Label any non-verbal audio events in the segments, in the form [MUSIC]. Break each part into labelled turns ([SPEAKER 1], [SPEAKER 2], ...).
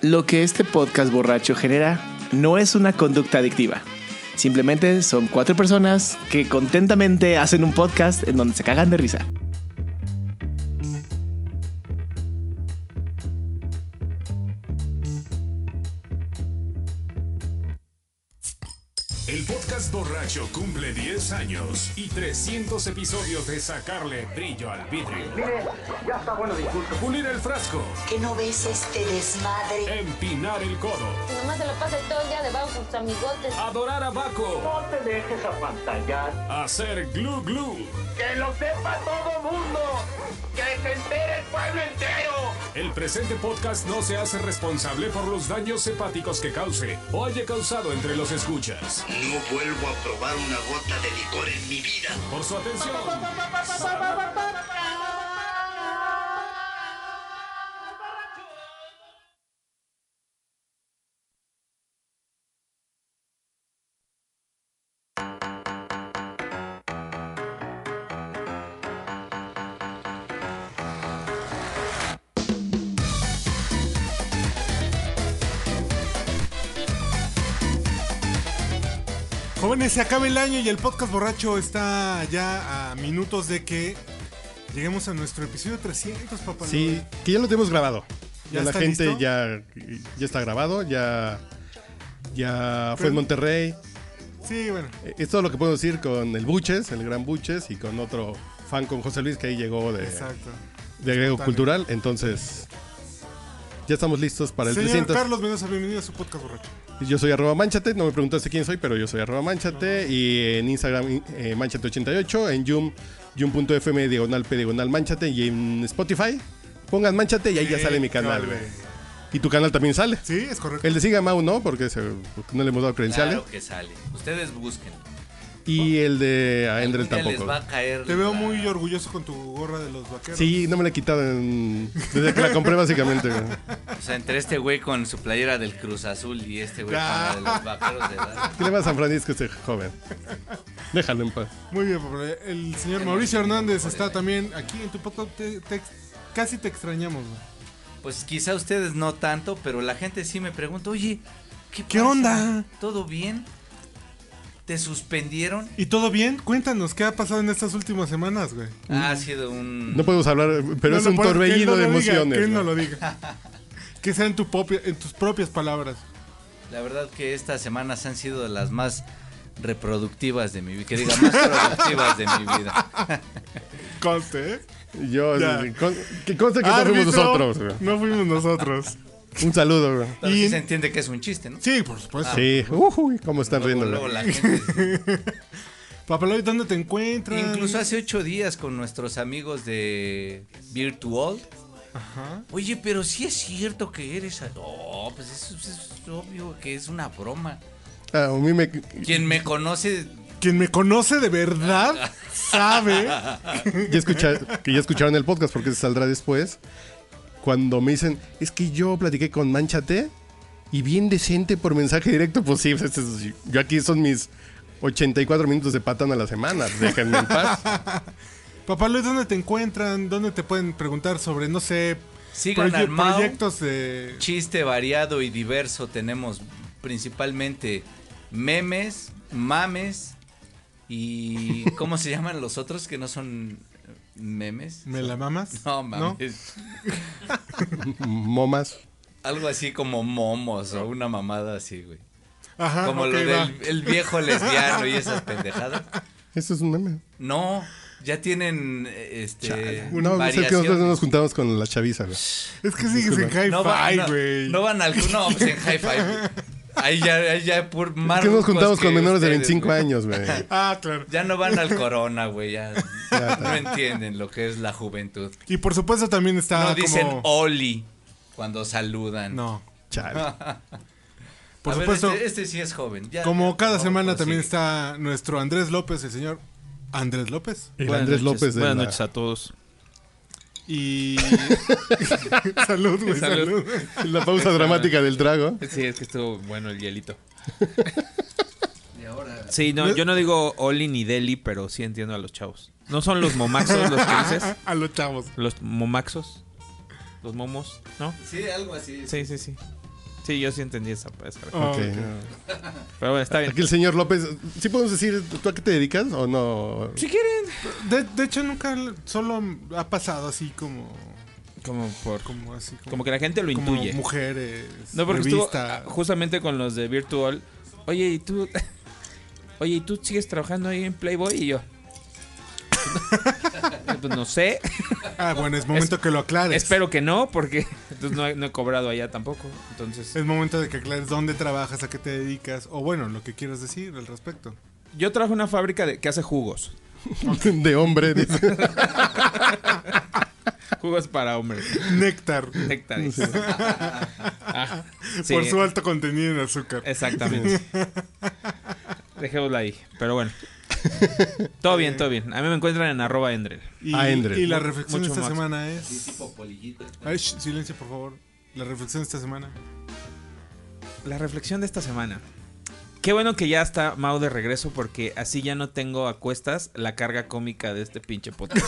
[SPEAKER 1] Lo que este podcast borracho genera no es una conducta adictiva. Simplemente son cuatro personas que contentamente hacen un podcast en donde se cagan de risa.
[SPEAKER 2] El podcast borracho cumple 10 años y 300 episodios de sacarle brillo al vidrio.
[SPEAKER 3] Mire, ya está bueno de insultos.
[SPEAKER 2] Pulir el frasco,
[SPEAKER 4] ¿Qué no ves este desmadre?
[SPEAKER 2] empinar el codo,
[SPEAKER 5] Nomás se lo pasa todo el día debajo con sus amigotes.
[SPEAKER 2] adorar a Baco,
[SPEAKER 3] No te dejes apantallar.
[SPEAKER 2] hacer glu glu,
[SPEAKER 3] ¡Que lo sepa todo mundo! ¡Que se entere el pueblo entero!
[SPEAKER 2] El presente podcast no se hace responsable por los daños hepáticos que cause o haya causado entre los escuchas.
[SPEAKER 6] No vuelvo a probar una gota de licor en mi vida.
[SPEAKER 2] Por su atención.
[SPEAKER 7] Jóvenes, se acaba el año y el podcast borracho está ya a minutos de que lleguemos a nuestro episodio 300, papá.
[SPEAKER 8] Sí, que ya lo tenemos grabado.
[SPEAKER 7] ¿Ya
[SPEAKER 8] Ya, la
[SPEAKER 7] está
[SPEAKER 8] gente
[SPEAKER 7] listo?
[SPEAKER 8] ya, ya está grabado, ya, ya fue
[SPEAKER 7] Pero-
[SPEAKER 8] en Monterrey.
[SPEAKER 7] Sí, bueno.
[SPEAKER 8] Eh, Es todo lo que puedo decir con el Buches, el gran Buches, y con otro fan con José Luis que ahí llegó de,
[SPEAKER 7] Exacto.
[SPEAKER 8] de Grego
[SPEAKER 7] Totalmente.
[SPEAKER 8] Cultural. Entonces, ya estamos listos para el
[SPEAKER 7] Señor
[SPEAKER 8] 300.
[SPEAKER 7] Carlos Mendoza, bienvenido a su podcast borracho.
[SPEAKER 8] Yo soy arroba manchate, no me preguntaste quién soy, pero yo soy arroba manchate. Y en Instagram eh, manchate88, en yum, yum.fm diagonal p diagonal manchate y en Spotify. Pongan manchate y ahí ya
[SPEAKER 7] Sí,
[SPEAKER 8] sale mi canal,
[SPEAKER 7] claro,
[SPEAKER 8] güey.
[SPEAKER 7] güey.
[SPEAKER 8] Y tu canal también sale.
[SPEAKER 7] Sí, es correcto.
[SPEAKER 8] El de Siga Mau no, porque, se- porque no le hemos dado credenciales.
[SPEAKER 9] Claro que sale. Ustedes busquen.
[SPEAKER 8] Y el de a
[SPEAKER 9] Algún
[SPEAKER 8] Endrel
[SPEAKER 9] día
[SPEAKER 8] tampoco.
[SPEAKER 9] les va a caer.
[SPEAKER 7] Te veo
[SPEAKER 9] la-
[SPEAKER 7] muy orgulloso con tu gorra de los vaqueros.
[SPEAKER 8] Sí, no me la he quitado en- desde que la compré básicamente. güey.
[SPEAKER 9] O sea, entre este güey con su playera del Cruz Azul y este güey con la de los vaqueros de Dallas.
[SPEAKER 8] ¿Qué le va a San Francisco este joven? Déjalo en paz.
[SPEAKER 7] Muy bien, papá. El señor Mauricio Hernández está también aquí en tu podcast. Te- te ex- casi te extrañamos, güey.
[SPEAKER 9] Pues quizá ustedes no tanto, pero la gente sí me pregunta, oye, ¿qué,
[SPEAKER 7] ¿Qué
[SPEAKER 9] pasa?
[SPEAKER 7] onda?
[SPEAKER 9] ¿Todo bien? ¿Te suspendieron?
[SPEAKER 7] ¿Y todo bien? Cuéntanos, ¿qué ha pasado en estas últimas semanas, güey?
[SPEAKER 9] Ha sido un...
[SPEAKER 8] Mm. No podemos hablar, pero
[SPEAKER 7] No
[SPEAKER 8] es
[SPEAKER 7] lo
[SPEAKER 8] un
[SPEAKER 7] puedes- que
[SPEAKER 8] torbellino
[SPEAKER 7] no
[SPEAKER 8] de
[SPEAKER 7] lo diga,
[SPEAKER 8] emociones.
[SPEAKER 7] Que él no
[SPEAKER 8] güey.
[SPEAKER 7] lo diga. [LAUGHS] Que sea en, tu propia- en tus propias palabras.
[SPEAKER 9] La verdad que estas semanas han sido las más reproductivas de mi vida. Que diga, más [LAUGHS] productivas de mi vida.
[SPEAKER 7] Conste, ¿eh?
[SPEAKER 8] Yo,
[SPEAKER 7] Ya.
[SPEAKER 8] sí, con- que conste que no
[SPEAKER 7] Árbitro,
[SPEAKER 8] fuimos nosotros. güey.
[SPEAKER 7] No fuimos nosotros.
[SPEAKER 8] Ah, Un saludo. güey.
[SPEAKER 9] Pero
[SPEAKER 7] Y-
[SPEAKER 9] sí se entiende que es un chiste, ¿no?
[SPEAKER 7] Sí, por supuesto.
[SPEAKER 8] Sí, uy, cómo están
[SPEAKER 9] Luego,
[SPEAKER 8] riendo.
[SPEAKER 9] luego
[SPEAKER 8] güey.
[SPEAKER 9] la gente
[SPEAKER 7] Papaloy, ¿dónde te encuentras?
[SPEAKER 9] Incluso hace ocho días con nuestros amigos de Virtual.
[SPEAKER 7] Ajá.
[SPEAKER 9] Oye, pero sí es cierto que eres. a- No, pues eso es, es obvio que es una broma.
[SPEAKER 8] Ah, a mí me-
[SPEAKER 9] Quien me conoce,
[SPEAKER 7] Quien me conoce de verdad sabe.
[SPEAKER 8] ya escucha- que ya escucharon el podcast porque saldrá después. Cuando me dicen, es que yo platiqué con Manchate y bien decente por mensaje directo, pues sí, pues, es- yo aquí son mis 84 minutos de patán a la semana, déjenme en paz. [LAUGHS]
[SPEAKER 7] Papaloy, ¿dónde te encuentran? ¿Dónde te pueden preguntar sobre, no sé,
[SPEAKER 9] sigan
[SPEAKER 7] proye-
[SPEAKER 9] al Mau.
[SPEAKER 7] proyectos de.
[SPEAKER 9] Chiste variado y diverso. Tenemos principalmente memes, mames
[SPEAKER 7] [LAUGHS]
[SPEAKER 9] y. ¿Cómo se llaman los otros que no son eh, memes?
[SPEAKER 7] ¿Me la mamas?
[SPEAKER 9] No mames.
[SPEAKER 8] Momas.
[SPEAKER 9] Algo así como momos o una mamada así, güey.
[SPEAKER 7] Ajá,
[SPEAKER 9] Como
[SPEAKER 7] Ah, ok,
[SPEAKER 9] lo
[SPEAKER 7] va.
[SPEAKER 9] del el viejo lesbiano
[SPEAKER 7] [LAUGHS]
[SPEAKER 9] y esas pendejadas.
[SPEAKER 8] Eso Este es un meme. No,
[SPEAKER 9] No, ya tienen eh, este
[SPEAKER 8] no sé que nosotros no nos juntamos con la chaviza. güey.
[SPEAKER 7] Es que sigues en hi-fi,
[SPEAKER 9] no, va- no-
[SPEAKER 7] güey.
[SPEAKER 9] no van al no, pues en hi-fi. güey.
[SPEAKER 7] [LAUGHS]
[SPEAKER 9] Ahí ya ahí ya por
[SPEAKER 8] Es
[SPEAKER 9] más
[SPEAKER 8] que nos juntamos
[SPEAKER 9] rucos
[SPEAKER 8] con
[SPEAKER 9] que
[SPEAKER 8] menores de
[SPEAKER 9] ustedes,
[SPEAKER 8] 25
[SPEAKER 9] güey.
[SPEAKER 8] años, güey.
[SPEAKER 7] Ah, claro.
[SPEAKER 9] Ya no van al corona, güey,
[SPEAKER 7] [LAUGHS]
[SPEAKER 9] ya no entienden lo que es la juventud.
[SPEAKER 7] Y por supuesto también está.
[SPEAKER 9] no dicen
[SPEAKER 7] Ah,
[SPEAKER 9] "Oh".
[SPEAKER 7] como...
[SPEAKER 9] Oli cuando saludan.
[SPEAKER 7] No.
[SPEAKER 9] [LAUGHS]
[SPEAKER 8] Chale.
[SPEAKER 7] Por
[SPEAKER 9] A ver,
[SPEAKER 7] supuesto.
[SPEAKER 9] este, este sí es joven. ya,
[SPEAKER 7] Como
[SPEAKER 9] ya, pues
[SPEAKER 7] cada
[SPEAKER 9] por favor,
[SPEAKER 7] semana también
[SPEAKER 9] prosigue.
[SPEAKER 7] está nuestro Andrés López, el señor Andrés López.
[SPEAKER 8] El Andrés López de
[SPEAKER 10] Buenas
[SPEAKER 8] la-
[SPEAKER 10] noches a todos.
[SPEAKER 7] [LAUGHS] Y.
[SPEAKER 8] [LAUGHS]
[SPEAKER 7] salud, güey,
[SPEAKER 10] [LAUGHS]
[SPEAKER 7] salud.
[SPEAKER 8] La pausa dramática del trago.
[SPEAKER 10] Sí, es que estuvo bueno el hielito.
[SPEAKER 9] [LAUGHS] Y ahora
[SPEAKER 10] Sí, no, yo no digo Oli ni Deli, pero sí entiendo a los chavos. No son los [LAUGHS] momaxos los que dices.
[SPEAKER 7] A los chavos.
[SPEAKER 10] Los momaxos. Los momos, ¿no?
[SPEAKER 9] sí, algo así.
[SPEAKER 10] Sí, sí, sí. Sí, yo sí entendí esa. esa-
[SPEAKER 7] Ah,
[SPEAKER 8] Ok.
[SPEAKER 7] ok.
[SPEAKER 10] Pero bueno, está bien.
[SPEAKER 8] Aquí el señor López, ¿sí podemos decir tú a qué te dedicas o no? [LAUGHS]
[SPEAKER 10] Si quieren.
[SPEAKER 7] De, de hecho, nunca l- solo ha pasado así como.
[SPEAKER 10] Como por.
[SPEAKER 7] Como así. Como,
[SPEAKER 10] Como que la gente lo
[SPEAKER 7] como
[SPEAKER 10] intuye.
[SPEAKER 7] mujeres.
[SPEAKER 10] No, porque
[SPEAKER 7] revista.
[SPEAKER 10] estuvo ah, justamente con los de Virtual. Oye, ¿y tú? [LAUGHS] Oye, ¿y tú sigues trabajando ahí en Playboy? Y yo. [LAUGHS] pues no sé.
[SPEAKER 7] Ah, bueno, es momento que lo aclares.
[SPEAKER 10] Espero que no, porque [LAUGHS] entonces no, he, no he cobrado allá tampoco. Entonces,
[SPEAKER 7] Es momento de que aclares dónde trabajas, a qué te dedicas, o bueno, lo que quieras decir al respecto.
[SPEAKER 10] yo trabajo en una fábrica de, que hace jugos.
[SPEAKER 8] De hombre. dice.
[SPEAKER 10] Jugos para hombres. [LAUGHS]
[SPEAKER 7] Néctar.
[SPEAKER 10] Néctares. Ah, sí,
[SPEAKER 7] Por su alto contenido en azúcar.
[SPEAKER 10] Exactamente. Dejémosla ahí. Pero bueno. Todo bien, todo bien. A mí me encuentran en arroba Endrel.
[SPEAKER 7] Y,
[SPEAKER 8] Ah, Endre.
[SPEAKER 7] y la reflexión
[SPEAKER 10] Mucho
[SPEAKER 7] de esta
[SPEAKER 10] más.
[SPEAKER 7] semana es. Ay, sh, silencio, por favor. La reflexión de esta semana.
[SPEAKER 10] La reflexión de esta semana. Qué bueno que ya está Mau de regreso porque así ya no tengo a cuestas la carga cómica de este pinche podcast.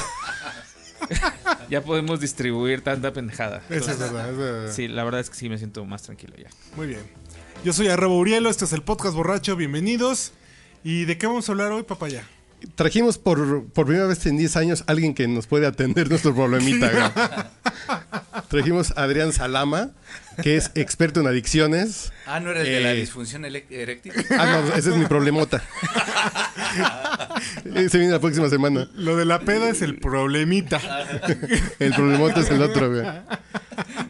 [SPEAKER 10] ya podemos distribuir tanta pendejada.
[SPEAKER 7] Esa es
[SPEAKER 10] Entonces,
[SPEAKER 7] verdad. es verdad.
[SPEAKER 10] Sí, la verdad es que sí me siento más tranquilo ya.
[SPEAKER 7] Muy bien. Yo soy Arroba Urielo, este es el podcast borracho, bienvenidos. ¿Y de qué vamos a hablar hoy, papaya?
[SPEAKER 8] Trajimos por, por primera vez en 10 años alguien que nos puede atender nuestro problemita. güey. Trajimos a Adrián Salama, que es experto en adicciones.
[SPEAKER 9] Ah, no era el de la
[SPEAKER 8] Eh.
[SPEAKER 9] disfunción ele- eréctil.
[SPEAKER 8] Ah, no, ese es mi problemota. Ese viene la próxima semana.
[SPEAKER 7] Lo de la peda es el problemita.
[SPEAKER 8] El problemota es el otro, güey.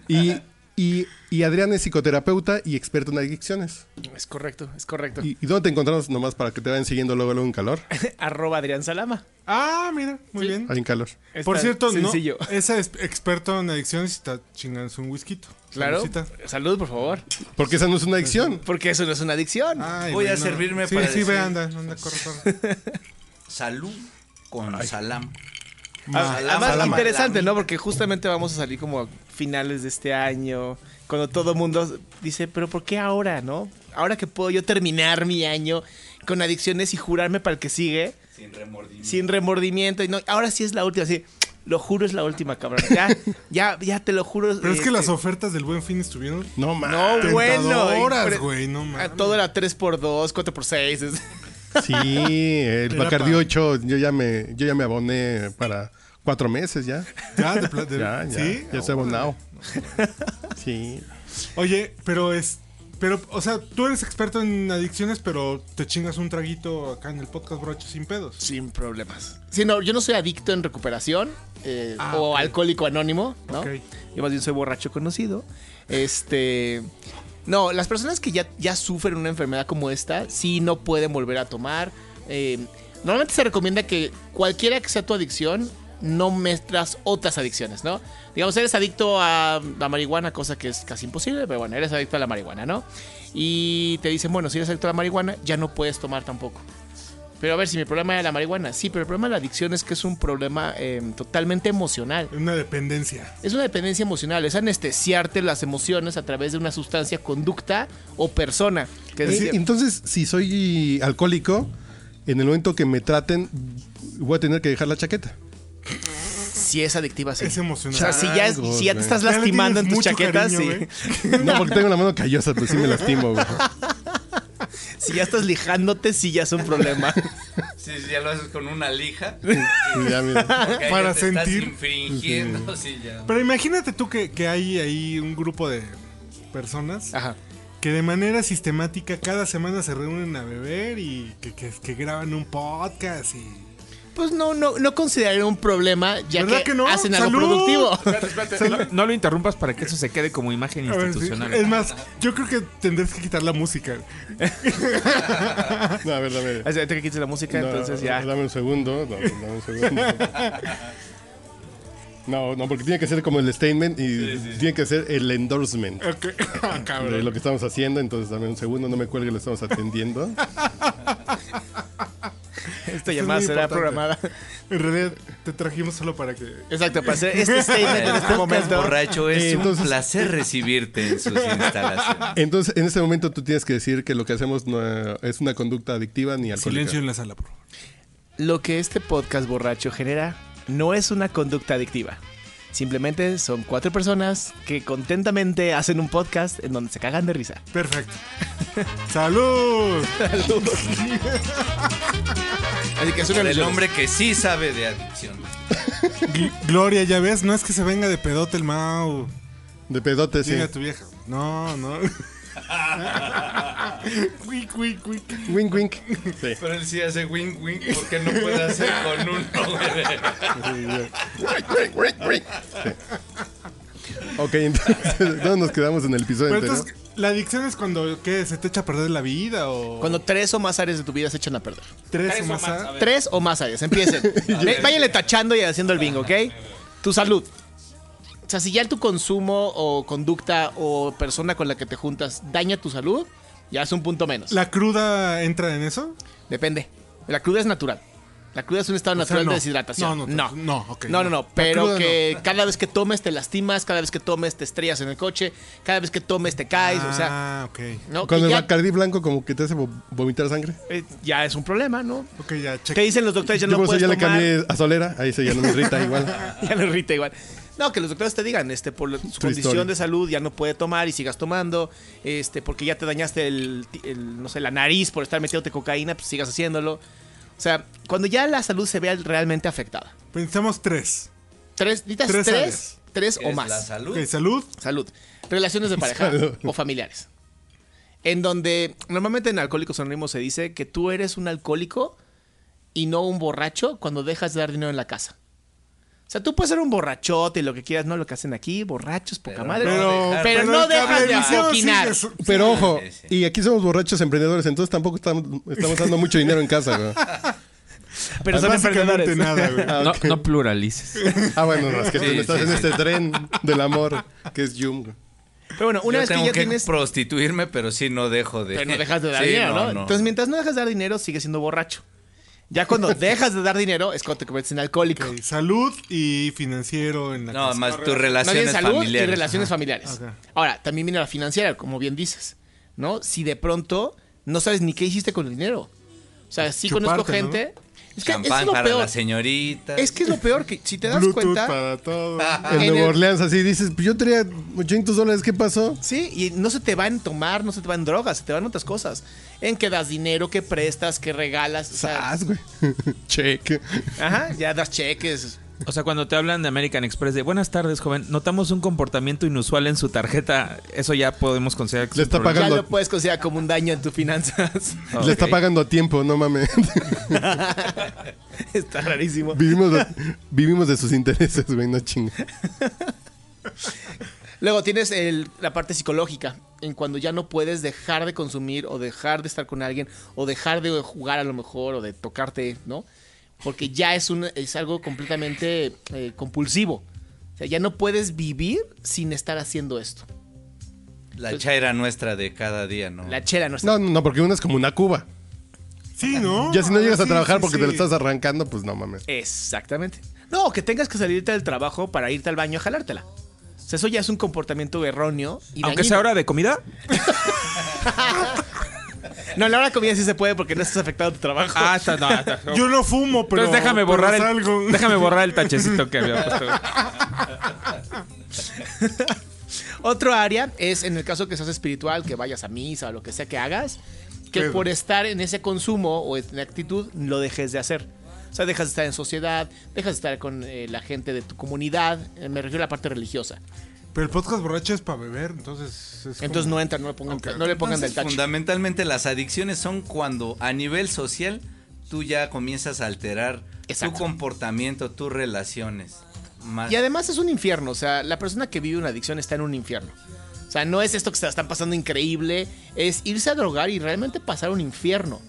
[SPEAKER 8] Y, y, y Adrián es psicoterapeuta y experto en adicciones.
[SPEAKER 1] Es correcto, es correcto.
[SPEAKER 8] ¿Y, y dónde te encontramos nomás para que te vayan siguiendo luego, luego en calor?
[SPEAKER 1] [LAUGHS] Arroba Adrián Salama.
[SPEAKER 7] [LAUGHS] Ah, mira, muy bien.
[SPEAKER 8] Ahí en calor.
[SPEAKER 7] Por
[SPEAKER 1] Está
[SPEAKER 7] cierto, no, Eh,
[SPEAKER 1] sencillo.
[SPEAKER 7] ese es experto en adicciones está chingándose un whisky.
[SPEAKER 1] [LAUGHS] Claro.
[SPEAKER 7] Saludcita.
[SPEAKER 1] Salud, por favor.
[SPEAKER 8] Porque esa no es una adicción.
[SPEAKER 1] Porque eso no es una adicción.
[SPEAKER 7] Ay,
[SPEAKER 9] Voy
[SPEAKER 7] güey,
[SPEAKER 9] a servirme
[SPEAKER 7] sí,
[SPEAKER 9] para
[SPEAKER 7] Sí, ve,
[SPEAKER 9] decir-
[SPEAKER 7] anda, anda, corre,
[SPEAKER 9] [LAUGHS]
[SPEAKER 7] corre.
[SPEAKER 9] Salud con salam. Salama,
[SPEAKER 1] Ah, Además,
[SPEAKER 9] salama.
[SPEAKER 1] interesante, ¿no? Porque justamente vamos a salir como a finales de este año, cuando todo el mundo dice, pero ¿por qué ahora, no? Ahora que puedo yo terminar mi año con adicciones y jurarme para el que sigue,
[SPEAKER 9] Sin remordimiento.
[SPEAKER 1] sin remordimiento, y no, ahora sí es la última, sí, lo juro es la última, cabrón,
[SPEAKER 7] [LAUGHS]
[SPEAKER 1] ya, ya, ya te lo juro.
[SPEAKER 7] Pero es que
[SPEAKER 1] este,
[SPEAKER 7] las ofertas del Buen Fin estuvieron
[SPEAKER 8] No, mames.
[SPEAKER 1] No, bueno.
[SPEAKER 7] tentadoras,
[SPEAKER 1] impre-
[SPEAKER 7] güey, no
[SPEAKER 1] a
[SPEAKER 7] mames.
[SPEAKER 1] todo era 3x2, 4x6, es- [LAUGHS]
[SPEAKER 8] Sí, el
[SPEAKER 7] Era
[SPEAKER 8] Bacardi
[SPEAKER 7] pa-
[SPEAKER 8] 8, yo ya me, yo ya me aboné para cuatro meses ya.
[SPEAKER 7] Ya, de pla-
[SPEAKER 8] [LAUGHS]
[SPEAKER 7] de-
[SPEAKER 8] Ya, ya.
[SPEAKER 7] ¿sí?
[SPEAKER 8] Ya estoy abonado. Sí.
[SPEAKER 7] Oye, pero es. Pero, o sea, tú eres experto en adicciones, pero te chingas un traguito acá en el podcast brocho sin pedos.
[SPEAKER 1] Sin problemas. Sí, no, yo no soy adicto en recuperación eh,
[SPEAKER 7] Ah,
[SPEAKER 1] o
[SPEAKER 7] ok.
[SPEAKER 1] alcohólico anónimo, ¿no?
[SPEAKER 7] Ok.
[SPEAKER 1] Yo más bien soy borracho conocido. Este. No, las personas que ya, ya sufren una enfermedad como esta, sí no pueden volver a tomar. Eh, normalmente se recomienda que cualquiera que sea tu adicción, no mezclas otras adicciones, ¿no? Digamos, eres adicto a la marihuana, cosa que es casi imposible, pero bueno, eres adicto a la marihuana, ¿no? Y te dicen, bueno, si eres adicto a la marihuana, ya no puedes tomar tampoco. Pero a ver, si mi problema era la marihuana, sí, pero el problema de la adicción es que es un problema eh, totalmente emocional.
[SPEAKER 7] Una dependencia.
[SPEAKER 1] Es una dependencia emocional, es anestesiarte las emociones a través de una sustancia, conducta o persona. Que
[SPEAKER 8] Sí,
[SPEAKER 1] decir,
[SPEAKER 8] Entonces, si soy alcohólico, en el momento que me traten, voy a tener que dejar la chaqueta.
[SPEAKER 1] si es adictiva, sí.
[SPEAKER 7] Es
[SPEAKER 1] O
[SPEAKER 7] emocional.
[SPEAKER 1] sea, si ya, es-
[SPEAKER 8] Changos,
[SPEAKER 1] si ya te
[SPEAKER 8] güey.
[SPEAKER 1] estás
[SPEAKER 7] Ya le
[SPEAKER 1] lastimando en
[SPEAKER 7] tienes
[SPEAKER 1] tus
[SPEAKER 7] mucho
[SPEAKER 1] chaquetas,
[SPEAKER 7] cariño,
[SPEAKER 1] sí.
[SPEAKER 8] No, porque tengo la mano callosa, pero sí me lastimo, güey.
[SPEAKER 1] [LAUGHS] si ya estás lijándote, sí ya es un problema.
[SPEAKER 9] Si ya lo haces con una lija.
[SPEAKER 8] Sí, ya, mira.
[SPEAKER 9] porque ahí
[SPEAKER 7] Para
[SPEAKER 9] ya te estás
[SPEAKER 7] sentir.
[SPEAKER 9] infringiendo, sí, ya.
[SPEAKER 7] Pero imagínate tú que, que hay ahí un grupo de personas
[SPEAKER 1] Ajá.
[SPEAKER 7] que de manera sistemática cada semana se reúnen a beber y que, que- que graban un podcast y.
[SPEAKER 1] Pues no, no, no consideraré un problema ya
[SPEAKER 7] ¿Verdad
[SPEAKER 1] que,
[SPEAKER 7] que no?
[SPEAKER 1] hacen algo
[SPEAKER 7] ¡Salud!
[SPEAKER 10] [LAUGHS]
[SPEAKER 1] productivo.
[SPEAKER 10] No, no lo interrumpas para que eso se quede como imagen
[SPEAKER 7] A ver, sí.
[SPEAKER 10] institucional.
[SPEAKER 7] Es más, yo creo que tendrías que quitar la música.
[SPEAKER 8] No, a ver, dame.
[SPEAKER 1] Así, ahorita que quites la música,
[SPEAKER 8] No,
[SPEAKER 1] entonces ya.
[SPEAKER 8] Dame un segundo. No, dame un segundo. No, no, porque tiene que ser como el statement y tiene que ser el endorsement.
[SPEAKER 1] [LAUGHS]
[SPEAKER 7] Ok. Ah,
[SPEAKER 8] de
[SPEAKER 7] cabrón.
[SPEAKER 8] lo que estamos haciendo, entonces dame un segundo, no me cuelgue, lo estamos atendiendo.
[SPEAKER 1] Esta
[SPEAKER 7] es
[SPEAKER 1] llamada
[SPEAKER 7] muy
[SPEAKER 1] será
[SPEAKER 7] importante.
[SPEAKER 1] programada.
[SPEAKER 7] En realidad te trajimos solo para que.
[SPEAKER 1] Exacto, para hacer [LAUGHS] este statement en este momento.
[SPEAKER 9] Borracho, es
[SPEAKER 8] Eh, entonces-
[SPEAKER 9] un placer recibirte en sus
[SPEAKER 1] [LAUGHS]
[SPEAKER 9] instalaciones.
[SPEAKER 8] Entonces, en este momento tú tienes que decir que lo que hacemos no eh, es una conducta adictiva ni alcohólica.
[SPEAKER 7] Silencio en la sala, por favor.
[SPEAKER 1] Lo que este podcast borracho genera no es una conducta adictiva. Simplemente son cuatro personas que contentamente hacen un podcast en donde se cagan de risa.
[SPEAKER 7] Perfecto. [LAUGHS] ¡Salud!
[SPEAKER 1] Así que suena
[SPEAKER 9] El hombre que sí sabe de adicción.
[SPEAKER 7] Gl- Gloria, ya ves, no es que se venga de pedote el Mau.
[SPEAKER 8] De pedote, sí.
[SPEAKER 7] Llega tu vieja.
[SPEAKER 1] [LAUGHS]
[SPEAKER 7] No, no. Cuic, cuic, cuic.
[SPEAKER 8] Wink, wink. Sí.
[SPEAKER 9] Pero él sí hace wing wing porque no puede hacer con
[SPEAKER 1] [LAUGHS]
[SPEAKER 9] uno,
[SPEAKER 8] Ok, entonces, [LAUGHS] ¿dónde nos quedamos en el episodio
[SPEAKER 7] Pero
[SPEAKER 8] anterior?
[SPEAKER 7] entonces, la adicción es cuando ¿qué? se te echa a perder la vida o
[SPEAKER 1] Cuando tres o más áreas de tu vida se echan a perder.
[SPEAKER 7] tres o
[SPEAKER 10] Eso
[SPEAKER 7] más.
[SPEAKER 10] más,
[SPEAKER 7] Oh. a-
[SPEAKER 10] a ver.
[SPEAKER 1] Tres o más áreas, empiecen. Ve- Váyanle tachando y haciendo el bingo, ¿ok? Tu salud. O sea, si ya tu consumo o conducta o persona con la que te juntas daña tu salud, ya es un punto menos.
[SPEAKER 7] ¿La cruda entra en eso?
[SPEAKER 1] Depende. La cruda es natural. La cruda es un estado
[SPEAKER 7] O sea,
[SPEAKER 1] natural
[SPEAKER 7] no.
[SPEAKER 1] de deshidratación.
[SPEAKER 7] No,
[SPEAKER 1] No,
[SPEAKER 7] no,
[SPEAKER 1] no,
[SPEAKER 7] no, ok,
[SPEAKER 1] no, no,
[SPEAKER 7] no. La
[SPEAKER 1] no. Pero
[SPEAKER 7] cruda
[SPEAKER 1] que [LAUGHS] cada vez que tomes te lastimas, cada vez que tomes te estrellas en el coche, cada vez que tomes te caes, o sea,
[SPEAKER 7] Ah, ok.
[SPEAKER 1] ¿no?
[SPEAKER 8] Con
[SPEAKER 1] Y
[SPEAKER 8] el
[SPEAKER 1] ya,
[SPEAKER 8] Bacardi blanco como que te hace vo- vomitar sangre.
[SPEAKER 1] eh, ya es un problema, ¿no?
[SPEAKER 7] Ok, ya, check.
[SPEAKER 1] Te dicen los doctores ya
[SPEAKER 8] Yo
[SPEAKER 1] no
[SPEAKER 8] por eso
[SPEAKER 1] puedes
[SPEAKER 8] ya le
[SPEAKER 1] tomar.
[SPEAKER 8] cambié a Solera, ahí se ya no me irrita
[SPEAKER 1] [LAUGHS]
[SPEAKER 8] igual.
[SPEAKER 1] ya no irrita igual. No, que los doctores te digan, este, por la- su condición
[SPEAKER 8] historia.
[SPEAKER 1] de salud ya no puede tomar y sigas tomando, este, porque ya te dañaste el, ti- el, no sé, la nariz por estar metiéndote cocaína, pues sigas haciéndolo. O sea, cuando ya la salud se vea realmente afectada.
[SPEAKER 7] Pensamos tres.
[SPEAKER 1] Tres, necesitas
[SPEAKER 7] Tres
[SPEAKER 1] tres,
[SPEAKER 7] áreas.
[SPEAKER 1] tres,
[SPEAKER 9] güey.
[SPEAKER 1] o
[SPEAKER 9] Es La
[SPEAKER 1] más. Pues,
[SPEAKER 9] salud.
[SPEAKER 7] Ok, salud.
[SPEAKER 1] Salud. Relaciones de pareja
[SPEAKER 8] Salud.
[SPEAKER 1] o familiares. En donde normalmente en Alcohólicos Anónimos se dice que tú eres un alcohólico y no un borracho cuando dejas de dar dinero en la casa. O sea, tú puedes ser un borrachote y lo que quieras, no lo que hacen aquí, borrachos, poca
[SPEAKER 9] Pero
[SPEAKER 1] madre.
[SPEAKER 7] Pero,
[SPEAKER 9] dejar-
[SPEAKER 1] pero no
[SPEAKER 7] el
[SPEAKER 1] dejas de
[SPEAKER 7] cablevisión
[SPEAKER 1] apoquinar.
[SPEAKER 7] sigue su-
[SPEAKER 8] Pero ojo,
[SPEAKER 9] Sí, sí.
[SPEAKER 8] y aquí somos borrachos emprendedores, entonces tampoco estamos, estamos dando mucho dinero en casa. güey.
[SPEAKER 1] Pero son
[SPEAKER 7] básicamente
[SPEAKER 1] emprendedores.
[SPEAKER 7] nada, güey.
[SPEAKER 8] Ah,
[SPEAKER 10] [LAUGHS] No,
[SPEAKER 8] ok.
[SPEAKER 10] no pluralices.
[SPEAKER 8] Ah, bueno, no, es que tú
[SPEAKER 9] Sí,
[SPEAKER 8] no estás
[SPEAKER 9] sí,
[SPEAKER 8] en
[SPEAKER 9] sí.
[SPEAKER 8] este tren del amor que es Yum. güey.
[SPEAKER 1] Pero bueno, una
[SPEAKER 9] Yo
[SPEAKER 1] vez que
[SPEAKER 9] tengo
[SPEAKER 1] ya
[SPEAKER 9] que
[SPEAKER 1] tienes.
[SPEAKER 9] prostituirme, pero sí no dejo de.
[SPEAKER 1] Pero no dejas de dar
[SPEAKER 9] Sí,
[SPEAKER 1] dinero,
[SPEAKER 9] no,
[SPEAKER 1] ¿no?
[SPEAKER 9] no.
[SPEAKER 1] Entonces, mientras no dejas de dar dinero, sigues siendo borracho. Ya cuando
[SPEAKER 9] [LAUGHS]
[SPEAKER 1] dejas de dar dinero, es cuando te conviertes en alcohólico. [LAUGHS]
[SPEAKER 7] Ok, salud y financiero en la
[SPEAKER 9] No,
[SPEAKER 7] casa.
[SPEAKER 9] más tus
[SPEAKER 1] Más bien
[SPEAKER 9] relaciones
[SPEAKER 1] salud
[SPEAKER 9] familiares.
[SPEAKER 1] y relaciones familiares.
[SPEAKER 7] Ajá.
[SPEAKER 1] Ahora, también viene la financiera, como bien dices, ¿no? Si de pronto no sabes ni qué hiciste con el dinero. O sea, sí
[SPEAKER 7] Chuparte,
[SPEAKER 1] conozco gente. Es que eso
[SPEAKER 9] Champán
[SPEAKER 1] es lo
[SPEAKER 9] para
[SPEAKER 1] peor.
[SPEAKER 9] la señorita. [LAUGHS]
[SPEAKER 1] Es que es lo peor que si te das
[SPEAKER 7] Bluetooth
[SPEAKER 1] cuenta.
[SPEAKER 7] para todo.
[SPEAKER 8] En
[SPEAKER 1] En
[SPEAKER 8] Nueva
[SPEAKER 1] el-
[SPEAKER 8] Orleans, así dices, "Pues yo traía 800 dólares, ¿qué pasó?
[SPEAKER 1] Sí, y no se te van a tomar, no se te van drogas, se te van otras cosas. En que das dinero, que prestas, que regalas. O sea,
[SPEAKER 8] Sas, güey. [LAUGHS] Check.
[SPEAKER 1] ajá, ya das cheques.
[SPEAKER 10] O sea, cuando te hablan de American Express de buenas tardes, joven, notamos un comportamiento inusual en su tarjeta. Eso ya podemos considerar que
[SPEAKER 8] Le
[SPEAKER 10] es un
[SPEAKER 8] está
[SPEAKER 10] problema.
[SPEAKER 1] Ya
[SPEAKER 8] Pagando-
[SPEAKER 1] lo puedes considerar como un daño en tus finanzas. [LAUGHS]
[SPEAKER 8] Le está pagando a tiempo, no mames. [LAUGHS]
[SPEAKER 1] Está rarísimo.
[SPEAKER 8] vivimos, de, vivimos de sus intereses, güey, no chinga.
[SPEAKER 1] Luego tienes el- la parte psicológica, en cuando ya no puedes dejar de consumir o dejar de estar con alguien o dejar de jugar a lo mejor o de tocarte, ¿no? Porque ya es, un, es algo completamente eh, compulsivo. O sea, ya no puedes vivir sin estar haciendo esto.
[SPEAKER 9] La chaira nuestra de cada día, ¿no?
[SPEAKER 1] La chela no está.
[SPEAKER 8] No, no, no, porque una es como una cuba.
[SPEAKER 7] Sí, ¿no?
[SPEAKER 8] Ya si no llegas a
[SPEAKER 7] Sí,
[SPEAKER 8] trabajar
[SPEAKER 7] sí,
[SPEAKER 8] porque
[SPEAKER 7] sí.
[SPEAKER 8] te la estás arrancando, pues no mames.
[SPEAKER 1] Exactamente. No, que tengas que salirte del trabajo para irte al baño a jalártela. O sea, eso ya es un comportamiento erróneo. Y
[SPEAKER 10] Aunque
[SPEAKER 1] dañino.
[SPEAKER 10] sea hora de comida.
[SPEAKER 1] [LAUGHS] No, la hora de comida sí se puede porque no estás afectado a tu trabajo.
[SPEAKER 10] Ah, está,
[SPEAKER 8] [LAUGHS]
[SPEAKER 10] no, está.
[SPEAKER 7] Yo no fumo, pero.
[SPEAKER 10] Entonces déjame borrar,
[SPEAKER 7] pero
[SPEAKER 10] el,
[SPEAKER 7] salgo.
[SPEAKER 10] déjame borrar el tachecito que había puesto.
[SPEAKER 1] Otro área es en el caso que seas espiritual, que vayas a misa o lo que sea que hagas, que
[SPEAKER 7] Pero-
[SPEAKER 1] por estar en ese consumo o en actitud lo dejes de hacer. O sea, dejas de estar en sociedad, dejas de estar con eh, la gente de tu comunidad, eh, me refiero a la parte religiosa.
[SPEAKER 7] [LAUGHS] Pero el podcast borracho es para beber, entonces. es
[SPEAKER 1] Entonces
[SPEAKER 7] como-
[SPEAKER 1] no entran, no le pongan,
[SPEAKER 7] Ok.
[SPEAKER 1] no le pongan
[SPEAKER 9] Entonces,
[SPEAKER 1] del tacho.
[SPEAKER 9] Fundamentalmente las adicciones son cuando a nivel social tú ya comienzas a alterar
[SPEAKER 1] Exacto.
[SPEAKER 9] tu comportamiento, tus relaciones. Más
[SPEAKER 1] Y además es un infierno, o sea, la persona que vive una adicción está en un infierno. O sea, no es esto que se la están pasando increíble, es irse a drogar y realmente pasar un infierno.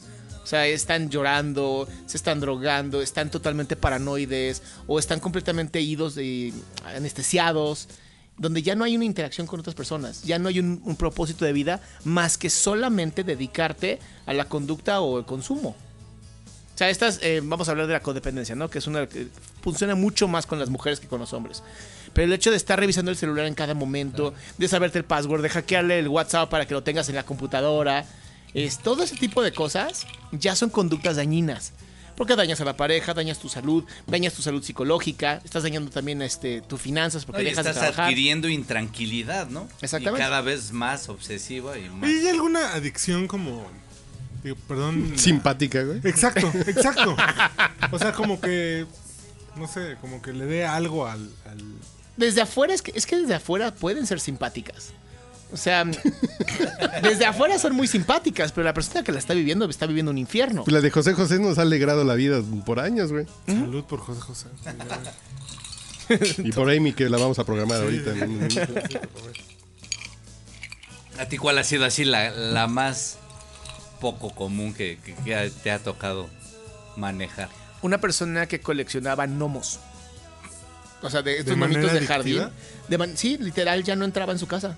[SPEAKER 1] O sea, están llorando, se están drogando, están totalmente paranoides o están completamente idos y anestesiados, donde ya no hay una interacción con otras personas, ya no hay un, un propósito de vida más que solamente dedicarte a la conducta o el consumo. O sea, estas, eh, vamos a hablar de la codependencia, ¿no? Que es una que funciona mucho más con las mujeres que con los hombres. Pero el hecho de estar revisando el celular en cada momento, de saberte el password, de hackearle el WhatsApp para que lo tengas en la computadora, es, todo ese tipo de cosas ya son conductas dañinas. Porque dañas a la pareja, dañas tu salud, dañas tu salud psicológica, estás dañando también este, tus finanzas porque
[SPEAKER 9] No, y
[SPEAKER 1] dejas de
[SPEAKER 9] estás
[SPEAKER 1] trabajar.
[SPEAKER 9] adquiriendo intranquilidad, ¿no?
[SPEAKER 1] Exactamente.
[SPEAKER 9] Y cada vez más obsesiva y más.
[SPEAKER 7] Oye, ¿hay alguna adicción como. digo, perdón. la-
[SPEAKER 8] Simpática, güey. [LAUGHS]
[SPEAKER 7] Exacto, exacto. O sea, como que. No sé, como que le dé algo al. al-
[SPEAKER 1] Desde afuera, es que, es que desde afuera pueden ser simpáticas. O [LAUGHS] sea, desde afuera son muy simpáticas, pero la persona que la está viviendo está viviendo un infierno.
[SPEAKER 8] Pues la de José José nos ha alegrado la vida por
[SPEAKER 1] [LAUGHS]
[SPEAKER 8] años, güey.
[SPEAKER 7] Salud por José José.
[SPEAKER 8] Y por Amy, que la vamos a programar ahorita.
[SPEAKER 1] [LAUGHS]
[SPEAKER 9] ¿A ti cuál ha sido así la, la más poco común que, que- que ha- te ha tocado manejar?
[SPEAKER 1] Una persona que coleccionaba gnomos. O sea, de estos
[SPEAKER 7] ¿De
[SPEAKER 1] monitos
[SPEAKER 7] manera
[SPEAKER 1] de jardín.
[SPEAKER 7] adictiva?
[SPEAKER 1] De man- sí, literal, ya no entraba en su casa.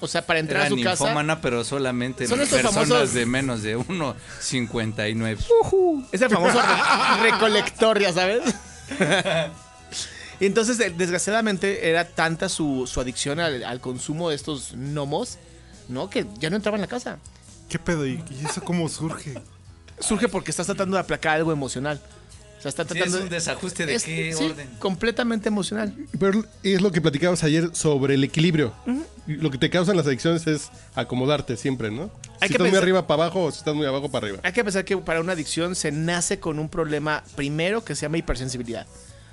[SPEAKER 1] O sea, para
[SPEAKER 9] Era
[SPEAKER 1] entrar a su casa.
[SPEAKER 9] ninfómana, pero solamente
[SPEAKER 1] Son estos
[SPEAKER 9] personas
[SPEAKER 1] famosos- Uh,
[SPEAKER 9] de menos de 1.59.
[SPEAKER 1] Es el famoso re- recolector, ya sabes. Entonces, eh, desgraciadamente, era tanta su, su adicción al, al consumo de estos gnomos, ¿no? Que ya no entraba en la casa.
[SPEAKER 7] ¿Qué pedo? ¿Y, y eso cómo surge?
[SPEAKER 1] Surge porque estás tratando de aplacar algo emocional. O sea, está
[SPEAKER 9] Sí, es
[SPEAKER 1] tratando
[SPEAKER 9] un desajuste de
[SPEAKER 1] es-
[SPEAKER 9] qué
[SPEAKER 1] sí,
[SPEAKER 9] orden.
[SPEAKER 1] completamente emocional.
[SPEAKER 8] Pero es lo que platicabas ayer sobre el equilibrio. Lo que te causan las adicciones es acomodarte siempre, ¿no?
[SPEAKER 1] Hay
[SPEAKER 8] si
[SPEAKER 1] que
[SPEAKER 8] estás muy
[SPEAKER 1] pensar-
[SPEAKER 8] arriba para abajo o si estás muy abajo para arriba.
[SPEAKER 1] Hay que pensar que para una adicción se nace con un problema primero que se llama hipersensibilidad.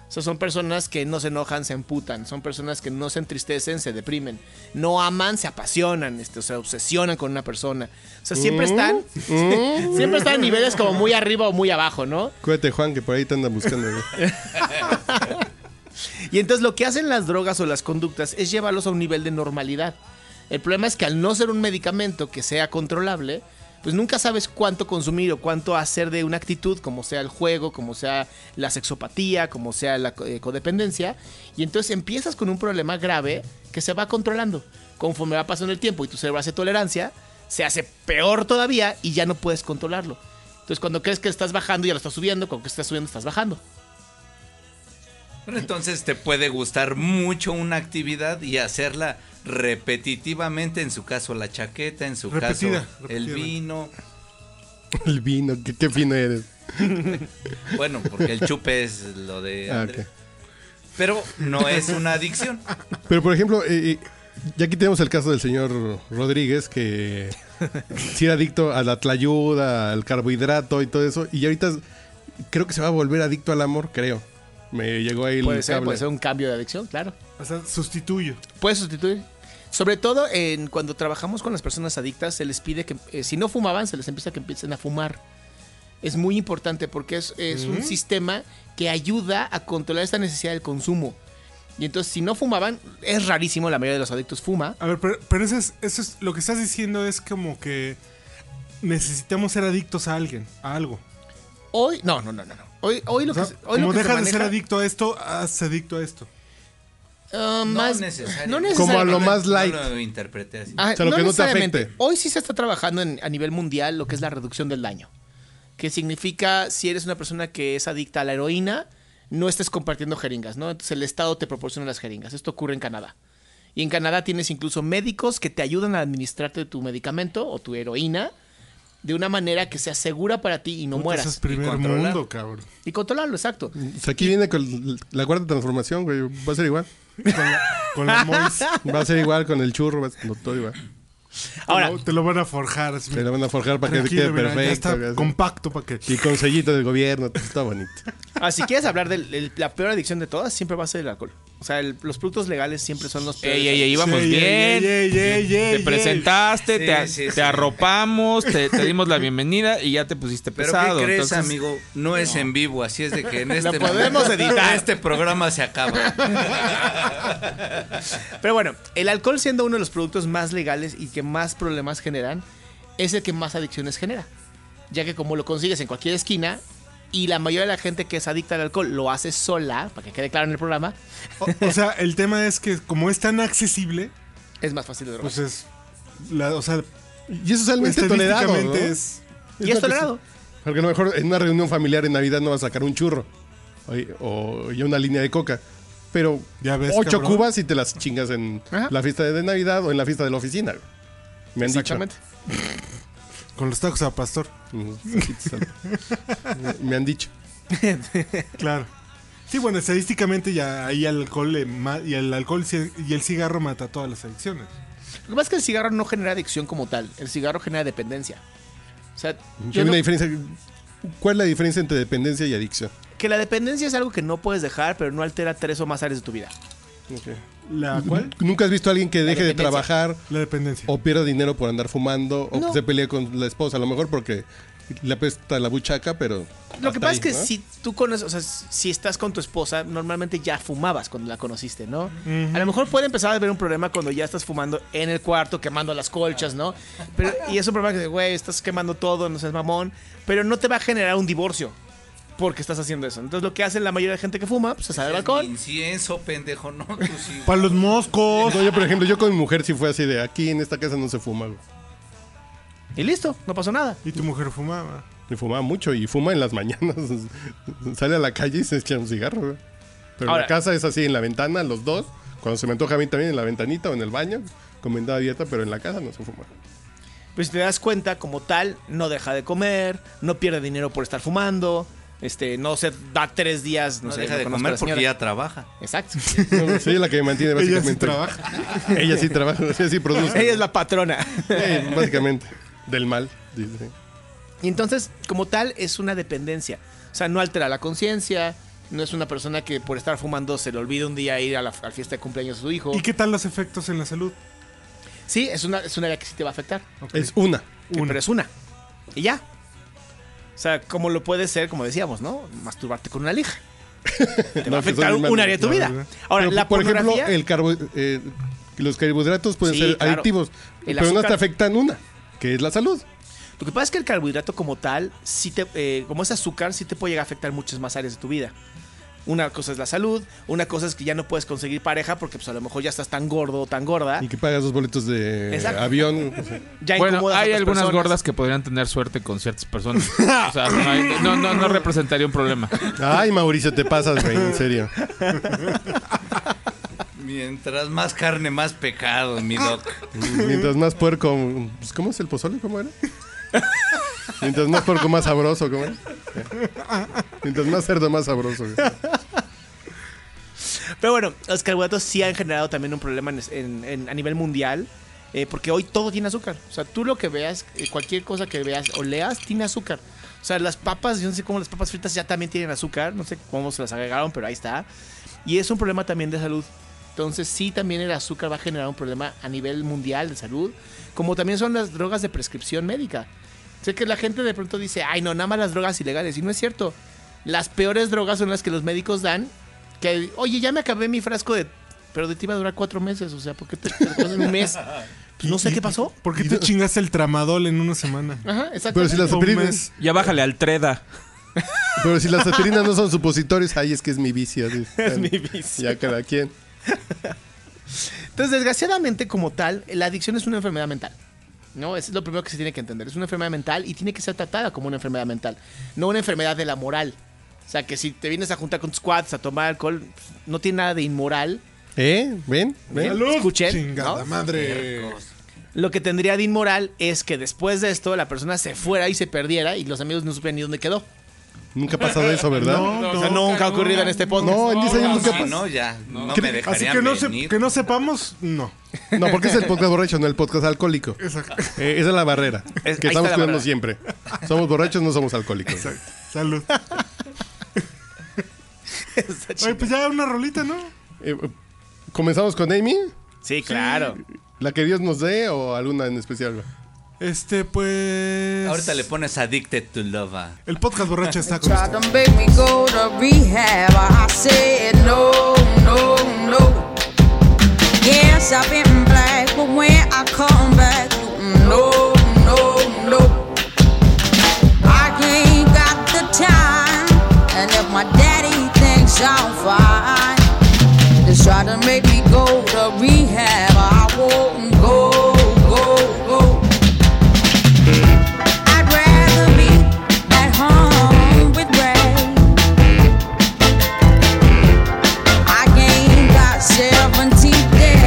[SPEAKER 1] O sea, son personas que no se enojan, se emputan. Son personas que no se entristecen, se deprimen. No aman, se apasionan, este, se obsesionan con una persona. O sea, siempre están, [LAUGHS] siempre están en niveles como muy arriba o muy abajo, ¿no?
[SPEAKER 8] Cuídate, Juan, que por ahí te andan buscando, güey. [LAUGHS]
[SPEAKER 1] Y entonces lo que hacen las drogas o las conductas es llevarlos a un nivel de normalidad. El problema es que al no ser un medicamento que sea controlable, pues nunca sabes cuánto consumir o cuánto hacer de una actitud, como sea el juego, como sea la sexopatía, como sea la co- eh, codependencia. Y entonces empiezas con un problema grave que se va controlando. Conforme va pasando el tiempo y tu cerebro hace tolerancia, se hace peor todavía y ya no puedes controlarlo. Entonces cuando crees que estás bajando, ya lo estás subiendo, cuando crees que estás subiendo, estás bajando.
[SPEAKER 9] Pero entonces te puede gustar mucho una actividad y hacerla repetitivamente, en su caso la chaqueta, en su
[SPEAKER 7] Repetida,
[SPEAKER 9] caso el
[SPEAKER 7] repetidamente.
[SPEAKER 9] vino.
[SPEAKER 8] El vino, qué, qué fino eres.
[SPEAKER 9] Bueno, porque el chupe es lo de
[SPEAKER 8] Ah,
[SPEAKER 9] Andrés. Pero no es una
[SPEAKER 10] [LAUGHS]
[SPEAKER 9] adicción.
[SPEAKER 8] Pero por ejemplo, eh, eh, ya aquí tenemos el caso del señor
[SPEAKER 10] [LAUGHS]
[SPEAKER 8] Rodríguez, que sí era adicto a la tlayuda, al carbohidrato y todo eso. Y ahorita creo que se va a volver adicto al amor, creo. Me llegó ahí el
[SPEAKER 1] Puede ser,
[SPEAKER 8] cable.
[SPEAKER 1] puede ser un cambio de adicción, claro.
[SPEAKER 7] O sea, sustituyo.
[SPEAKER 1] Puedes sustituir. Sobre todo en cuando trabajamos con las personas adictas, se les pide que eh, si no fumaban, se les empieza que empiecen a fumar. Es muy importante porque es, es un sistema que ayuda a controlar esta necesidad del consumo. Y entonces, si no fumaban, es rarísimo, la mayoría de los adictos fuma.
[SPEAKER 7] A ver, pero, pero eso, es, eso es. Lo que estás diciendo es como que. Necesitamos ser adictos a alguien, a algo.
[SPEAKER 1] Hoy, no, no, no, no. no. Hoy, hoy lo
[SPEAKER 7] O sea,
[SPEAKER 1] que, se- hoy lo
[SPEAKER 7] como
[SPEAKER 1] que se
[SPEAKER 7] dejas de
[SPEAKER 1] maneja,
[SPEAKER 7] ser adicto a esto, haz adicto a esto.
[SPEAKER 1] ah,
[SPEAKER 9] No
[SPEAKER 1] más-
[SPEAKER 9] necesariamente.
[SPEAKER 1] no
[SPEAKER 8] Como a
[SPEAKER 1] necesariamente.
[SPEAKER 8] lo más
[SPEAKER 9] No
[SPEAKER 8] light.
[SPEAKER 9] lo interpreté así.
[SPEAKER 1] Ah,
[SPEAKER 8] O sea, lo que no te
[SPEAKER 1] necesariamente.
[SPEAKER 8] afecte.
[SPEAKER 1] Hoy sí se está trabajando en- a nivel mundial lo que es la reducción del daño. Que significa, si eres una persona que es adicta a la heroína, no estés compartiendo jeringas, ¿no? Entonces el Estado te proporciona las jeringas. Esto ocurre en Canadá. Y en Canadá tienes incluso médicos que te ayudan a administrarte tu medicamento o tu heroína de una manera que sea segura para ti y no
[SPEAKER 7] Puta, Eso es
[SPEAKER 1] mueras.
[SPEAKER 7] primer
[SPEAKER 9] controlar.
[SPEAKER 7] mundo, cabrón.
[SPEAKER 1] Y controlarlo, exacto.
[SPEAKER 8] O sea, aquí viene con la cuarta transformación, güey. Va a ser igual.
[SPEAKER 7] Con la, con
[SPEAKER 1] [LAUGHS]
[SPEAKER 7] la Mois.
[SPEAKER 8] Va a ser igual con el churro, va a ser no, todo igual.
[SPEAKER 1] Ahora,
[SPEAKER 7] Te lo- te lo van a forjar. así.
[SPEAKER 8] Te la van a forjar para que
[SPEAKER 7] Tranquilo,
[SPEAKER 8] quede
[SPEAKER 7] mira, ya
[SPEAKER 8] perfecto.
[SPEAKER 7] está
[SPEAKER 8] güey, así.
[SPEAKER 7] compacto para que.
[SPEAKER 8] Y con sellito del gobierno, todo está bonito.
[SPEAKER 1] ah, si quieres hablar de la peor adicción de todas, siempre va a ser el alcohol. O sea, el- los productos legales siempre son los peores.
[SPEAKER 10] Ey, ey, ey, íbamos
[SPEAKER 7] Sí,
[SPEAKER 10] bien.
[SPEAKER 7] ey, ey, ey, ey,
[SPEAKER 10] te
[SPEAKER 7] ey.
[SPEAKER 10] presentaste,
[SPEAKER 9] Sí,
[SPEAKER 10] te,
[SPEAKER 9] sí,
[SPEAKER 10] te
[SPEAKER 9] sí.
[SPEAKER 10] arropamos, te, te dimos la bienvenida y ya te
[SPEAKER 9] [LAUGHS]
[SPEAKER 10] pusiste
[SPEAKER 9] Pero
[SPEAKER 10] pesado.
[SPEAKER 9] ¿qué crees,
[SPEAKER 10] entonces-
[SPEAKER 9] amigo? No es en vivo, así es de que en este
[SPEAKER 1] podemos editar.
[SPEAKER 9] este programa se acaba.
[SPEAKER 10] [LAUGHS]
[SPEAKER 1] Pero bueno, el alcohol siendo uno de los productos más legales y que más problemas generan, es el que más adicciones genera. Ya que como lo consigues en cualquier esquina y la mayoría de la gente que es adicta al alcohol lo hace sola, para que quede claro en el programa,
[SPEAKER 7] O, o sea, el tema es que como es tan accesible,
[SPEAKER 1] es más fácil de drogar.
[SPEAKER 7] pues es. la- o sea,
[SPEAKER 8] Y eso es realmente tolerado. ¿no?
[SPEAKER 7] Pues, estadísticamente es.
[SPEAKER 1] y es tolerado.
[SPEAKER 8] Porque a lo mejor en una reunión familiar en Navidad no va a sacar un churro. Oye, O y una línea de coca. Pero
[SPEAKER 7] Ya ves,
[SPEAKER 8] ocho
[SPEAKER 7] cabrón.
[SPEAKER 8] cubas y te las chingas en
[SPEAKER 1] Ajá.
[SPEAKER 8] la fiesta de Navidad o en la fiesta de la oficina. güey. Me han dicho.
[SPEAKER 1] Exactamente.
[SPEAKER 7] Con los tacos a pastor.
[SPEAKER 8] Me han dicho.
[SPEAKER 7] Claro. Sí, bueno, estadísticamente ya ahí el alcohol le ma- y el alcohol ci- y el cigarro mata todas las adicciones.
[SPEAKER 1] Lo que pasa es que el cigarro no genera adicción como tal. El cigarro genera dependencia. O sea,
[SPEAKER 8] Hay
[SPEAKER 1] yo no-
[SPEAKER 8] una diferencia. ¿Cuál es la diferencia entre dependencia y adicción?
[SPEAKER 1] que la dependencia es algo que no puedes dejar, pero no altera tres o más áreas de tu vida.
[SPEAKER 7] ¿La cuál?
[SPEAKER 8] ¿Nunca has visto a alguien que deje de
[SPEAKER 1] dependencia.
[SPEAKER 8] trabajar
[SPEAKER 7] La dependencia.
[SPEAKER 8] o pierda dinero por andar fumando o
[SPEAKER 1] No.
[SPEAKER 8] se pelea con la esposa? A lo mejor porque le apesta la buchaca, pero.
[SPEAKER 1] Lo que
[SPEAKER 8] hasta
[SPEAKER 1] pasa
[SPEAKER 8] ahí,
[SPEAKER 1] es que
[SPEAKER 8] ¿no?
[SPEAKER 1] si tú conoces, o sea, si estás con tu esposa, normalmente ya fumabas cuando la conociste, ¿no?
[SPEAKER 7] Ujú.
[SPEAKER 1] A lo mejor puede empezar a haber un problema cuando ya estás fumando en el cuarto, quemando las colchas, ¿no? Pero, y es un problema que, güey, estás quemando todo, no seas mamón, pero no te va a generar un divorcio porque estás haciendo eso. Entonces lo que hace la mayoría de gente que fuma, pues se sale al
[SPEAKER 9] Mi
[SPEAKER 1] balcón.
[SPEAKER 9] Incienso, pendejo, no, tú sí.
[SPEAKER 7] Para los moscos.
[SPEAKER 8] No, yo, por ejemplo, yo con mi mujer sí fue así de aquí en esta casa no se fuma. güey.
[SPEAKER 1] Y listo, no pasó nada.
[SPEAKER 7] Y tu mujer fumaba.
[SPEAKER 8] Y fumaba mucho y fuma en las [LAUGHS] mañanas. Sale a la calle y se echa un cigarro. güey. Pero en
[SPEAKER 1] Ahora-
[SPEAKER 8] la casa es así, en la ventana, los dos. Cuando se me antoja a mí también, en la ventanita o en el baño, con ventana abierta, pero en la casa no se fuma.
[SPEAKER 1] Pues si te das cuenta, como tal, no deja de comer, no pierde dinero por estar fumando, este, no se da tres días, no,
[SPEAKER 9] No
[SPEAKER 1] sé,
[SPEAKER 9] deja
[SPEAKER 1] no
[SPEAKER 9] de
[SPEAKER 1] conozco a
[SPEAKER 9] comer
[SPEAKER 1] la
[SPEAKER 9] porque
[SPEAKER 1] señora.
[SPEAKER 9] ya trabaja.
[SPEAKER 1] Exacto.
[SPEAKER 9] [LAUGHS]
[SPEAKER 8] No, sí, es la que me mantiene
[SPEAKER 7] Ella
[SPEAKER 8] básicamente.
[SPEAKER 7] sí trabaja.
[SPEAKER 8] [LAUGHS] Ella sí trabaja, ella sí produce.
[SPEAKER 1] Ella es la patrona.
[SPEAKER 8] Sí, básicamente. Del mal. dice.
[SPEAKER 1] Y [LAUGHS] entonces, como tal, es una dependencia. O sea, no altera la conciencia, no es una persona que por estar fumando se le olvida un día ir a la, a la fiesta de cumpleaños de su hijo.
[SPEAKER 7] ¿Y qué tal los efectos en la salud?
[SPEAKER 1] Sí, es una, es una área que sí te va a afectar,
[SPEAKER 7] Ok.
[SPEAKER 8] Es una.
[SPEAKER 1] pero es una. Y ya. O sea, como lo puede ser, como decíamos, ¿no? Masturbarte con una lija.
[SPEAKER 8] [LAUGHS]
[SPEAKER 1] Te va a
[SPEAKER 8] No, que
[SPEAKER 1] afectar
[SPEAKER 8] son
[SPEAKER 1] un,
[SPEAKER 8] malos,
[SPEAKER 1] área de tu
[SPEAKER 7] la
[SPEAKER 1] vida.
[SPEAKER 7] verdad.
[SPEAKER 1] Ahora,
[SPEAKER 8] Pero,
[SPEAKER 1] la
[SPEAKER 8] por ejemplo,
[SPEAKER 1] pornografía...
[SPEAKER 8] el carbo- eh, los carbohidratos pueden
[SPEAKER 1] Sí,
[SPEAKER 8] ser
[SPEAKER 1] claro.
[SPEAKER 8] adictivos,
[SPEAKER 1] El
[SPEAKER 8] pero no
[SPEAKER 1] azúcar.
[SPEAKER 8] te afectan una, que es la salud.
[SPEAKER 1] Lo que pasa es que el carbohidrato como tal, sí te, eh, como es azúcar, sí te puede llegar a afectar muchas más áreas de tu vida. Una cosa es la salud, una cosa es que ya no puedes conseguir pareja porque pues a lo mejor ya estás tan gordo o tan gorda.
[SPEAKER 8] Y que pagas dos boletos de
[SPEAKER 1] Ah. Exacto.
[SPEAKER 8] avión. o sea,
[SPEAKER 1] Ya
[SPEAKER 10] Bueno,
[SPEAKER 1] incomodas a
[SPEAKER 10] hay
[SPEAKER 1] otras
[SPEAKER 10] algunas
[SPEAKER 1] personas.
[SPEAKER 10] gordas que podrían tener suerte con ciertas personas.
[SPEAKER 1] [LAUGHS]
[SPEAKER 10] O sea, no, hay- no, no, no representaría un problema.
[SPEAKER 8] Ay, Mauricio, te pasas, güey, en serio.
[SPEAKER 9] Mientras más carne, más pecado, mi doc.
[SPEAKER 8] Mientras más puerco. pues, ¿Cómo es el pozole? ¿Cómo era? Mientras más puerco, más sabroso. ¿Cómo era? Mientras más cerdo, más sabroso. güey.
[SPEAKER 1] Pero bueno, los carbohidratos sí han generado también un problema en- en- en- a nivel mundial. eh, porque hoy todo tiene azúcar. O sea, tú lo que veas, eh, cualquier cosa que veas o leas, tiene azúcar. O sea, las papas, yo no sé cómo las papas fritas ya también tienen azúcar. No sé cómo se las agregaron, pero ahí está. Y es un problema también de salud. Entonces sí, también el azúcar va a generar un problema a nivel mundial de salud. Como también son las drogas de prescripción médica. Sé que la gente de pronto dice, ay no, nada más las drogas ilegales. Y no es cierto. Las peores drogas son las que los médicos dan. Que, oye, ya me acabé mi frasco de... Pero de ti iba a durar cuatro meses, o sea, ¿por qué te te lo pones en un
[SPEAKER 8] [LAUGHS]
[SPEAKER 1] mes? Pues, no sé qué pasó.
[SPEAKER 7] ¿Por qué te chingaste el tramadol en una semana?
[SPEAKER 1] Ajá, exacto.
[SPEAKER 8] Pero si las
[SPEAKER 7] Un
[SPEAKER 8] aspirinas,
[SPEAKER 7] mes.
[SPEAKER 10] Ya bájale al Treda.
[SPEAKER 8] pero si las aspirinas no son supositorios, ay, es que es mi vicio. Es mi vicio. Ya cada quien.
[SPEAKER 1] Entonces, desgraciadamente, como tal, la adicción es una enfermedad mental. No, eso es lo primero que se tiene que entender. Es una enfermedad mental y tiene que ser tratada como una enfermedad mental, no una enfermedad de la moral. O sea, que si te vienes a juntar con tus cuates a tomar alcohol, pues, no tiene nada de inmoral.
[SPEAKER 8] ¿Eh? ¿Ven? ¿Ven?
[SPEAKER 1] ¿Ven? Escuchen.
[SPEAKER 7] Chingada
[SPEAKER 1] ¿no?
[SPEAKER 7] madre.
[SPEAKER 1] Lo que tendría de inmoral es que después de esto la persona se fuera y se perdiera y los amigos no supieran ni dónde quedó.
[SPEAKER 8] Nunca ha pasado eso, ¿verdad?
[SPEAKER 7] No,
[SPEAKER 1] O sea,
[SPEAKER 7] no.
[SPEAKER 1] nunca ha ocurrido en este podcast.
[SPEAKER 8] No, en 10 años
[SPEAKER 9] No,
[SPEAKER 8] nunca
[SPEAKER 9] si
[SPEAKER 8] pasó.
[SPEAKER 9] no, ya. No, me
[SPEAKER 7] Que- Así
[SPEAKER 9] dejarían
[SPEAKER 7] que no, se-
[SPEAKER 9] venir.
[SPEAKER 7] que no sepamos, no.
[SPEAKER 8] No, porque es el podcast borracho, no el podcast alcohólico.
[SPEAKER 7] Exacto.
[SPEAKER 8] Eh, esa es la barrera
[SPEAKER 1] Es-
[SPEAKER 8] que
[SPEAKER 1] ahí está
[SPEAKER 8] estamos
[SPEAKER 1] la
[SPEAKER 8] cuidando
[SPEAKER 1] barrera.
[SPEAKER 8] siempre. Somos borrachos, no somos alcohólicos.
[SPEAKER 7] [LAUGHS] Salud. Oye, pues ya una rolita, ¿no?
[SPEAKER 8] Eh, ¿Comenzamos con Amy?
[SPEAKER 1] Sí, claro.
[SPEAKER 8] ¿La que Dios nos dé o alguna en especial?
[SPEAKER 7] Este, pues.
[SPEAKER 9] Ahorita le pones addicted to love. ah.
[SPEAKER 7] El podcast borracho está con ustedes.
[SPEAKER 11] make me go to rehab. I said no, no, no. Yes, I've been black, but when I come back, no, no, no. I ain't got the time, and if my daddy thinks I'm fine, just try to make me go to rehab. I won't go, go, go. I'd rather be at home with Ray. I gained about 17 days.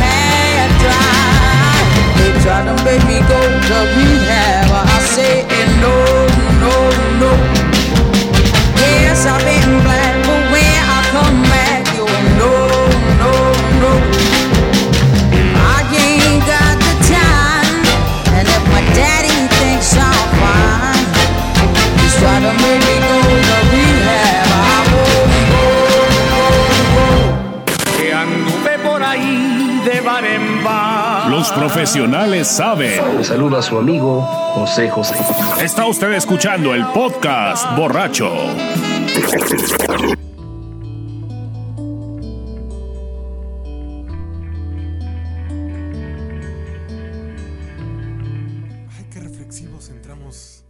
[SPEAKER 11] Eh, try to make me go to rehab. I
[SPEAKER 12] Que anduve por ahí de bar en bar.
[SPEAKER 2] Los profesionales saben.
[SPEAKER 13] Le saluda a su amigo José José.
[SPEAKER 2] Está usted escuchando el podcast borracho.
[SPEAKER 7] Ay, qué reflexivos entramos.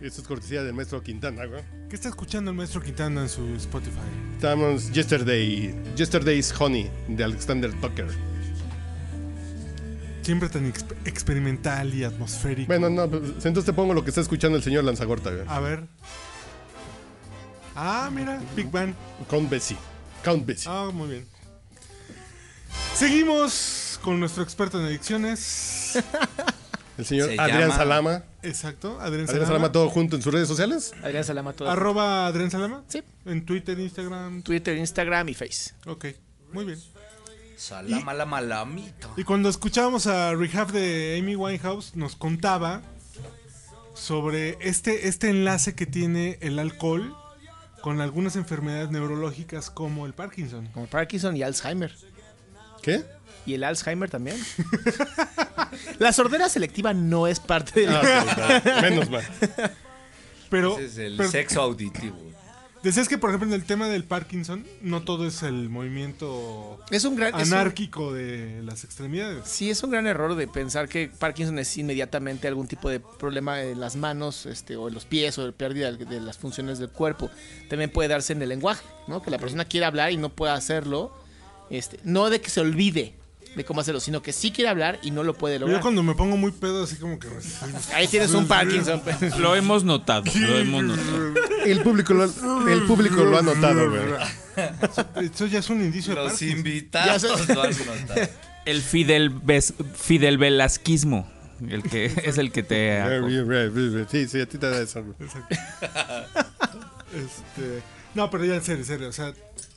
[SPEAKER 8] Esto es cortesía del maestro Quintana, güey.
[SPEAKER 7] ¿Qué está escuchando el maestro Quintana en su Spotify?
[SPEAKER 8] Estamos Yesterday, Yesterday's Honey de Alexander Tucker.
[SPEAKER 7] Siempre tan ex- experimental y atmosférico.
[SPEAKER 8] Bueno, no, pues, entonces te pongo lo que está escuchando el señor Lanzagorta, güey.
[SPEAKER 7] A ver. Ah, mira, Big Bang.
[SPEAKER 8] Count Bessie. Count Bessie.
[SPEAKER 7] Ah, muy bien. Seguimos con nuestro experto en adicciones.
[SPEAKER 8] El señor
[SPEAKER 9] Se
[SPEAKER 8] Adrián
[SPEAKER 9] llama-
[SPEAKER 8] Salama.
[SPEAKER 7] Exacto, Adrián
[SPEAKER 8] Adrián
[SPEAKER 7] Salama.
[SPEAKER 8] Salama todo junto en sus redes sociales.
[SPEAKER 1] Adrián Salama todo.
[SPEAKER 7] Arroba Adrián Salama.
[SPEAKER 1] Sí.
[SPEAKER 7] En Twitter, Instagram.
[SPEAKER 1] Twitter, Instagram y Face.
[SPEAKER 7] Ok, muy bien.
[SPEAKER 9] Salama la malamita.
[SPEAKER 7] Y cuando escuchábamos a Rehab de Amy Winehouse, nos contaba sobre este, este enlace que tiene el alcohol con algunas enfermedades neurológicas como el Parkinson.
[SPEAKER 1] Como Parkinson y Alzheimer.
[SPEAKER 7] [LAUGHS]
[SPEAKER 8] ¿Qué?
[SPEAKER 1] Y el Alzheimer también. [LAUGHS] la sordera selectiva no es parte de
[SPEAKER 8] Ah,
[SPEAKER 1] la...
[SPEAKER 8] ok, vale. Menos mal.
[SPEAKER 7] Pero,
[SPEAKER 9] Ese es el
[SPEAKER 7] pero
[SPEAKER 9] sexo auditivo.
[SPEAKER 7] decías que, por ejemplo, en el tema del Parkinson, no todo es el movimiento
[SPEAKER 1] Es un gran... es un-
[SPEAKER 7] anárquico de las extremidades.
[SPEAKER 1] Sí, es un gran error de pensar que Parkinson es inmediatamente algún tipo de problema en las manos este, o en los pies o de pérdida de las funciones del cuerpo. También puede darse en el lenguaje, ¿no? Que la persona quiera hablar y no pueda hacerlo. Este, no de que se olvide de cómo hacerlo, sino que sí quiere hablar y no lo puede
[SPEAKER 7] Yo
[SPEAKER 1] lograr.
[SPEAKER 7] cuando me pongo muy pedo, así como que...
[SPEAKER 1] Ahí tienes un Parkinson. pues.
[SPEAKER 10] Lo hemos notado, lo hemos notado.
[SPEAKER 8] El público lo, el público lo ha notado, güey.
[SPEAKER 7] Eso ya es un indicio de
[SPEAKER 9] Los
[SPEAKER 7] Parkinson.
[SPEAKER 9] invitados
[SPEAKER 1] Ya
[SPEAKER 9] lo han notado.
[SPEAKER 10] El Fidel, Ves- Fidel Velasquismo. El que es el que te.
[SPEAKER 8] Sí, sí, a ti te da eso. güey.
[SPEAKER 7] Este, no, pero ya en serio, en serio. O sea,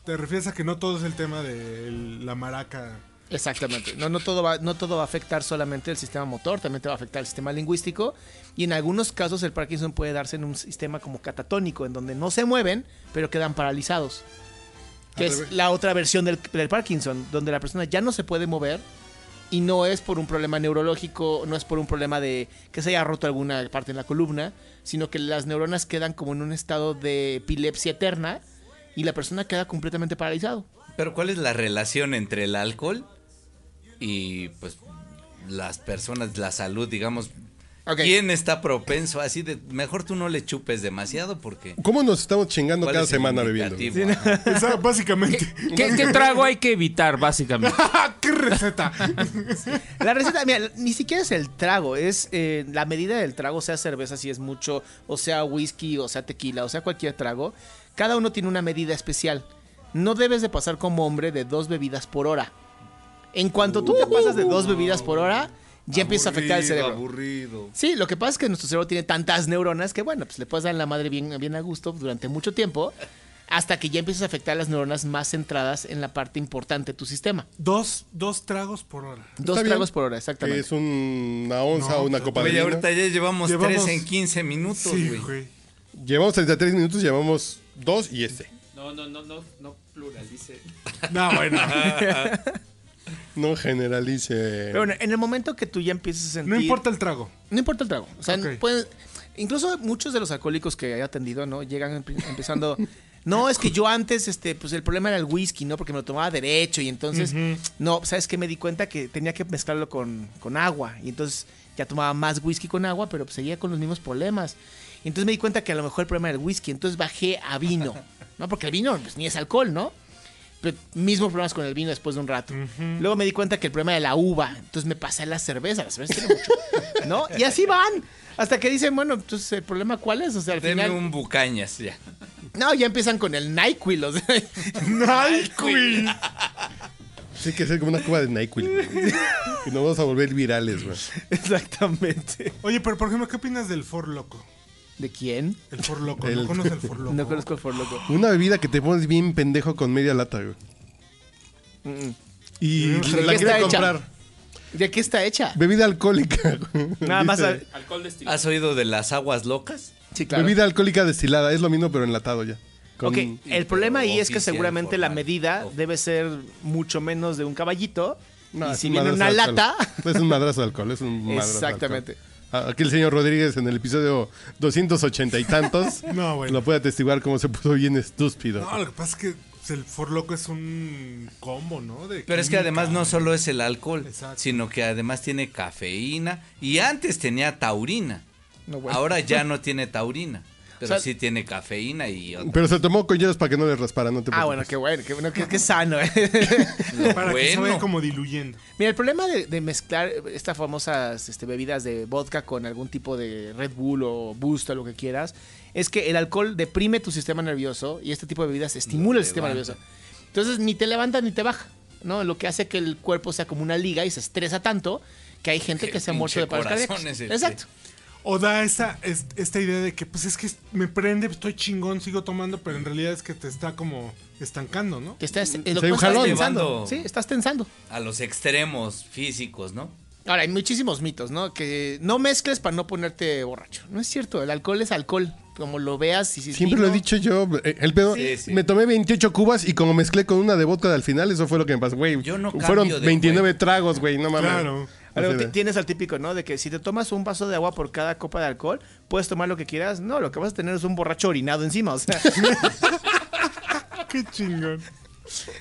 [SPEAKER 7] te refieres a que no todo es el tema de el- la maraca.
[SPEAKER 1] Exactamente. No, no, todo va, no todo va a afectar solamente el sistema motor, también te va a afectar el sistema lingüístico. Y en algunos casos el Parkinson puede darse en un sistema como catatónico, en donde no se mueven, pero quedan paralizados. Que
[SPEAKER 7] Al
[SPEAKER 1] es
[SPEAKER 7] revés.
[SPEAKER 1] la otra versión del, del Parkinson, donde la persona ya no se puede mover y no es por un problema neurológico, no es por un problema de que se haya roto alguna parte en la columna, sino que las neuronas quedan como en un estado de epilepsia eterna y la persona queda completamente paralizado.
[SPEAKER 9] Pero ¿cuál es la relación entre el alcohol y pues las personas, la salud, digamos?
[SPEAKER 1] Ok.
[SPEAKER 9] ¿Quién está propenso así de mejor tú no le chupes demasiado porque
[SPEAKER 8] ¿Cómo nos estamos chingando
[SPEAKER 9] ¿cuál
[SPEAKER 8] cada
[SPEAKER 9] es el
[SPEAKER 8] semana bebiendo? güey?
[SPEAKER 9] indicativo? Ajá.
[SPEAKER 7] Esa, básicamente.
[SPEAKER 10] ¿Qué, qué trago hay que evitar, básicamente?
[SPEAKER 7] ¡Qué receta!
[SPEAKER 1] La receta, mira, ni siquiera es el trago, es eh, la medida del trago, sea cerveza si es mucho, o sea whisky, o sea tequila, o sea cualquier trago. Cada uno tiene una medida especial. No debes de pasar como hombre de dos bebidas por hora. En cuanto tú te pasas de dos bebidas por hora, ya empieza a afectar el
[SPEAKER 9] Aburrido,
[SPEAKER 1] cerebro.
[SPEAKER 9] Aburrido.
[SPEAKER 1] Sí, lo que pasa es que nuestro cerebro tiene tantas neuronas que, bueno, pues le puedes dar la madre bien, bien a gusto durante mucho tiempo, hasta que ya empiezas a afectar las neuronas más centradas en la parte importante de tu sistema.
[SPEAKER 7] Dos, dos tragos por hora.
[SPEAKER 1] Dos
[SPEAKER 8] bien.
[SPEAKER 1] tragos por hora, exactamente.
[SPEAKER 8] Es una onza
[SPEAKER 7] No,
[SPEAKER 8] o una copa de
[SPEAKER 9] Oye,
[SPEAKER 8] vino.
[SPEAKER 9] ahorita ya llevamos,
[SPEAKER 7] Llevamos-
[SPEAKER 9] tres en 15 minutos,
[SPEAKER 7] Sí,
[SPEAKER 9] güey.
[SPEAKER 7] güey.
[SPEAKER 8] Llevamos 33 minutos, llevamos dos y este.
[SPEAKER 14] No, no, no, no, no Ah, plural, dice.
[SPEAKER 7] No, bueno.
[SPEAKER 8] No generalice.
[SPEAKER 1] Pero bueno, en el momento que tú ya empieces a sentir...
[SPEAKER 7] Eh, No importa el trago.
[SPEAKER 1] No importa el trago. O sea,
[SPEAKER 7] Ok.
[SPEAKER 1] pueden- incluso muchos de los alcohólicos que he atendido, ¿no? Llegan empe- empezando... [LAUGHS] No, es que yo antes, este, pues el problema era el whisky, ¿no? Porque me lo tomaba derecho y entonces... No, ¿sabes qué? Me di cuenta que tenía que mezclarlo con, con agua. Y entonces ya tomaba más whisky con agua, pero pues, seguía con los mismos problemas. Y entonces me di cuenta que a lo mejor el problema era el whisky. Entonces bajé a vino, ¿no? Porque el vino pues, ni es alcohol, ¿no? Pero mismos problemas con el vino después de un rato. Luego me di cuenta que el problema era la uva. Entonces me pasé a la cerveza. La cerveza tiene mucho, [LAUGHS] ¿no? Y así van. Hasta que dicen, bueno, entonces el problema cuál es. O sea, al
[SPEAKER 9] Deme
[SPEAKER 1] final.
[SPEAKER 9] un bucañas ya.
[SPEAKER 1] No, ya empiezan con el NyQuil. O
[SPEAKER 8] [LAUGHS]
[SPEAKER 1] sea,
[SPEAKER 7] ¡Nyquil!
[SPEAKER 8] Sí, hay que ser como una cuba de NyQuil. güey.
[SPEAKER 1] [LAUGHS]
[SPEAKER 8] Y nos vamos a volver virales, güey.
[SPEAKER 1] Exactamente.
[SPEAKER 7] Oye, pero por ejemplo, ¿qué opinas del For Loco?
[SPEAKER 1] ¿De quién?
[SPEAKER 7] El For Loco.
[SPEAKER 8] El-
[SPEAKER 7] ¿No
[SPEAKER 1] [LAUGHS]
[SPEAKER 7] conoces el For Loco?
[SPEAKER 1] No conozco el For Loco.
[SPEAKER 8] Una bebida que te pones bien pendejo con media lata, güey. Y
[SPEAKER 1] ¿De
[SPEAKER 8] la
[SPEAKER 1] qué está
[SPEAKER 8] quiero
[SPEAKER 1] hecha?
[SPEAKER 8] comprar.
[SPEAKER 1] ¿De qué está hecha?
[SPEAKER 8] Bebida alcohol. alcohólica, [LAUGHS] güey.
[SPEAKER 1] Nada más.
[SPEAKER 8] Dice,
[SPEAKER 1] a-
[SPEAKER 14] Alcohol destilado.
[SPEAKER 9] ¿Has oído de las aguas locas?
[SPEAKER 1] Sí, claro.
[SPEAKER 8] Bebida alcohólica destilada, es lo mismo pero enlatado ya. Con-
[SPEAKER 1] Ok, el problema ahí es que
[SPEAKER 8] oficial,
[SPEAKER 1] seguramente la medida debe ser mucho menos de un caballito. y
[SPEAKER 8] es
[SPEAKER 1] si
[SPEAKER 8] un
[SPEAKER 1] viene una
[SPEAKER 8] madrazo de
[SPEAKER 1] lata.
[SPEAKER 8] alcohol. [LAUGHS] Es un madrazo de alcohol, es un madrazo de
[SPEAKER 1] Exactamente.
[SPEAKER 8] alcohol. Ah, Aquí el señor Rodríguez en el episodio 280
[SPEAKER 1] [LAUGHS]
[SPEAKER 8] y tantos
[SPEAKER 7] No, bueno.
[SPEAKER 8] lo puede atestiguar cómo se puso bien estúpido.
[SPEAKER 7] No, lo que pasa es que pues, el forloco es un combo, ¿no? De
[SPEAKER 9] Pero es que
[SPEAKER 7] química.
[SPEAKER 9] además no solo es el alcohol, sino que además tiene cafeína y antes tenía taurina.
[SPEAKER 1] No, bueno.
[SPEAKER 9] Ahora
[SPEAKER 1] [LAUGHS]
[SPEAKER 9] ya no tiene taurina, pero
[SPEAKER 1] O sea-
[SPEAKER 9] sí tiene cafeína
[SPEAKER 1] [LAUGHS]
[SPEAKER 9] y otra-
[SPEAKER 8] Pero se tomó con hielos para que no le raspara, no te
[SPEAKER 1] Ah,
[SPEAKER 8] preocupes.
[SPEAKER 1] bueno, qué bueno, qué bueno, qué, qué sano. ¿eh?
[SPEAKER 8] [LAUGHS]
[SPEAKER 7] Para que se vaya como diluyendo.
[SPEAKER 1] Mira, el problema de, de mezclar estas famosas este, bebidas de vodka con algún tipo de Red Bull o Boost o lo que quieras, es que el alcohol deprime tu sistema nervioso y este tipo de bebidas estimula el sistema
[SPEAKER 9] levanta.
[SPEAKER 1] nervioso. Entonces ni te levanta ni te baja, ¿no? Lo que hace que el cuerpo sea como una liga y se estresa tanto que hay gente que se ha muerto de paros cardíacos. Exacto.
[SPEAKER 7] O da esta, es- esta idea de que, pues es que me prende, estoy chingón, sigo tomando, pero en realidad es que te está como estancando, ¿no?
[SPEAKER 1] Te estás,
[SPEAKER 9] Sí,
[SPEAKER 1] lo que
[SPEAKER 9] un
[SPEAKER 1] estás
[SPEAKER 9] jalón.
[SPEAKER 1] tensando.
[SPEAKER 9] Llevando-
[SPEAKER 1] Sí, estás tensando.
[SPEAKER 9] a los extremos físicos, ¿no?
[SPEAKER 1] Ahora, hay muchísimos mitos, ¿no? Que no mezcles para no ponerte borracho. No es cierto, el alcohol es alcohol. Como lo veas, y si es
[SPEAKER 8] Siempre lo he
[SPEAKER 1] vino-
[SPEAKER 8] dicho yo. eh, El pedo,
[SPEAKER 1] Sí, sí.
[SPEAKER 8] me tomé 28 cubas y como mezclé con una de vodka al final, eso fue lo que me pasó, güey.
[SPEAKER 1] cambio
[SPEAKER 8] Fueron
[SPEAKER 1] de
[SPEAKER 8] 29 tragos, güey, no mames.
[SPEAKER 1] Claro. Ahora, ti- tienes al típico, ¿no? De que si te tomas un vaso de agua por cada copa de alcohol, puedes tomar lo que quieras. No, lo que vas a tener es un borracho orinado encima, o
[SPEAKER 8] [LAUGHS]
[SPEAKER 1] sea.
[SPEAKER 7] Qué chingón.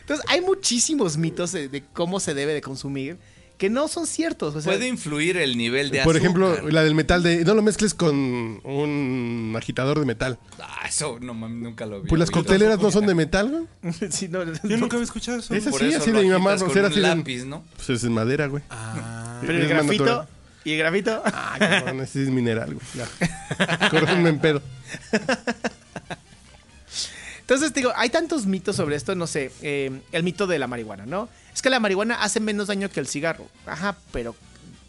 [SPEAKER 1] Entonces, hay muchísimos mitos de, de cómo se debe de consumir que no son ciertos. o sea,
[SPEAKER 9] Puede influir el nivel de azúcar.
[SPEAKER 8] Por ejemplo, la del metal de. No lo mezcles con un agitador de metal.
[SPEAKER 9] Ah, eso no mames, nunca lo vi.
[SPEAKER 8] Pues las
[SPEAKER 9] güey.
[SPEAKER 8] cocteleras no son de metal,
[SPEAKER 1] [LAUGHS]
[SPEAKER 8] güey.
[SPEAKER 1] Sí, no, no,
[SPEAKER 7] Yo nunca había escuchado eso.
[SPEAKER 8] Es
[SPEAKER 9] Por
[SPEAKER 8] así,
[SPEAKER 9] eso
[SPEAKER 8] así
[SPEAKER 9] lo
[SPEAKER 8] de mi mamá.
[SPEAKER 9] agitas
[SPEAKER 8] o
[SPEAKER 9] con
[SPEAKER 8] sea,
[SPEAKER 9] un
[SPEAKER 8] así de-
[SPEAKER 9] lápiz, ¿no? Ah,
[SPEAKER 8] Pues es en madera, güey.
[SPEAKER 1] Pero el
[SPEAKER 8] Es más
[SPEAKER 1] grafito.
[SPEAKER 8] natural.
[SPEAKER 1] ¿Y el grafito?
[SPEAKER 8] Ah, cabrón, ese es mineral, güey. [LAUGHS] Ya. Corrígeme en pedo.
[SPEAKER 1] Entonces, te digo, hay tantos mitos sobre esto, no sé, eh, el mito de la marihuana, ¿no? Es que la marihuana hace menos daño que el cigarro. Ajá, pero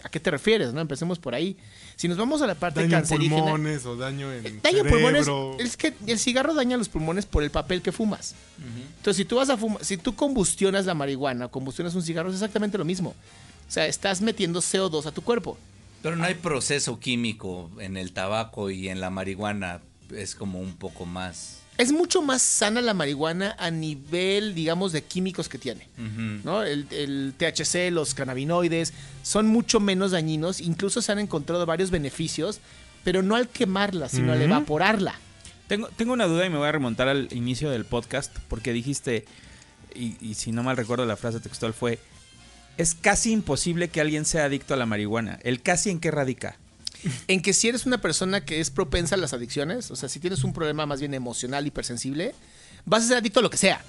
[SPEAKER 1] ¿a qué te refieres, no? Empecemos por ahí. Si nos vamos a la parte
[SPEAKER 7] Daño en
[SPEAKER 1] cancerígena...
[SPEAKER 7] pulmones o daño en
[SPEAKER 1] daño en pulmones,
[SPEAKER 7] cerebro.
[SPEAKER 1] es que el cigarro daña los pulmones por el papel que fumas. Entonces, si tú vas a fumar, si tú combustionas la marihuana o combustionas un cigarro, es exactamente lo mismo. O sea, estás metiendo CO2 a tu cuerpo.
[SPEAKER 9] Pero no hay proceso químico en el tabaco y en la marihuana. Es como un poco más.
[SPEAKER 1] Es mucho más sana la marihuana a nivel, digamos, de químicos que tiene.
[SPEAKER 9] Ujú.
[SPEAKER 1] ¿no? El, el THC, los cannabinoides, son mucho menos dañinos. Incluso se han encontrado varios beneficios, pero no al quemarla, sino al
[SPEAKER 10] Ujú.
[SPEAKER 1] evaporarla.
[SPEAKER 10] Tengo, tengo una duda y me voy a remontar al inicio del podcast porque dijiste, y, y si no mal recuerdo la frase textual fue, es casi imposible que alguien sea adicto a la marihuana. ¿El casi en qué radica?
[SPEAKER 1] En que si eres una persona que es propensa a las adicciones, o sea, si tienes un problema más bien emocional, hipersensible, vas a ser adicto a lo que sea.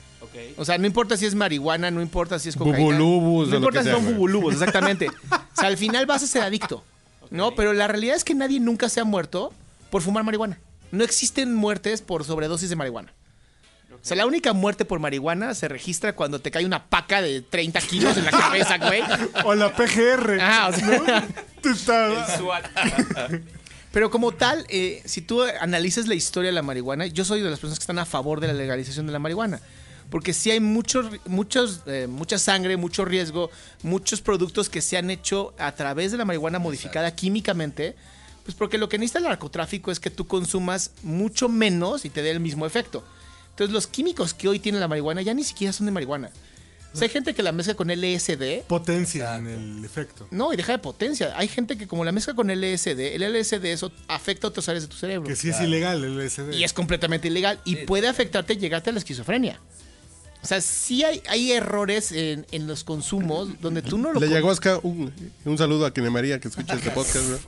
[SPEAKER 1] O sea, no importa si es marihuana, no importa si es cocaína.
[SPEAKER 8] Bubulubus,
[SPEAKER 1] No
[SPEAKER 8] o lo
[SPEAKER 1] importa
[SPEAKER 8] que
[SPEAKER 1] si
[SPEAKER 8] sea,
[SPEAKER 1] son
[SPEAKER 8] güey. [LAUGHS]
[SPEAKER 1] bubulubus, exactamente. o sea, al final vas a ser adicto. No, pero la realidad es que nadie nunca se ha muerto por fumar marihuana. No existen muertes por sobredosis de marihuana. O sea, la única muerte por marihuana se registra cuando te cae una paca de 30 kilos en la cabeza, güey.
[SPEAKER 7] O la PGR.
[SPEAKER 1] [LAUGHS] Ah, o sea, [LAUGHS]
[SPEAKER 7] Está-
[SPEAKER 9] [LAUGHS]
[SPEAKER 1] Pero como tal, eh, si tú analizas la historia de la marihuana, yo soy de las personas que están a favor de la legalización de la marihuana. Porque sí hay muchos, muchos, eh, mucha sangre, mucho riesgo, muchos productos que se han hecho a través de la marihuana modificada químicamente. Pues porque lo que necesita el narcotráfico es que tú consumas mucho menos y te dé el mismo efecto. Entonces los químicos que hoy tiene la marihuana ya ni siquiera son de marihuana. O sea, hay gente que la mezcla con LSD
[SPEAKER 7] Potencia en el efecto.
[SPEAKER 1] no, y deja de potencia. Hay gente que como la mezcla con LSD, el LSD eso afecta a otras áreas de tu cerebro.
[SPEAKER 7] Que sí es ilegal el LSD.
[SPEAKER 1] Y es completamente ilegal. Y puede afectarte y llegarte a la esquizofrenia. O sea, sí hay, hay errores en, en los consumos donde tú no lo...
[SPEAKER 8] La
[SPEAKER 1] con-
[SPEAKER 8] ayahuasca, un, un saludo a Kine María que
[SPEAKER 9] [LAUGHS]
[SPEAKER 8] escucha este podcast, güey.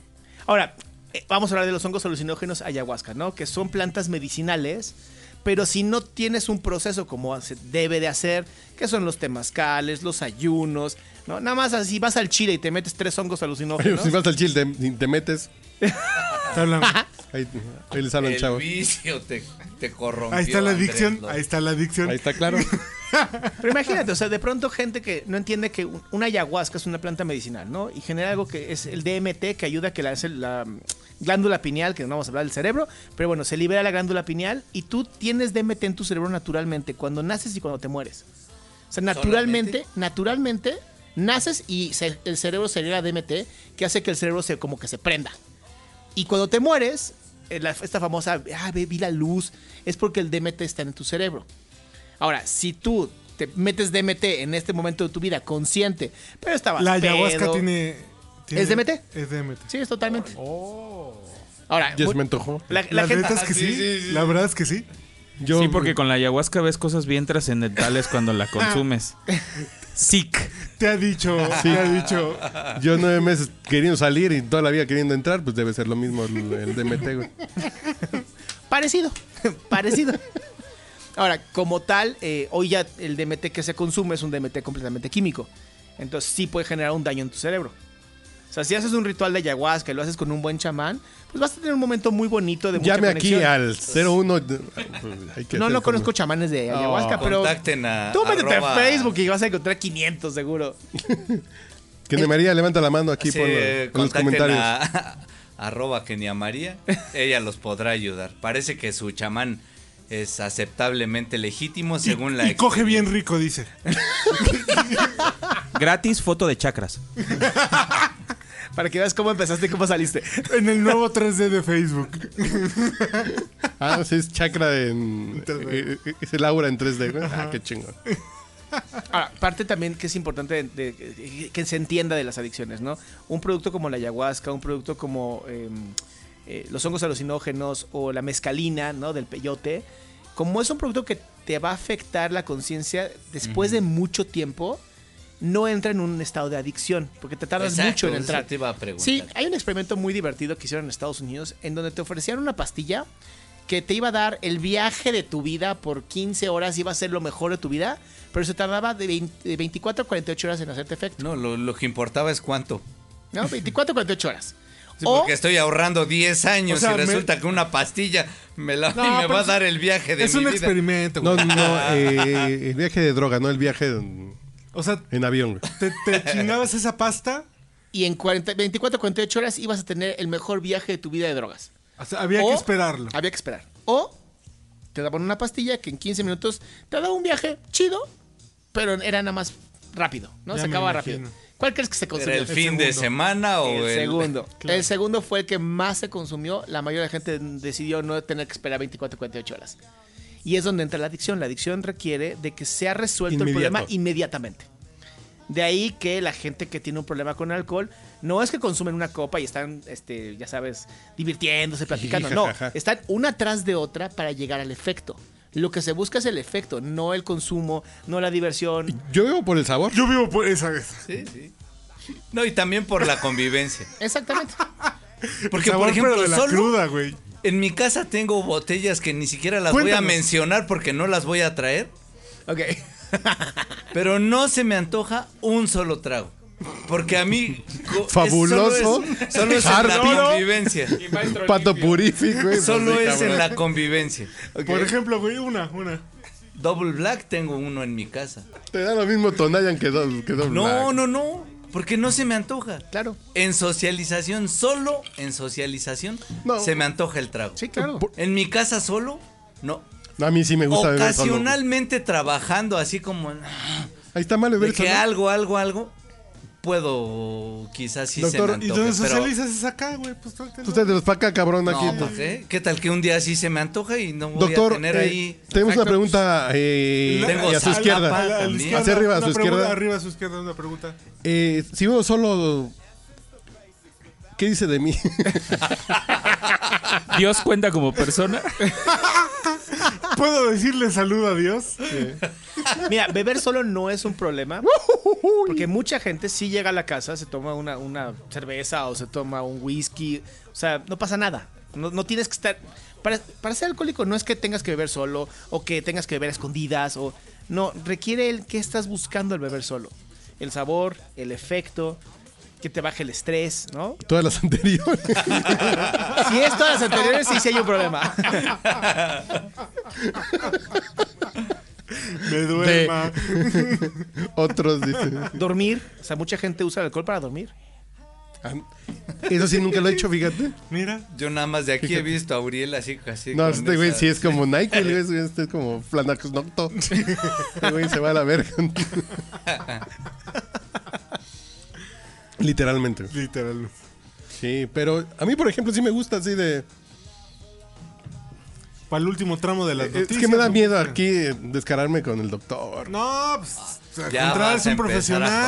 [SPEAKER 1] Ahora, eh, vamos a hablar de los hongos alucinógenos ayahuasca, ¿no? Que son plantas medicinales, pero si no tienes un proceso como se debe de hacer, que son los temazcales, los ayunos, ¿no? Nada más así vas al chile y te metes tres hongos alucinógenos.
[SPEAKER 8] Si vas al chill, te, te metes.
[SPEAKER 7] Te hablan.
[SPEAKER 1] [LAUGHS]
[SPEAKER 8] Ahí, ahí les hablan,
[SPEAKER 9] el
[SPEAKER 8] chavos.
[SPEAKER 9] vicio te, te corrompió.
[SPEAKER 7] Ahí está la
[SPEAKER 9] Andrés
[SPEAKER 7] adicción,
[SPEAKER 9] López.
[SPEAKER 7] ahí está la adicción. Ahí
[SPEAKER 8] está claro.
[SPEAKER 1] Pero imagínate, o sea, de pronto gente que no entiende que un- una ayahuasca es una planta medicinal, ¿no? Y genera algo que es el DMT, que ayuda a que la, es el- la, mm, glándula pineal, que no vamos a hablar del cerebro, pero bueno, se libera la glándula pineal y tú tienes DMT en tu cerebro naturalmente, cuando naces y cuando te mueres. O sea, naturalmente, naturalmente, naces y se- el cerebro se libera DMT, que hace que el cerebro se como que se prenda. Y cuando te mueres, eh, la- esta famosa, ah, ve- vi la luz, es porque el DMT está en tu cerebro. Ahora, si tú te metes DMT en este momento de tu vida consciente, pero estabas
[SPEAKER 7] La ayahuasca
[SPEAKER 1] pedo-
[SPEAKER 7] tiene, tiene-
[SPEAKER 1] ¿Es DMT?
[SPEAKER 7] Es DMT.
[SPEAKER 1] Sí, es totalmente. Ahora,
[SPEAKER 8] [LAUGHS] Ya se
[SPEAKER 1] mu-
[SPEAKER 8] me antojó.
[SPEAKER 1] La, la
[SPEAKER 7] La,
[SPEAKER 1] gente-
[SPEAKER 7] neta es que
[SPEAKER 1] Ah,
[SPEAKER 7] sí, La verdad es que sí. Yo-
[SPEAKER 10] sí, porque con la ayahuasca ves cosas bien trascendentales cuando la consumes. Sick.
[SPEAKER 7] Te ha dicho,
[SPEAKER 8] Sí.
[SPEAKER 7] te ha dicho.
[SPEAKER 8] [LAUGHS] Yo nueve meses queriendo salir y toda la vida queriendo entrar, pues debe ser lo mismo el, el DMT, güey.
[SPEAKER 1] Parecido, parecido. Ahora, como tal, eh, hoy ya el DMT que se consume es un DMT completamente químico. Entonces sí puede generar un daño en tu cerebro. O sea, si haces un ritual de ayahuasca y lo haces con un buen chamán, pues vas a tener un momento muy bonito de mucha
[SPEAKER 8] Llame aquí
[SPEAKER 1] conexión.
[SPEAKER 8] al 01. Hay que
[SPEAKER 1] No,
[SPEAKER 8] hacer
[SPEAKER 1] no conozco
[SPEAKER 8] como-
[SPEAKER 1] chamanes de ayahuasca,
[SPEAKER 9] No,
[SPEAKER 1] pero
[SPEAKER 9] contacten a-
[SPEAKER 1] tú métete
[SPEAKER 9] arroba-
[SPEAKER 1] a Facebook y vas a encontrar 500 seguro.
[SPEAKER 8] Que de María levanta la mano aquí
[SPEAKER 9] Sí,
[SPEAKER 8] ponlo
[SPEAKER 9] eh,
[SPEAKER 8] en los
[SPEAKER 9] contacten
[SPEAKER 8] comentarios.
[SPEAKER 9] a- [LAUGHS] arroba Kenia María. Ella los podrá ayudar. Parece que su chamán es aceptablemente legítimo según la
[SPEAKER 7] Y coge bien rico, dice.
[SPEAKER 10] Gratis foto de chakras.
[SPEAKER 1] Para que veas cómo empezaste y cómo saliste.
[SPEAKER 7] En el nuevo 3D de Facebook.
[SPEAKER 9] [LAUGHS]
[SPEAKER 8] Ah, sí, es chakra en. eh, eh, Es el aura en 3D, güey. Ah, qué chingón.
[SPEAKER 1] Ahora, parte también que es importante de- de- que se entienda de las adicciones, ¿no? Un producto como la ayahuasca, un producto como eh, eh, los hongos alucinógenos o la mezcalina, ¿no? Del peyote, como es un producto que te va a afectar la conciencia después de mucho tiempo, no entra en un estado de adicción, porque te tardas
[SPEAKER 9] Exacto,
[SPEAKER 1] mucho en
[SPEAKER 9] eso
[SPEAKER 1] entrar.
[SPEAKER 9] te iba a preguntar.
[SPEAKER 1] Sí, hay un experimento muy divertido que hicieron en Estados Unidos en donde te ofrecían una pastilla que te iba a dar el viaje de tu vida por 15 horas, iba a ser lo mejor de tu vida, pero se tardaba de, 20 de 24 a 48 horas en hacerte efecto.
[SPEAKER 9] No, lo, lo que importaba es cuánto. [LAUGHS]
[SPEAKER 1] ¿No? 24 a 48 horas.
[SPEAKER 9] Sí,
[SPEAKER 1] O-
[SPEAKER 9] porque estoy ahorrando 10 años
[SPEAKER 1] O sea,
[SPEAKER 9] y
[SPEAKER 1] me-
[SPEAKER 9] resulta que una pastilla me, la,
[SPEAKER 1] No,
[SPEAKER 9] [LAUGHS] y [LAUGHS] me
[SPEAKER 1] pero
[SPEAKER 9] va a
[SPEAKER 1] es-
[SPEAKER 9] dar el viaje de
[SPEAKER 7] pues, es
[SPEAKER 9] mi
[SPEAKER 7] un
[SPEAKER 9] vida.
[SPEAKER 7] experimento,
[SPEAKER 8] No, no, eh, el viaje de droga, no el viaje en,
[SPEAKER 7] O sea,
[SPEAKER 8] en avión, güey.
[SPEAKER 7] te,
[SPEAKER 9] [LAUGHS]
[SPEAKER 7] te chingabas esa pasta.
[SPEAKER 1] Y en 40 24 a 48 horas ibas a tener el mejor viaje de tu vida de drogas.
[SPEAKER 7] O sea, había
[SPEAKER 1] O-
[SPEAKER 7] que esperarlo.
[SPEAKER 1] Había que esperar. O te daban una pastilla que en 15 minutos te daba un viaje chido, pero era nada más rápido, ¿no?
[SPEAKER 9] Ya
[SPEAKER 1] se
[SPEAKER 9] me
[SPEAKER 1] acaba
[SPEAKER 9] imagino.
[SPEAKER 1] rápido. ¿Cuál crees que se consumió?
[SPEAKER 9] ¿Era el fin de semana o
[SPEAKER 1] el,
[SPEAKER 9] el-
[SPEAKER 1] segundo?
[SPEAKER 9] Claro.
[SPEAKER 1] El segundo fue el que más se consumió. La mayoría de la gente decidió no tener que esperar 24, 48 horas. Y es donde entra la adicción. La adicción requiere de que sea resuelto
[SPEAKER 8] Inmediato.
[SPEAKER 1] el problema inmediatamente. De ahí que la gente que tiene un problema con alcohol no es que consumen una copa y están, este, ya sabes, divirtiéndose, platicando. No,
[SPEAKER 8] Jijijaja.
[SPEAKER 1] están una tras de otra para llegar al efecto. Lo que se busca es el efecto, no el consumo, no la diversión.
[SPEAKER 8] Yo vivo por el sabor.
[SPEAKER 7] Yo vivo por esa vez.
[SPEAKER 9] [LAUGHS] Sí, sí. No, y también por la
[SPEAKER 7] [LAUGHS]
[SPEAKER 9] convivencia.
[SPEAKER 1] Exactamente.
[SPEAKER 9] Porque,
[SPEAKER 7] Sabor,
[SPEAKER 9] por ejemplo,
[SPEAKER 7] pero de la
[SPEAKER 9] solo
[SPEAKER 7] cruda, güey.
[SPEAKER 9] en mi casa tengo botellas que ni siquiera las voy
[SPEAKER 7] Cuéntanos.
[SPEAKER 9] a mencionar porque no las voy a traer.
[SPEAKER 1] Ok.
[SPEAKER 9] [LAUGHS] Pero no se me antoja un solo trago. Porque a mí. co- es-
[SPEAKER 8] Fabuloso,
[SPEAKER 9] Solo es, solo es en la
[SPEAKER 8] Sardo,
[SPEAKER 7] [LAUGHS]
[SPEAKER 9] convivencia.
[SPEAKER 8] Pato purific, güey.
[SPEAKER 9] Solo
[SPEAKER 8] Pues sí,
[SPEAKER 9] es en
[SPEAKER 8] cabrón.
[SPEAKER 9] la convivencia.
[SPEAKER 7] Por ejemplo, güey, una, una.
[SPEAKER 9] Double Black tengo uno en mi casa.
[SPEAKER 8] Te da lo mismo Tonayan que, do, que Don
[SPEAKER 9] No,
[SPEAKER 8] Black.
[SPEAKER 9] no, no. Porque no se me antoja.
[SPEAKER 1] Claro.
[SPEAKER 9] En socialización, solo en socialización,
[SPEAKER 8] No.
[SPEAKER 9] se me antoja el trago.
[SPEAKER 1] Sí, claro.
[SPEAKER 9] En mi casa solo, no.
[SPEAKER 8] A mí sí me gusta beber solo. güey.
[SPEAKER 9] Ocasionalmente trabajando así como en-
[SPEAKER 8] Ahí está mal beber
[SPEAKER 9] de que
[SPEAKER 8] solo.
[SPEAKER 9] algo, algo, algo, puedo quizás sí se me
[SPEAKER 8] Doctor,
[SPEAKER 7] ¿Y
[SPEAKER 9] antoje.
[SPEAKER 7] dónde
[SPEAKER 9] pero-
[SPEAKER 7] socializas es acá, güey? Pues
[SPEAKER 8] Tú te de los paca, cabrón, aquí.
[SPEAKER 9] No, ¿pa' qué? ¿Qué tal que un día sí se me antoja y no voy
[SPEAKER 8] Doctor,
[SPEAKER 9] a tener
[SPEAKER 8] eh,
[SPEAKER 9] ahí? Exacto.
[SPEAKER 8] tenemos
[SPEAKER 9] pues.
[SPEAKER 8] una pregunta eh,
[SPEAKER 9] Tengo
[SPEAKER 8] y a su
[SPEAKER 9] salapa
[SPEAKER 8] izquierda.
[SPEAKER 9] también.
[SPEAKER 8] Hacia
[SPEAKER 9] izquierda,
[SPEAKER 8] arriba, a su
[SPEAKER 7] una pregunta,
[SPEAKER 8] izquierda.
[SPEAKER 7] Arriba a su izquierda, una pregunta.
[SPEAKER 8] Eh, si uno solo. ¿Qué dice de mí? [LAUGHS]
[SPEAKER 10] ¿Dios cuenta como persona?
[SPEAKER 7] ¿Puedo decirle salud a Dios?
[SPEAKER 1] Mira, beber solo no es un problema. Porque mucha gente sí llega a la casa, se toma una, una cerveza o se toma un whisky. O sea, no pasa nada. No, no tienes que estar. Para, para ser alcohólico no es que tengas que beber solo o que tengas que beber a escondidas o. No, requiere el que estás buscando al beber solo. El sabor, el efecto, que te baje el estrés, ¿no?
[SPEAKER 8] Todas las anteriores. [LAUGHS]
[SPEAKER 1] Si es todas las anteriores, sí, sí hay un [LAUGHS] problema.
[SPEAKER 7] Me duerma.
[SPEAKER 8] Otros dicen.
[SPEAKER 1] Dormir. O sea, mucha gente usa el alcohol para dormir.
[SPEAKER 8] Ah, Eso sí nunca lo he hecho, fíjate.
[SPEAKER 7] Mira.
[SPEAKER 9] Yo nada más de aquí he visto a Uriel así, así.
[SPEAKER 8] No,
[SPEAKER 9] con
[SPEAKER 8] este güey
[SPEAKER 9] esa-
[SPEAKER 8] sí es como Nike, güey. Este este es como
[SPEAKER 9] [LAUGHS]
[SPEAKER 8] Flanax Nocto. Este güey se va a la verga. Literalmente.
[SPEAKER 7] Literal.
[SPEAKER 8] Sí, pero a mí, por ejemplo, sí me gusta así de.
[SPEAKER 7] Para el último tramo de las
[SPEAKER 8] Es
[SPEAKER 7] noticias.
[SPEAKER 8] que me da
[SPEAKER 7] ¿no?
[SPEAKER 8] miedo aquí eh, descararme con el doctor.
[SPEAKER 7] No, pues. al
[SPEAKER 8] Ah, Ya
[SPEAKER 7] contrario,
[SPEAKER 8] vas
[SPEAKER 7] es
[SPEAKER 8] a empezar
[SPEAKER 7] un
[SPEAKER 8] a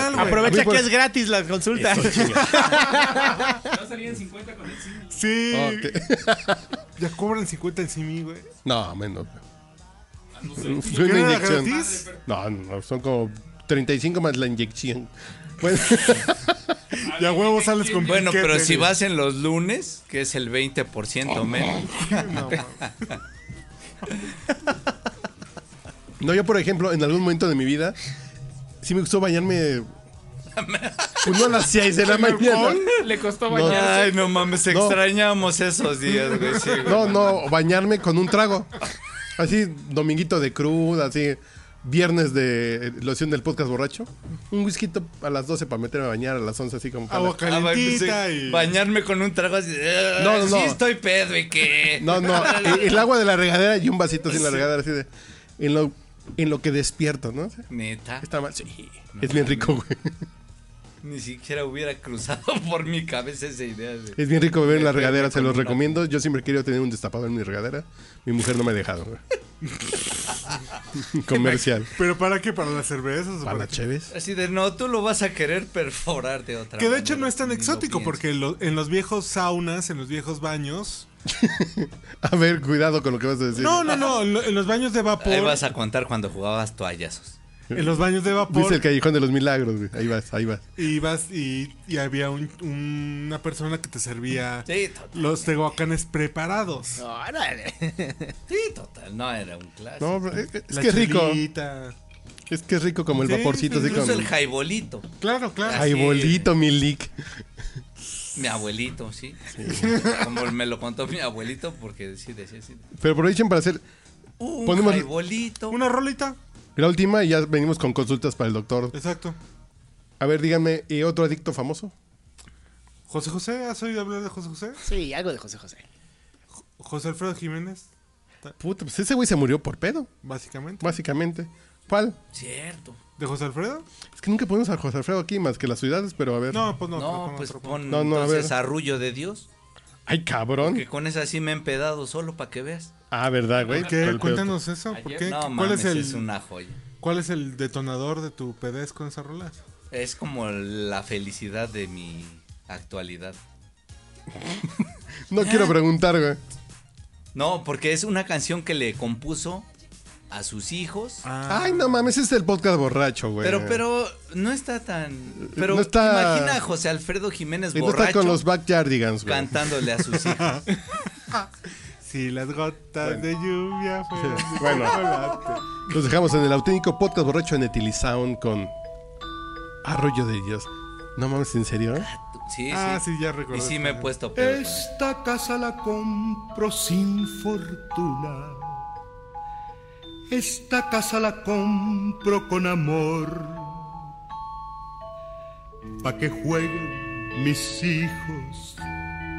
[SPEAKER 7] profesional,
[SPEAKER 8] joder.
[SPEAKER 7] güey.
[SPEAKER 1] Aprovecha que es gratis la consulta.
[SPEAKER 8] Eso,
[SPEAKER 14] No salían 50 con el cine.
[SPEAKER 7] Sí.
[SPEAKER 8] Ah, Ok.
[SPEAKER 7] ya cobran 50 en Simi, güey.
[SPEAKER 8] [LAUGHS] No, menos.
[SPEAKER 7] Ah, sé.
[SPEAKER 8] Fue
[SPEAKER 7] ¿Qué
[SPEAKER 8] una
[SPEAKER 7] era
[SPEAKER 8] inyección.
[SPEAKER 7] gratis?
[SPEAKER 8] No, no, son como 35 más la inyección. Pues, Bueno,
[SPEAKER 14] Ah,
[SPEAKER 7] ya huevo sales con
[SPEAKER 9] Bueno,
[SPEAKER 7] piquete,
[SPEAKER 9] pero si
[SPEAKER 7] güey.
[SPEAKER 9] vas en los lunes, que es el 20% menos.
[SPEAKER 8] [LAUGHS] no, yo por ejemplo, en algún momento de mi vida, sí me gustó
[SPEAKER 7] [LAUGHS]
[SPEAKER 8] bañarme. Uno a las 6 de la
[SPEAKER 9] ¿Con alcohol?
[SPEAKER 8] mañana.
[SPEAKER 14] Le costó
[SPEAKER 8] bañarse.
[SPEAKER 9] Ay, no mames,
[SPEAKER 8] No.
[SPEAKER 9] extrañamos esos días, güey. sí, güey. Ah,
[SPEAKER 8] No, no, bañarme con un trago. Así, dominguito de cruda, así, viernes de loción del podcast borracho. Un whisky a las 12 para meterme a bañar, a las 11 así como para...
[SPEAKER 7] Agua calentita
[SPEAKER 9] Ah, ba-
[SPEAKER 7] y-
[SPEAKER 9] Bañarme con un trago así. "Ah,
[SPEAKER 8] No, no,
[SPEAKER 9] Sí,
[SPEAKER 8] no.
[SPEAKER 9] estoy pedo y qué.
[SPEAKER 8] No, no, el, el agua de la regadera y un vasito así en la regadera, así de... En lo, en lo que despierto, ¿no?
[SPEAKER 9] Neta.
[SPEAKER 8] Está mal, sí.
[SPEAKER 9] No,
[SPEAKER 8] Es bien rico, güey.
[SPEAKER 9] Ni siquiera hubiera cruzado [LAUGHS] por mi cabeza esa idea. güey.
[SPEAKER 8] Es bien rico beber en la
[SPEAKER 9] Beberme
[SPEAKER 8] regadera, se
[SPEAKER 9] con
[SPEAKER 8] los
[SPEAKER 9] un-
[SPEAKER 8] recomiendo. Yo siempre he querido tener un destapado en mi regadera. Mi mujer no me ha dejado, [LAUGHS] güey. Comercial.
[SPEAKER 7] ¿Pero para qué? ¿Para las cervezas? o
[SPEAKER 8] ¿Para las
[SPEAKER 7] qué?
[SPEAKER 8] cheves?
[SPEAKER 9] Así de no, tú lo vas a querer perforar de otra
[SPEAKER 7] Que de hecho
[SPEAKER 9] manera,
[SPEAKER 7] no es tan
[SPEAKER 9] ni lo
[SPEAKER 7] exótico,
[SPEAKER 9] pienses.
[SPEAKER 7] porque lo- en los viejos saunas, en los viejos baños.
[SPEAKER 8] A ver, cuidado con lo que vas a decir.
[SPEAKER 7] No, no, no. en lo- En los baños de
[SPEAKER 9] Ahí
[SPEAKER 7] vapor.
[SPEAKER 9] vas a contar cuando jugabas toallazos.
[SPEAKER 7] En los baños de vapor.
[SPEAKER 8] Dice el Callejón de los Milagros, güey. Ahí vas, ahí vas.
[SPEAKER 7] Y vas y, y había un- una persona que te servía
[SPEAKER 9] Sí, total.
[SPEAKER 7] los tehuacanes preparados.
[SPEAKER 1] Órale.
[SPEAKER 9] Sí, total, no era un clásico.
[SPEAKER 8] No, pero es, es
[SPEAKER 7] La
[SPEAKER 8] que es rico.
[SPEAKER 7] chelita.
[SPEAKER 8] Es que es rico como el
[SPEAKER 7] Sí,
[SPEAKER 8] vaporcito.
[SPEAKER 7] sí,
[SPEAKER 8] así
[SPEAKER 9] Incluso
[SPEAKER 8] con...
[SPEAKER 9] el jaibolito.
[SPEAKER 7] Claro, claro.
[SPEAKER 8] Ay, bolito, mi lick.
[SPEAKER 9] Mi abuelito, sí. Como me lo contó mi abuelito, porque sí, decía así.
[SPEAKER 8] Pero aprovechen para hacer
[SPEAKER 9] Un
[SPEAKER 8] Ponemos-
[SPEAKER 9] jaibolito.
[SPEAKER 7] Una rolita.
[SPEAKER 8] la última y ya venimos con consultas para el doctor.
[SPEAKER 7] Exacto.
[SPEAKER 8] A ver, díganme, ¿y otro adicto famoso?
[SPEAKER 7] José José, ¿has oído hablar de José José?
[SPEAKER 1] Sí, algo de José José.
[SPEAKER 7] José Alfredo Jiménez,
[SPEAKER 8] Puta, pues ese güey se murió por pedo,
[SPEAKER 7] básicamente.
[SPEAKER 8] básicamente. ¿Cuál?
[SPEAKER 9] Cierto.
[SPEAKER 7] ¿De José Alfredo?
[SPEAKER 8] Es que nunca ponemos a José Alfredo aquí más que las ciudades, pero a ver.
[SPEAKER 7] No, pues no.
[SPEAKER 9] No,
[SPEAKER 7] pon
[SPEAKER 9] pues
[SPEAKER 7] otro,
[SPEAKER 9] pon
[SPEAKER 8] No, no, a
[SPEAKER 9] entonces
[SPEAKER 8] ver.
[SPEAKER 9] arrullo de Dios.
[SPEAKER 8] Ay, cabrón.
[SPEAKER 9] Que con esa sí me he empedado solo para que veas.
[SPEAKER 8] Ah, ¿verdad, güey?
[SPEAKER 7] ¿Por
[SPEAKER 8] Pero el
[SPEAKER 7] qué?
[SPEAKER 8] pedo-
[SPEAKER 7] Cuéntanos eso. ¿Por
[SPEAKER 9] Ayer-
[SPEAKER 7] qué?
[SPEAKER 9] No,
[SPEAKER 7] ¿Cuál
[SPEAKER 9] mames,
[SPEAKER 7] es el
[SPEAKER 9] una joya.
[SPEAKER 7] cuál es el detonador de tu pedez con esa rola?
[SPEAKER 9] Es como la felicidad de mi actualidad.
[SPEAKER 8] No
[SPEAKER 7] Ah.
[SPEAKER 8] quiero preguntar, güey.
[SPEAKER 9] No, porque es una canción que le compuso a sus hijos.
[SPEAKER 7] Ah,
[SPEAKER 8] Ay, no mames, ese es el podcast borracho, güey.
[SPEAKER 9] Pero, pero, no está tan. Pero
[SPEAKER 8] No está-
[SPEAKER 9] imagina a José Alfredo Jiménez
[SPEAKER 8] Y no
[SPEAKER 9] borracho
[SPEAKER 8] está con los backyardigans, güey.
[SPEAKER 9] cantándole a sus
[SPEAKER 8] [LAUGHS]
[SPEAKER 9] hijos.
[SPEAKER 7] Si las gotas de lluvia fueran
[SPEAKER 8] Sí,
[SPEAKER 7] de
[SPEAKER 8] bueno.
[SPEAKER 7] chocolate.
[SPEAKER 8] Los dejamos en el auténtico podcast borracho en Etilisound con Arroyo de Dios. No mames, ¿en serio?
[SPEAKER 9] Sí,
[SPEAKER 7] Ah, sí, ya
[SPEAKER 9] Y
[SPEAKER 7] recuerdo.
[SPEAKER 9] sí me he puesto pedo.
[SPEAKER 12] Esta casa la compro sin fortuna. Esta casa la compro con amor. Pa' que jueguen mis hijos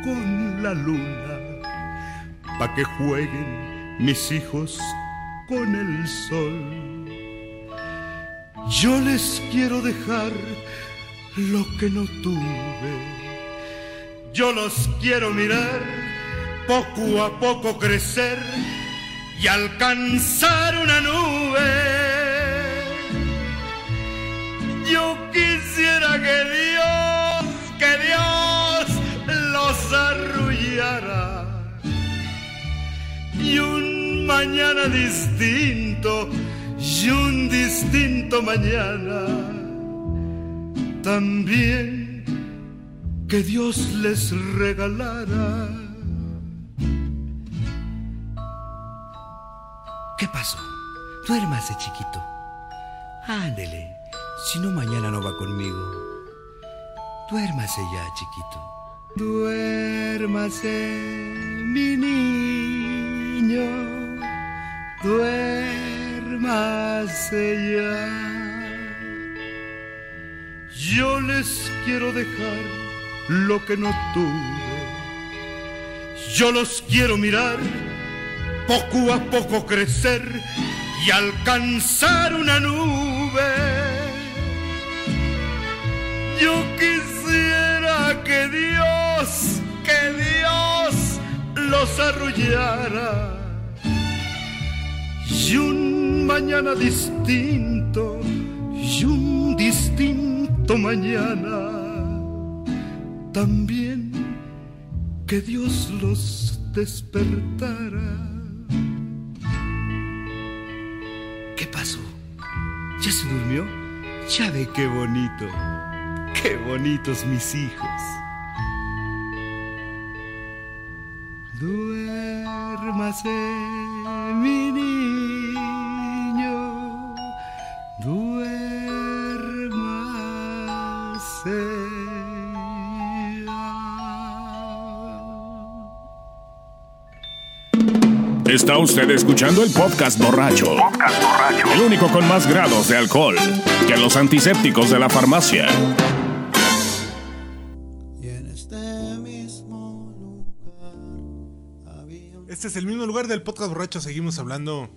[SPEAKER 12] con la luna. Pa' que jueguen mis hijos con el sol. Yo les quiero dejar lo que no tuve. Yo los quiero mirar poco a poco crecer y alcanzar una nube. Yo quisiera que Dios, que Dios los arrullara y un mañana distinto y un distinto mañana también que Dios les regalara. ¿Qué pasó? Duérmase, chiquito. Ándele, si no mañana no va conmigo. Duérmase ya, chiquito. Duérmase, mi niño. Duérmase ya. Yo les quiero dejar lo que no tuve. Yo los quiero mirar poco a poco crecer y alcanzar una nube. Yo quisiera que Dios, que Dios los arrullara y un mañana distinto y un distinto mañana también que Dios los despertara. ¿Qué pasó? ¿Ya se durmió? Ya ve qué bonito. Qué bonitos mis hijos. Duérmase, mi niño. Duérmase.
[SPEAKER 2] Está usted escuchando el podcast borracho. El único con más grados de alcohol que los antisépticos de la farmacia.
[SPEAKER 7] Este es el mismo lugar del podcast borracho. Seguimos hablando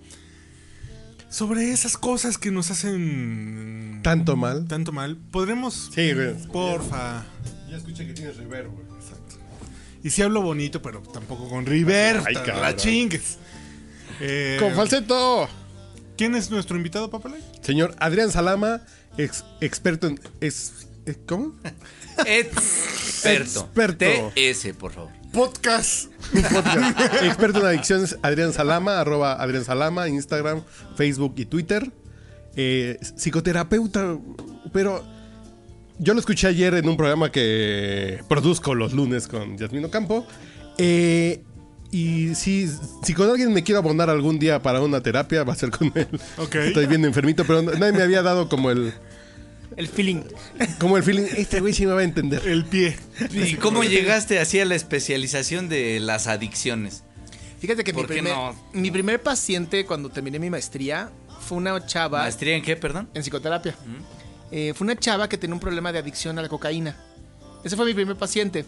[SPEAKER 7] sobre esas cosas que nos hacen.
[SPEAKER 8] Tanto mal.
[SPEAKER 7] Tanto mal. ¿Podremos?
[SPEAKER 8] Sí, güey.
[SPEAKER 7] Porfa.
[SPEAKER 8] Ya escuché que tienes River, güey. Exacto.
[SPEAKER 7] Y si hablo bonito, pero tampoco con River.
[SPEAKER 8] Ay,
[SPEAKER 7] tan-
[SPEAKER 8] cabrón.
[SPEAKER 7] la chingues. Eh,
[SPEAKER 8] Con falseto.
[SPEAKER 7] ¿Quién es nuestro invitado, Papalay?
[SPEAKER 8] Señor Adrián Salama, ex- experto en. es- eh, ¿Cómo?
[SPEAKER 9] Experto.
[SPEAKER 8] Experto.
[SPEAKER 9] TS, por
[SPEAKER 8] [LAUGHS]
[SPEAKER 9] favor.
[SPEAKER 8] Podcast. Podcast. Experto en adicciones, Adrián Salama, arroba Adrián Salama, Instagram, Facebook y Twitter. Eh, psicoterapeuta, pero yo lo escuché ayer en un programa que produzco los lunes con Yasmino Campo. Eh, y si, si con alguien me quiero abonar algún día para una terapia, va a ser con él.
[SPEAKER 7] Ok.
[SPEAKER 8] Estoy viendo enfermito, pero nadie me había dado como el,
[SPEAKER 1] El feeling.
[SPEAKER 8] como el feeling. Este güey sí me va a entender.
[SPEAKER 7] El pie.
[SPEAKER 9] ¿Y cómo llegaste así a la especialización de las adicciones?
[SPEAKER 1] Fíjate que mi
[SPEAKER 9] ¿Por qué
[SPEAKER 1] primer,
[SPEAKER 9] no?
[SPEAKER 1] mi primer paciente cuando terminé mi maestría fue una chava.
[SPEAKER 9] ¿Maestría en qué, perdón?
[SPEAKER 1] En psicoterapia. Eh, fue una chava que tenía un problema de adicción a la cocaína. Ese fue mi primer paciente.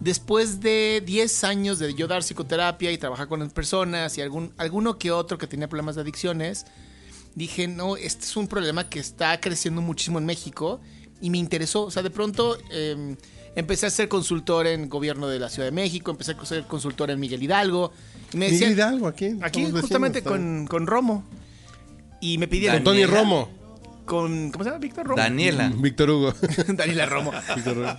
[SPEAKER 1] Después de 10 años de yo dar psicoterapia y trabajar con las personas y algún, alguno que otro que tenía problemas de adicciones, dije, no, este es un problema que está creciendo muchísimo en México y me interesó. O sea, de pronto eh, empecé a ser consultor en gobierno de la Ciudad de México, empecé a ser consultor en Miguel Hidalgo. Y me
[SPEAKER 8] Miguel
[SPEAKER 1] decían-
[SPEAKER 8] Hidalgo, aquí,
[SPEAKER 1] Aquí,
[SPEAKER 8] somos
[SPEAKER 1] justamente
[SPEAKER 8] vecinos,
[SPEAKER 1] con, con Romo. Y me pidieron...
[SPEAKER 8] Con Tony Romo.
[SPEAKER 1] Con, ¿Cómo se llama? Víctor Romo.
[SPEAKER 8] Víctor Hugo.
[SPEAKER 1] [LAUGHS] Daniela Romo.
[SPEAKER 8] Víctor Hugo.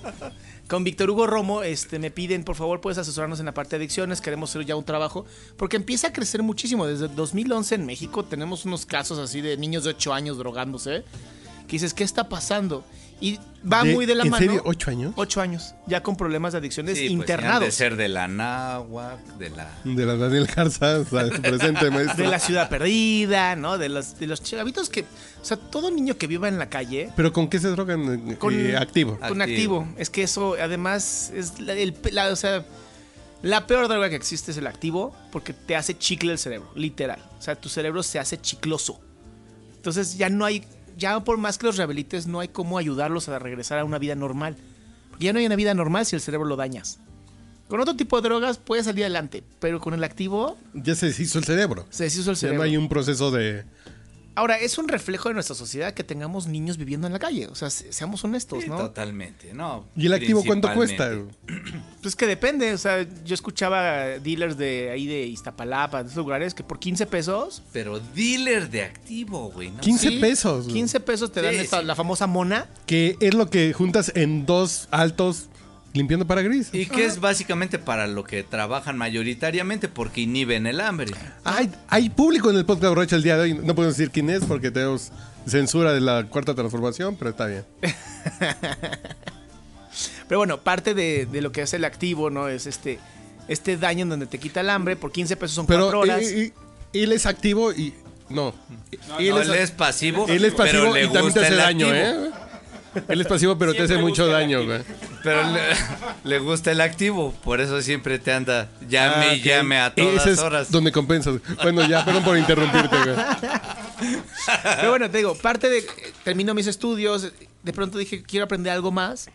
[SPEAKER 1] Con Víctor Hugo Romo, este, me piden, por favor, puedes asesorarnos en la parte de adicciones, queremos hacer ya un trabajo, porque empieza a crecer muchísimo. Desde 2011 en México tenemos unos casos así de niños de 8 años drogándose, que dices, ¿qué está pasando? Y va
[SPEAKER 8] ¿De-
[SPEAKER 1] muy de la
[SPEAKER 8] en
[SPEAKER 1] mano.
[SPEAKER 8] serio, ocho años?
[SPEAKER 1] 8 años, ya con problemas de adicciones
[SPEAKER 9] Sí, pues, han de
[SPEAKER 1] internados.
[SPEAKER 9] ser de la náhuac, de la.
[SPEAKER 8] De la Daniel Garza, o sea, [LAUGHS] presente, maestro.
[SPEAKER 1] de la ciudad perdida, ¿no? De los, de los chavitos que. O sea, todo niño que viva en la calle
[SPEAKER 8] ¿Pero con qué se drogan? eh, eh, activo.
[SPEAKER 1] Con activo. Es que eso, además, es la, el- la- o sea, la peor droga que existe es el activo porque te hace chicle el cerebro, literal. O sea, tu cerebro se hace chicloso. Entonces ya no hay, ya por más que los rehabilites, no hay cómo ayudarlos a regresar a una vida normal. Porque ya no hay una vida normal si el cerebro lo dañas. Con otro tipo de drogas puedes salir adelante, pero con el activo
[SPEAKER 8] Ya se deshizo el cerebro.
[SPEAKER 1] se deshizo el
[SPEAKER 8] Ya no
[SPEAKER 1] cerebro.
[SPEAKER 8] hay un proceso de.
[SPEAKER 1] Ahora, es un reflejo de nuestra sociedad que tengamos niños viviendo en la calle. O sea, se- seamos honestos,
[SPEAKER 9] Sí,
[SPEAKER 1] ¿no?
[SPEAKER 9] Totalmente, ¿no?
[SPEAKER 8] ¿Y el activo cuánto cuesta?
[SPEAKER 9] Principalmente.
[SPEAKER 1] Pues que depende, o sea, yo escuchaba dealers de ahí de Iztapalapa, de esos lugares, que por 15 pesos...
[SPEAKER 9] Pero dealer de activo, güey. ¿no?
[SPEAKER 8] 15 pesos, güey.
[SPEAKER 1] 15 pesos te dan
[SPEAKER 9] Sí,
[SPEAKER 1] esta-
[SPEAKER 9] sí.
[SPEAKER 1] la famosa mona.
[SPEAKER 8] Que es lo que juntas en dos altos limpiando para gris.
[SPEAKER 9] Y que es básicamente para lo que trabajan mayoritariamente porque inhiben el hambre.
[SPEAKER 8] Hay, hay público en el podcast borracho el día de hoy. No podemos decir quién es porque tenemos censura de la cuarta transformación, pero está bien.
[SPEAKER 1] Pero bueno, parte de, de lo que hace el activo, ¿no? Es este, este daño en donde te quita el hambre, por 15 pesos son 4
[SPEAKER 8] Pero
[SPEAKER 1] horas.
[SPEAKER 8] eh, eh, él es activo y. No.
[SPEAKER 9] No, él es pasivo,
[SPEAKER 8] Él es
[SPEAKER 9] pero
[SPEAKER 8] pasivo
[SPEAKER 9] le
[SPEAKER 8] y también te
[SPEAKER 9] gusta
[SPEAKER 8] hace
[SPEAKER 9] el
[SPEAKER 8] daño,
[SPEAKER 9] activo.
[SPEAKER 8] ¿eh? Él es pasivo, pero te hace mucho daño, güey.
[SPEAKER 9] Pero le,
[SPEAKER 1] Ah.
[SPEAKER 9] [LAUGHS] le gusta el activo, por eso siempre te anda llame
[SPEAKER 8] Ah,
[SPEAKER 9] y
[SPEAKER 8] ok.
[SPEAKER 9] llame a todas
[SPEAKER 8] Ese es
[SPEAKER 9] horas.
[SPEAKER 8] donde compensas. Bueno, ya, perdón por interrumpirte, güey.
[SPEAKER 1] Pero bueno, te digo, parte de. Termino mis estudios, de pronto dije, quiero aprender algo más.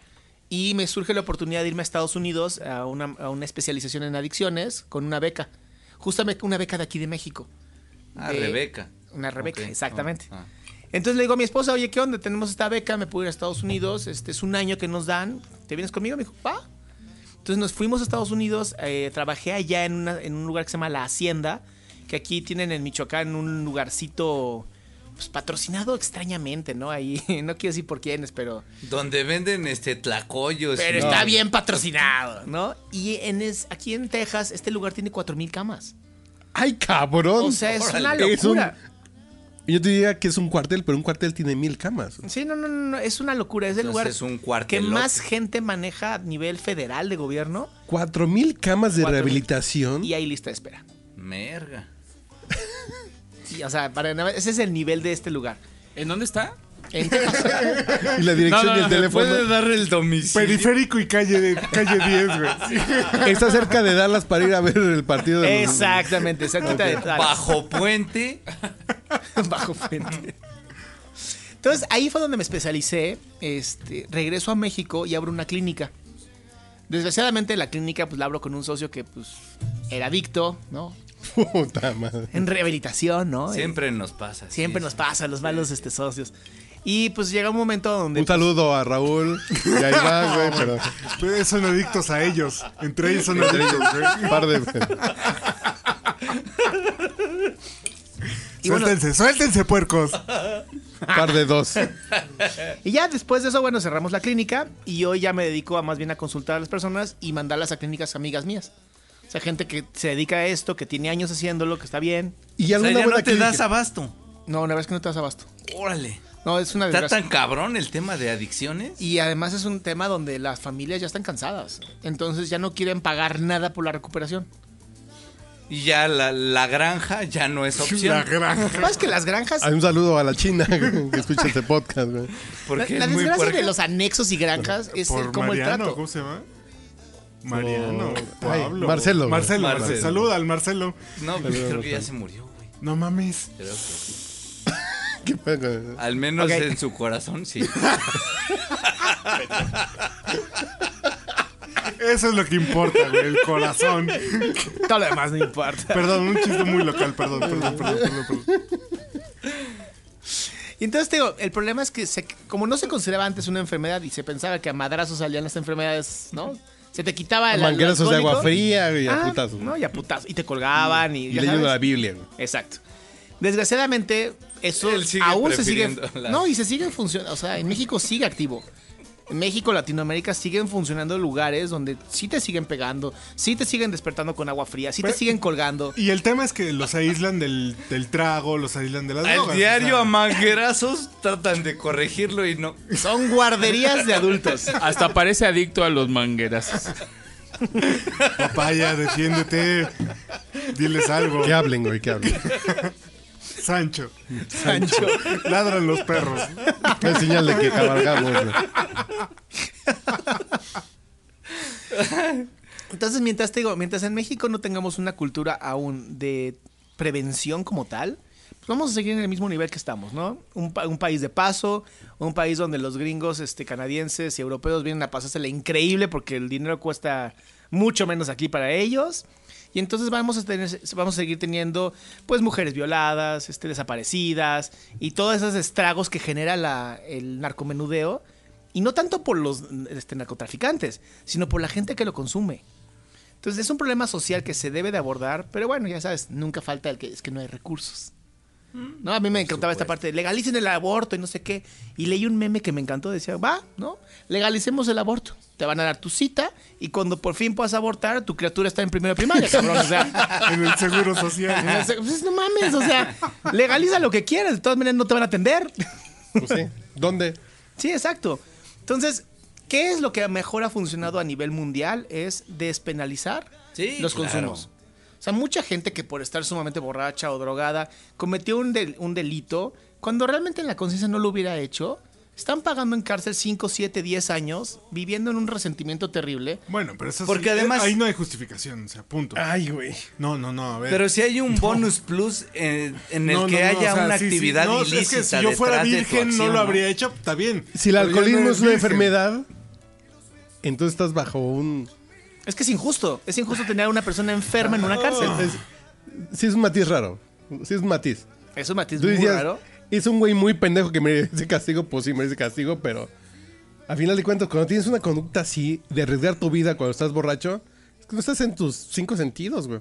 [SPEAKER 1] Y me surge la oportunidad de irme a Estados Unidos a una, a una especialización en adicciones con una beca. Justamente una beca de aquí de México.
[SPEAKER 9] Ah,
[SPEAKER 1] De-
[SPEAKER 9] Rebeca.
[SPEAKER 1] Una Rebeca,
[SPEAKER 9] Ok,
[SPEAKER 1] exactamente.
[SPEAKER 9] ah.
[SPEAKER 1] Entonces le digo a mi esposa, oye, ¿qué onda? Tenemos esta beca, me puedo ir a Estados Unidos, este es un año que nos dan, ¿te vienes conmigo? Me dijo, pa. Entonces nos fuimos a Estados Unidos, eh, trabajé allá en, una- en un lugar que se llama La Hacienda, que aquí tienen en Michoacán un lugarcito pues, patrocinado extrañamente, ¿no? Ahí, [LAUGHS] no quiero decir por quiénes, pero...
[SPEAKER 9] Donde venden este tlacoyos.
[SPEAKER 8] Pues
[SPEAKER 1] Pero
[SPEAKER 9] y-
[SPEAKER 1] está bien patrocinado, ¿no? Y en es, aquí en Texas, este lugar tiene 4.000 camas.
[SPEAKER 8] ¡Ay, cabrón!
[SPEAKER 1] O sea, es una
[SPEAKER 8] Es un-
[SPEAKER 1] locura.
[SPEAKER 8] yo te diría que es un cuartel, pero un cuartel tiene mil camas.
[SPEAKER 1] Sí, no, no, no, no, es una locura. Es el
[SPEAKER 8] Entonces
[SPEAKER 1] lugar
[SPEAKER 8] es un
[SPEAKER 1] que
[SPEAKER 8] cuartelote.
[SPEAKER 1] más gente maneja a nivel federal de gobierno
[SPEAKER 8] Cuatro mil camas de
[SPEAKER 1] Cuatro mil.
[SPEAKER 8] rehabilitación.
[SPEAKER 1] y hay lista de espera.
[SPEAKER 9] Merga.
[SPEAKER 1] Sí, o sea, para nada- ese es el nivel de este lugar.
[SPEAKER 10] ¿En dónde está?
[SPEAKER 9] [LAUGHS]
[SPEAKER 1] En Texas.
[SPEAKER 8] [LAUGHS] Y la dirección y el teléfono.
[SPEAKER 7] Pues, Periférico y calle, de, calle
[SPEAKER 1] [LAUGHS]
[SPEAKER 7] 10, güey.
[SPEAKER 8] Está cerca de Dallas para ir a ver el partido. de los-
[SPEAKER 1] Exactamente, cerquita de [LAUGHS]
[SPEAKER 8] Ok.
[SPEAKER 1] Dallas.
[SPEAKER 8] Bajo
[SPEAKER 9] puente.
[SPEAKER 1] Bajo puente. Entonces ahí fue donde me especialicé. Este, regreso a México y abro una clínica. Desgraciadamente la clínica pues la abro con un socio que pues era adicto, ¿no?
[SPEAKER 8] Puta madre.
[SPEAKER 1] En rehabilitación, ¿no?
[SPEAKER 9] Siempre nos pasa.
[SPEAKER 1] Eh, siempre
[SPEAKER 9] sí,
[SPEAKER 1] nos pasa los malos este, socios. Y pues llega un momento donde
[SPEAKER 8] Un saludo a Raúl. Y ahí va, güey, pero. [LAUGHS]
[SPEAKER 7] Ustedes Pues, son adictos a ellos. Entre ellos son adictos, güey.
[SPEAKER 8] Par de-
[SPEAKER 1] bueno-
[SPEAKER 7] suéltense, suéltense, puercos.
[SPEAKER 8] Par de [LAUGHS] dos.
[SPEAKER 1] Y ya después de eso, bueno, cerramos la clínica y hoy ya me dedico a más bien a consultar a las personas y mandarlas a clínicas amigas mías. O sea, gente que se dedica a esto, que tiene años haciéndolo, que está bien.
[SPEAKER 8] Y alguna buena clínica.
[SPEAKER 9] abasto.
[SPEAKER 1] No, la verdad es que no te das abasto.
[SPEAKER 9] Órale.
[SPEAKER 8] Ah,
[SPEAKER 1] No, es una
[SPEAKER 9] ¿Está
[SPEAKER 1] desgracia.
[SPEAKER 9] tan cabrón el tema de adicciones?
[SPEAKER 1] Y además es un tema donde las familias ya están cansadas. Entonces ya no quieren pagar nada por la recuperación.
[SPEAKER 9] Y ya la, la granja ya no es opción.
[SPEAKER 8] [LAUGHS] La granja.
[SPEAKER 1] Lo que pasa es que las granjas.
[SPEAKER 8] Hay un saludo a la China [LAUGHS] güey, que escucha este podcast, güey.
[SPEAKER 1] La, la desgracia de los anexos y granjas es el-
[SPEAKER 7] Por
[SPEAKER 1] como el
[SPEAKER 7] Mariano,
[SPEAKER 1] trato.
[SPEAKER 7] ¿cómo se llama? Mariano,
[SPEAKER 8] Ay,
[SPEAKER 7] Pablo.
[SPEAKER 8] Marcelo, güey.
[SPEAKER 7] Oh, Marcelo,
[SPEAKER 8] Marcelo.
[SPEAKER 7] Marcelo. Saluda al Marcelo.
[SPEAKER 9] No,
[SPEAKER 8] Saludos,
[SPEAKER 9] creo que ya
[SPEAKER 8] Marcelo.
[SPEAKER 9] se murió, güey.
[SPEAKER 7] No mames.
[SPEAKER 9] Creo que sí.
[SPEAKER 8] Qué pedo.
[SPEAKER 9] Al menos
[SPEAKER 8] Ok.
[SPEAKER 9] en su corazón,
[SPEAKER 7] [LAUGHS]
[SPEAKER 9] sí.
[SPEAKER 7] Eso es lo que importa, güey, el [LAUGHS] corazón.
[SPEAKER 1] Todo lo demás no importa.
[SPEAKER 7] Perdón, un chiste muy local, perdón, perdón, perdón, perdón. perdón.
[SPEAKER 1] Y entonces te digo, el problema es que se- como no se consideraba antes una enfermedad y se pensaba que a madrazos salían las enfermedades, ¿no? Se te quitaba el
[SPEAKER 8] Manguerazos de
[SPEAKER 1] Ah, alcohólico.
[SPEAKER 8] agua fría y a
[SPEAKER 1] Ah,
[SPEAKER 8] putazos.
[SPEAKER 1] No, y a putazos. Y te colgaban y.
[SPEAKER 8] Y
[SPEAKER 1] ya
[SPEAKER 8] leyendo
[SPEAKER 1] sabes.
[SPEAKER 8] la Biblia, güey.
[SPEAKER 1] Exacto. Desgraciadamente, eso aún se sigue.
[SPEAKER 9] prefiriendo las-
[SPEAKER 1] No, y se siguen funcionando. O sea, en México sigue activo. En México, Latinoamérica siguen funcionando lugares donde sí te siguen pegando, sí te siguen despertando con agua fría, sí te
[SPEAKER 7] Pero-
[SPEAKER 1] siguen colgando.
[SPEAKER 7] Y el tema es que los aíslan del, del trago, los aíslan de las drogas.
[SPEAKER 9] Al
[SPEAKER 7] o
[SPEAKER 9] diario
[SPEAKER 7] sea.
[SPEAKER 9] a manguerazos tratan de corregirlo y no.
[SPEAKER 1] Son guarderías de adultos.
[SPEAKER 14] Hasta parece adicto a los manguerazos.
[SPEAKER 7] Papaya, defiéndete. Diles algo.
[SPEAKER 8] Que hablen, güey, que hablen.
[SPEAKER 7] Sancho.
[SPEAKER 1] Sancho.
[SPEAKER 7] Ladran los perros.
[SPEAKER 8] Es señal de [LAUGHS] que cabalgamos, güey.
[SPEAKER 1] Entonces, mientras te digo, mientras en México no tengamos una cultura aún de prevención como tal, pues vamos a seguir en el mismo nivel que estamos, ¿no? Un, pa- un país de paso, un país donde los gringos este, canadienses y europeos vienen a pasársela increíble porque el dinero cuesta mucho menos aquí para ellos. Y entonces vamos a, tener, vamos a seguir teniendo pues mujeres violadas, este, desaparecidas y todos esos estragos que genera la- el narcomenudeo. Y no tanto por los este, narcotraficantes, sino por la gente que lo consume. Entonces es un problema social que se debe de abordar, pero bueno, ya sabes, nunca falta el que es que no hay recursos. No, a mí me encantaba esta parte, de legalicen el aborto y no sé qué. Y leí un meme que me encantó, decía, va, ¿no? Legalicemos el aborto. Te van a dar tu cita y cuando por fin puedas abortar, tu criatura está en primero de primaria, cabrón. O sea, [LAUGHS]
[SPEAKER 7] En el seguro social.
[SPEAKER 1] pues no mames, o sea, legaliza lo que quieras, de todas maneras no te van a atender.
[SPEAKER 8] Pues sí. ¿Dónde?
[SPEAKER 1] Sí, exacto. Entonces, ¿qué es lo que mejor ha funcionado a nivel mundial? Es despenalizar
[SPEAKER 9] Sí,
[SPEAKER 1] los
[SPEAKER 9] claro.
[SPEAKER 1] consumos. O sea, mucha gente que por estar sumamente borracha o drogada cometió un, del- un delito, cuando realmente en la conciencia no lo hubiera hecho, están pagando en cárcel 5, 7, 10 años, viviendo en un resentimiento terrible.
[SPEAKER 7] Bueno, pero eso
[SPEAKER 9] Porque
[SPEAKER 7] sí,
[SPEAKER 9] además-
[SPEAKER 7] Ahí no hay justificación, o sea, punto. Ay, güey. No, no, no, a ver.
[SPEAKER 9] Pero si hay un bonus plus en, en el
[SPEAKER 7] No,
[SPEAKER 9] que
[SPEAKER 7] no, no,
[SPEAKER 9] haya
[SPEAKER 7] o sea,
[SPEAKER 9] una
[SPEAKER 7] sí, sí.
[SPEAKER 9] actividad
[SPEAKER 7] No, es que
[SPEAKER 9] ilícita.
[SPEAKER 7] si yo fuera
[SPEAKER 9] detrás de tu
[SPEAKER 7] virgen, no
[SPEAKER 9] acción,
[SPEAKER 7] lo habría hecho, está bien.
[SPEAKER 8] Si el
[SPEAKER 7] Pero yo no
[SPEAKER 8] alcoholismo
[SPEAKER 7] eres
[SPEAKER 8] es una
[SPEAKER 7] virgen.
[SPEAKER 8] enfermedad, entonces estás bajo un.
[SPEAKER 1] Es que es injusto. Es injusto tener a una persona enferma en una cárcel.
[SPEAKER 8] [LAUGHS] Es, sí, es un matiz raro. Sí, es un matiz.
[SPEAKER 1] Es un matiz
[SPEAKER 8] Tú
[SPEAKER 1] muy
[SPEAKER 8] dirías,
[SPEAKER 1] raro.
[SPEAKER 8] Es un güey muy pendejo que merece castigo, pues sí, merece castigo, pero a final de cuentas, cuando tienes una conducta así, de arriesgar tu vida cuando estás borracho, es que no estás en tus cinco sentidos, güey.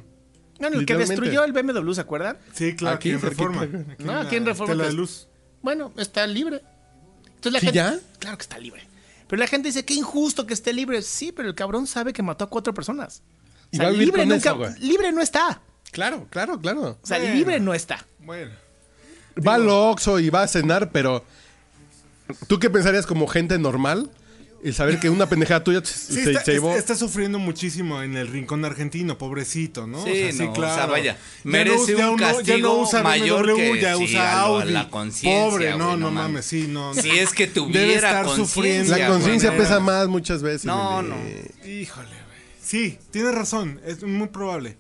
[SPEAKER 1] No, no, el que
[SPEAKER 8] Literalmente.
[SPEAKER 1] destruyó el BMW, ¿se acuerdan?
[SPEAKER 7] Sí, claro, aquí, en
[SPEAKER 8] cerquita.
[SPEAKER 7] Reforma.
[SPEAKER 1] no, aquí en Reforma.
[SPEAKER 7] Tela de
[SPEAKER 1] que-
[SPEAKER 7] luz.
[SPEAKER 1] Bueno, está libre. Entonces la
[SPEAKER 8] ¿Sí,
[SPEAKER 1] gente,
[SPEAKER 8] ya?
[SPEAKER 1] Claro que está libre. Pero la gente dice, qué injusto que esté libre. Sí, pero el cabrón sabe que mató a cuatro personas.
[SPEAKER 8] Y va a vivir
[SPEAKER 1] libre,
[SPEAKER 8] con
[SPEAKER 1] nunca-
[SPEAKER 8] eso, güey.
[SPEAKER 1] libre no está.
[SPEAKER 8] Claro, claro, claro.
[SPEAKER 1] O sea,
[SPEAKER 7] Bueno.
[SPEAKER 1] libre no está.
[SPEAKER 7] Bueno.
[SPEAKER 8] Va al Oxxo y va a cenar, pero ¿tú qué pensarías como gente normal? El saber que una pendejada tuya se,
[SPEAKER 7] Sí,
[SPEAKER 8] se-
[SPEAKER 7] está,
[SPEAKER 8] se llevó.
[SPEAKER 7] está sufriendo muchísimo en el rincón argentino, pobrecito, ¿no?
[SPEAKER 9] Sí, no, o sea, vaya,
[SPEAKER 7] Ya
[SPEAKER 9] merece
[SPEAKER 7] ya
[SPEAKER 9] un
[SPEAKER 7] uno- ya no
[SPEAKER 9] castigo
[SPEAKER 7] usa
[SPEAKER 9] mayor
[SPEAKER 7] BMW,
[SPEAKER 9] que-
[SPEAKER 7] ya
[SPEAKER 9] sí,
[SPEAKER 7] usa
[SPEAKER 9] a lo- a
[SPEAKER 7] Audi.
[SPEAKER 9] la conciencia,
[SPEAKER 7] Pobre, no,
[SPEAKER 9] güey,
[SPEAKER 7] no
[SPEAKER 9] no
[SPEAKER 7] mames,
[SPEAKER 9] mames.
[SPEAKER 7] sí, no.
[SPEAKER 9] Si es que tuviera
[SPEAKER 7] Debe estar
[SPEAKER 9] conciencia,
[SPEAKER 7] sufriendo.
[SPEAKER 8] La conciencia
[SPEAKER 9] bueno.
[SPEAKER 8] pesa más muchas veces.
[SPEAKER 9] No,
[SPEAKER 8] Lili.
[SPEAKER 9] no.
[SPEAKER 7] Híjole, güey. Sí, tienes razón, es muy probable.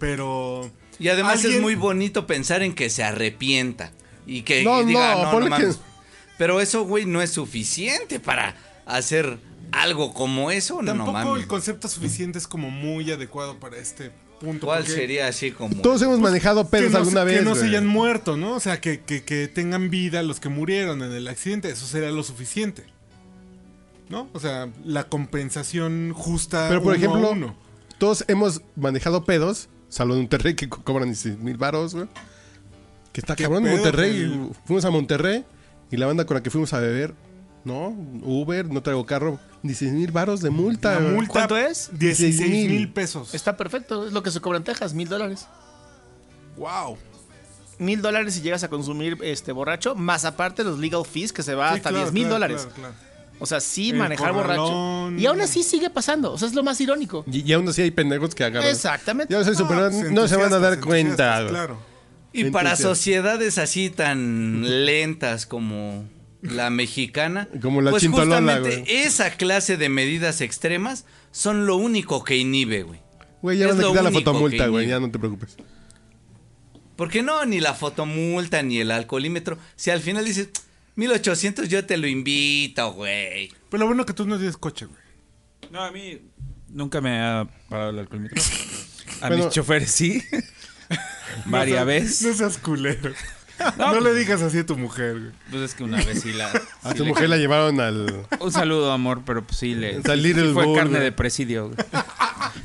[SPEAKER 7] Pero.
[SPEAKER 9] Y además es
[SPEAKER 7] alguien-
[SPEAKER 9] muy bonito pensar en que se arrepienta y que
[SPEAKER 8] No,
[SPEAKER 9] y diga,
[SPEAKER 8] no,
[SPEAKER 9] no, no,
[SPEAKER 8] ponle que-
[SPEAKER 9] mames". Pero eso, güey, no es suficiente para hacer algo como eso, no,
[SPEAKER 7] Tampoco
[SPEAKER 9] mames.
[SPEAKER 7] el concepto suficiente es como muy adecuado para este punto.
[SPEAKER 9] ¿Cuál
[SPEAKER 7] porque
[SPEAKER 9] sería así como?
[SPEAKER 8] Todos hemos manejado
[SPEAKER 7] Que
[SPEAKER 8] pedos
[SPEAKER 7] no,
[SPEAKER 8] alguna
[SPEAKER 7] se-
[SPEAKER 8] vez.
[SPEAKER 7] que no se
[SPEAKER 8] güey.
[SPEAKER 7] hayan muerto, ¿no? O sea, que, que- que tengan vida los que murieron en el accidente. Eso sería lo suficiente. ¿No? O sea, la compensación justa.
[SPEAKER 8] Pero por
[SPEAKER 7] uno a
[SPEAKER 8] ejemplo,
[SPEAKER 7] uno.
[SPEAKER 8] todos hemos manejado pedos, salvo en Monterrey que co- cobran 16 mil baros, güey. Que está
[SPEAKER 7] ¿Qué
[SPEAKER 8] cabrón en
[SPEAKER 7] pedo,
[SPEAKER 8] Monterrey.
[SPEAKER 7] güey?
[SPEAKER 8] Fuimos a Monterrey y la banda con la que fuimos a beber, no, Uber, no traigo carro, 16 mil baros de multa.
[SPEAKER 7] La
[SPEAKER 8] güey.
[SPEAKER 7] multa,
[SPEAKER 1] ¿Cuánto es?
[SPEAKER 7] 16
[SPEAKER 8] 16,000
[SPEAKER 7] mil pesos.
[SPEAKER 1] Está perfecto. Es lo que se cobra en Texas, mil dólares.
[SPEAKER 7] ¡Wow!
[SPEAKER 1] Mil dólares si llegas a consumir este borracho, más aparte los legal fees que se va
[SPEAKER 7] Sí,
[SPEAKER 1] hasta
[SPEAKER 7] claro,
[SPEAKER 1] diez mil
[SPEAKER 7] claro,
[SPEAKER 1] dólares.
[SPEAKER 7] claro, claro.
[SPEAKER 1] O sea, sí
[SPEAKER 7] El
[SPEAKER 1] manejar borracho.
[SPEAKER 7] corralón.
[SPEAKER 1] Y aún así sigue pasando. O sea, es lo más irónico.
[SPEAKER 8] Y, y aún así hay pendejos que agarran.
[SPEAKER 1] Exactamente.
[SPEAKER 8] Yo soy
[SPEAKER 7] Ah,
[SPEAKER 8] superman,
[SPEAKER 7] pues,
[SPEAKER 8] no se van a dar
[SPEAKER 7] entusiastas,
[SPEAKER 8] cuenta.
[SPEAKER 7] entusiastas,
[SPEAKER 8] güey.
[SPEAKER 7] Claro.
[SPEAKER 9] Y para
[SPEAKER 8] Entusiasmo.
[SPEAKER 9] sociedades así tan lentas como la mexicana,
[SPEAKER 8] Como la
[SPEAKER 9] pues
[SPEAKER 8] chintolola,
[SPEAKER 9] justamente
[SPEAKER 8] güey.
[SPEAKER 9] esa clase de medidas extremas son lo único que inhibe, güey.
[SPEAKER 8] Güey, ya
[SPEAKER 9] Es
[SPEAKER 8] van a
[SPEAKER 9] lo
[SPEAKER 8] quitar la
[SPEAKER 9] único
[SPEAKER 8] fotomulta,
[SPEAKER 9] que
[SPEAKER 8] güey,
[SPEAKER 9] inhibe.
[SPEAKER 8] ya no te preocupes.
[SPEAKER 9] Porque no, ni la fotomulta, ni el alcoholímetro. Si al final dices, 1800 yo te lo invito, güey.
[SPEAKER 7] Pero lo bueno que tú no tienes coche, güey.
[SPEAKER 10] No, a mí nunca me ha parado el alcoholímetro. A
[SPEAKER 8] Bueno.
[SPEAKER 10] mis choferes
[SPEAKER 8] [LAUGHS]
[SPEAKER 10] sí. Varias veces.
[SPEAKER 7] No seas culero.
[SPEAKER 10] [LAUGHS] No,
[SPEAKER 7] No, le digas así a tu mujer, güey.
[SPEAKER 10] Pues es que una vez sí la.
[SPEAKER 8] A
[SPEAKER 10] sí
[SPEAKER 8] tu
[SPEAKER 10] le-
[SPEAKER 8] mujer la llevaron al.
[SPEAKER 10] Un saludo, amor, pero pues sí le.
[SPEAKER 8] Salir
[SPEAKER 10] sí
[SPEAKER 8] el
[SPEAKER 10] fue
[SPEAKER 8] burro.
[SPEAKER 10] carne de presidio. güey.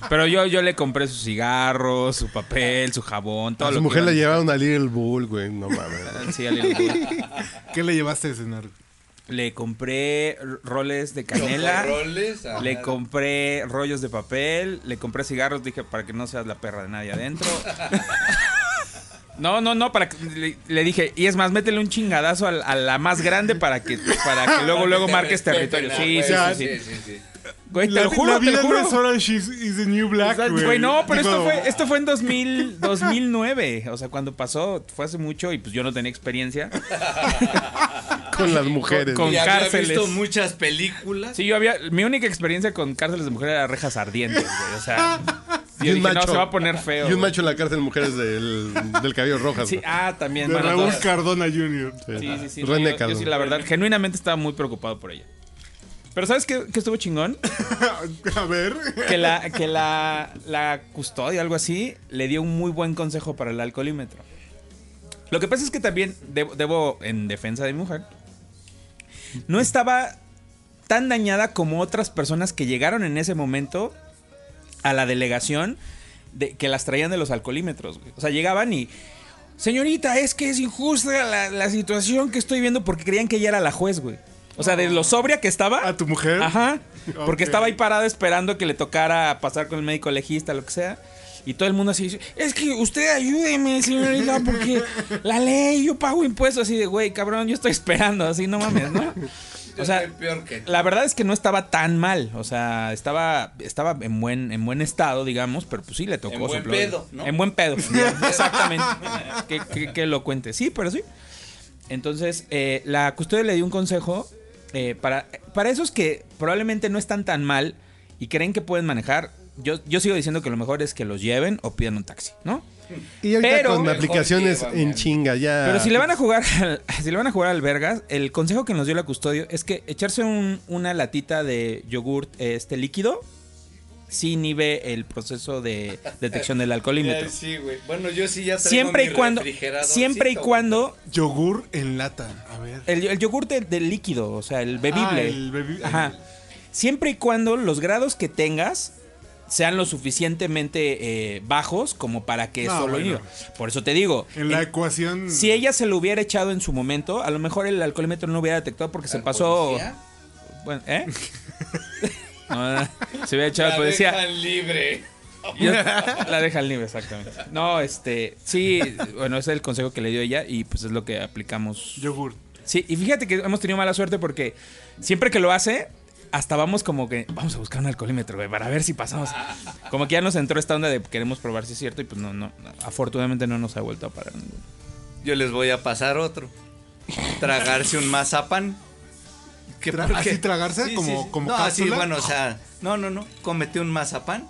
[SPEAKER 10] Pero yo, yo le compré sus cigarros, su papel, su jabón, todo
[SPEAKER 8] A
[SPEAKER 10] lo
[SPEAKER 8] su
[SPEAKER 10] que
[SPEAKER 8] mujer la
[SPEAKER 10] iban-
[SPEAKER 8] llevaron al Little Bull, güey, no
[SPEAKER 10] [LAUGHS]
[SPEAKER 8] mames.
[SPEAKER 10] Sí, al Little Bull.
[SPEAKER 7] ¿Qué le llevaste de cenar? güey?
[SPEAKER 10] Le compré roles de canela.
[SPEAKER 9] Chocorroles, ajá.
[SPEAKER 10] Le compré rollos de papel, le compré cigarros, dije para que no seas la perra de nadie [LAUGHS] adentro. No, no, no, para que- le, le dije, y es más, métele un chingadazo al- a, la más grande para que, para que luego, luego marques territorio. Sí, sí,
[SPEAKER 9] Ah,
[SPEAKER 10] sí,
[SPEAKER 9] güey,
[SPEAKER 10] sí.
[SPEAKER 9] sí, sí, sí.
[SPEAKER 10] Güey, te
[SPEAKER 7] La-
[SPEAKER 10] lo juro,
[SPEAKER 7] la
[SPEAKER 10] te
[SPEAKER 7] vida
[SPEAKER 10] lo
[SPEAKER 7] no es
[SPEAKER 10] juro.
[SPEAKER 7] Orange is, is the New Black, güey.
[SPEAKER 10] Güey, no, pero esto
[SPEAKER 7] Digo,
[SPEAKER 10] fue, esto fue en 2000, 2009. O sea, cuando pasó, fue hace mucho y pues yo no tenía experiencia.
[SPEAKER 8] Con las mujeres.
[SPEAKER 10] Con
[SPEAKER 9] Y había
[SPEAKER 10] cárceles.
[SPEAKER 9] visto muchas películas.
[SPEAKER 10] Sí, yo había. Mi única experiencia con cárceles de mujeres era rejas ardientes, güey. O sea.
[SPEAKER 8] Y
[SPEAKER 10] yo
[SPEAKER 8] un
[SPEAKER 10] dije,
[SPEAKER 8] macho.
[SPEAKER 10] no, se va a poner feo.
[SPEAKER 8] Y un
[SPEAKER 10] güey".
[SPEAKER 8] macho en la cárcel, mujeres del, del cabello rojas.
[SPEAKER 10] Sí,
[SPEAKER 8] güey.
[SPEAKER 10] ah, también.
[SPEAKER 7] De
[SPEAKER 10] bueno,
[SPEAKER 7] Raúl
[SPEAKER 10] entonces-
[SPEAKER 7] Cardona Jr.
[SPEAKER 10] sí, sí, sí. no,
[SPEAKER 8] René
[SPEAKER 10] yo- yo,
[SPEAKER 8] Calvo.
[SPEAKER 10] sí, la verdad, genuinamente estaba muy preocupado por ella. Pero ¿sabes qué, qué estuvo chingón?
[SPEAKER 7] [LAUGHS] A ver.
[SPEAKER 10] Que la, que la, la custodia, algo así, le dio un muy buen consejo para el alcoholímetro. Lo que pasa es que también debo, debo, en defensa de mi mujer, no estaba tan dañada como otras personas que llegaron en ese momento a la delegación de, que las traían de los alcoholímetros. güey. O sea, llegaban y... Señorita, es que es injusta la, la situación que estoy viendo porque creían que ella era la juez, güey. O sea, de lo sobria que estaba...
[SPEAKER 7] ¿A tu mujer?
[SPEAKER 10] Ajá. Porque
[SPEAKER 7] Ok.
[SPEAKER 10] estaba ahí parada esperando que le tocara pasar con el médico legista, lo que sea. Y todo el mundo así dice, es que usted ayúdeme, señorita, porque la ley, yo pago impuestos. Así de, güey, cabrón, yo estoy esperando, así no mames,
[SPEAKER 7] [LAUGHS]
[SPEAKER 10] ¿no? O sea,
[SPEAKER 7] Este,
[SPEAKER 9] estoy peor que tú.
[SPEAKER 10] la verdad es que no estaba tan mal. O sea, estaba, estaba en, buen, en buen estado, digamos, pero pues sí le tocó
[SPEAKER 9] En buen
[SPEAKER 10] soplo-
[SPEAKER 9] pedo, ¿no?
[SPEAKER 10] En buen
[SPEAKER 9] [LAUGHS]
[SPEAKER 10] pedo, exactamente. que, que, que lo cuente. Sí, pero sí. Entonces, eh, la custodia le dio un consejo eh, para, para esos que probablemente no están tan mal y creen que pueden manejar. Yo, yo sigo diciendo que lo mejor es que los lleven o pidan un taxi, ¿no?
[SPEAKER 8] Y ahorita
[SPEAKER 10] Pero-
[SPEAKER 8] con
[SPEAKER 10] Mejor
[SPEAKER 8] aplicaciones
[SPEAKER 9] llévame.
[SPEAKER 8] en chinga, ya.
[SPEAKER 10] Pero si le van a jugar al, [LAUGHS] si le van a jugar al vergas, el consejo que nos dio la custodio es que echarse un- una latita de yogurt eh, este líquido sí inhibe el proceso de detección
[SPEAKER 9] [LAUGHS]
[SPEAKER 10] del alcoholímetro.
[SPEAKER 9] Ay, sí, güey. Bueno, yo sí ya traigo
[SPEAKER 10] Siempre y
[SPEAKER 9] mi
[SPEAKER 10] cuando
[SPEAKER 9] refrigeradorcito,
[SPEAKER 10] siempre y
[SPEAKER 9] güey.
[SPEAKER 10] cuando
[SPEAKER 7] Yogur en lata. A ver.
[SPEAKER 10] el, el yogur de- del líquido, o sea, el bebible.
[SPEAKER 7] el bebi-
[SPEAKER 10] Ajá. Siempre y cuando los grados que tengas sean lo suficientemente eh, bajos como para que
[SPEAKER 7] No,
[SPEAKER 10] eso lo
[SPEAKER 7] bueno.
[SPEAKER 10] inhiba. Por eso te digo.
[SPEAKER 7] En la
[SPEAKER 10] en-
[SPEAKER 7] ecuación.
[SPEAKER 10] Eh, si ella se lo hubiera echado en su momento, a lo mejor el alcoholímetro no lo hubiera detectado porque se pasó.
[SPEAKER 9] ¿Alcoholicía?
[SPEAKER 10] Bueno, ¿eh? No, se hubiera echado, pero decía.
[SPEAKER 9] libre.
[SPEAKER 10] Yo- la dejan libre, exactamente. No, este, sí, bueno, ese es el consejo que le dio ella y pues es lo que aplicamos.
[SPEAKER 7] Yogur.
[SPEAKER 10] Sí, y fíjate que hemos tenido mala suerte porque siempre que lo hace, hasta vamos como que, vamos a buscar un alcoholímetro, güey, para ver si pasamos. Como que ya nos entró esta onda de queremos probar si es cierto y pues no, no, afortunadamente no nos ha vuelto a parar ninguno.
[SPEAKER 9] Yo les voy a pasar otro. Tragarse un mazapán. ¿Qué
[SPEAKER 7] Tra-
[SPEAKER 9] por qué?
[SPEAKER 7] ¿así tragarse? ¿Como- como
[SPEAKER 9] no, así,
[SPEAKER 7] cápsula?
[SPEAKER 9] bueno, o sea, no, no, no. Comete un mazapán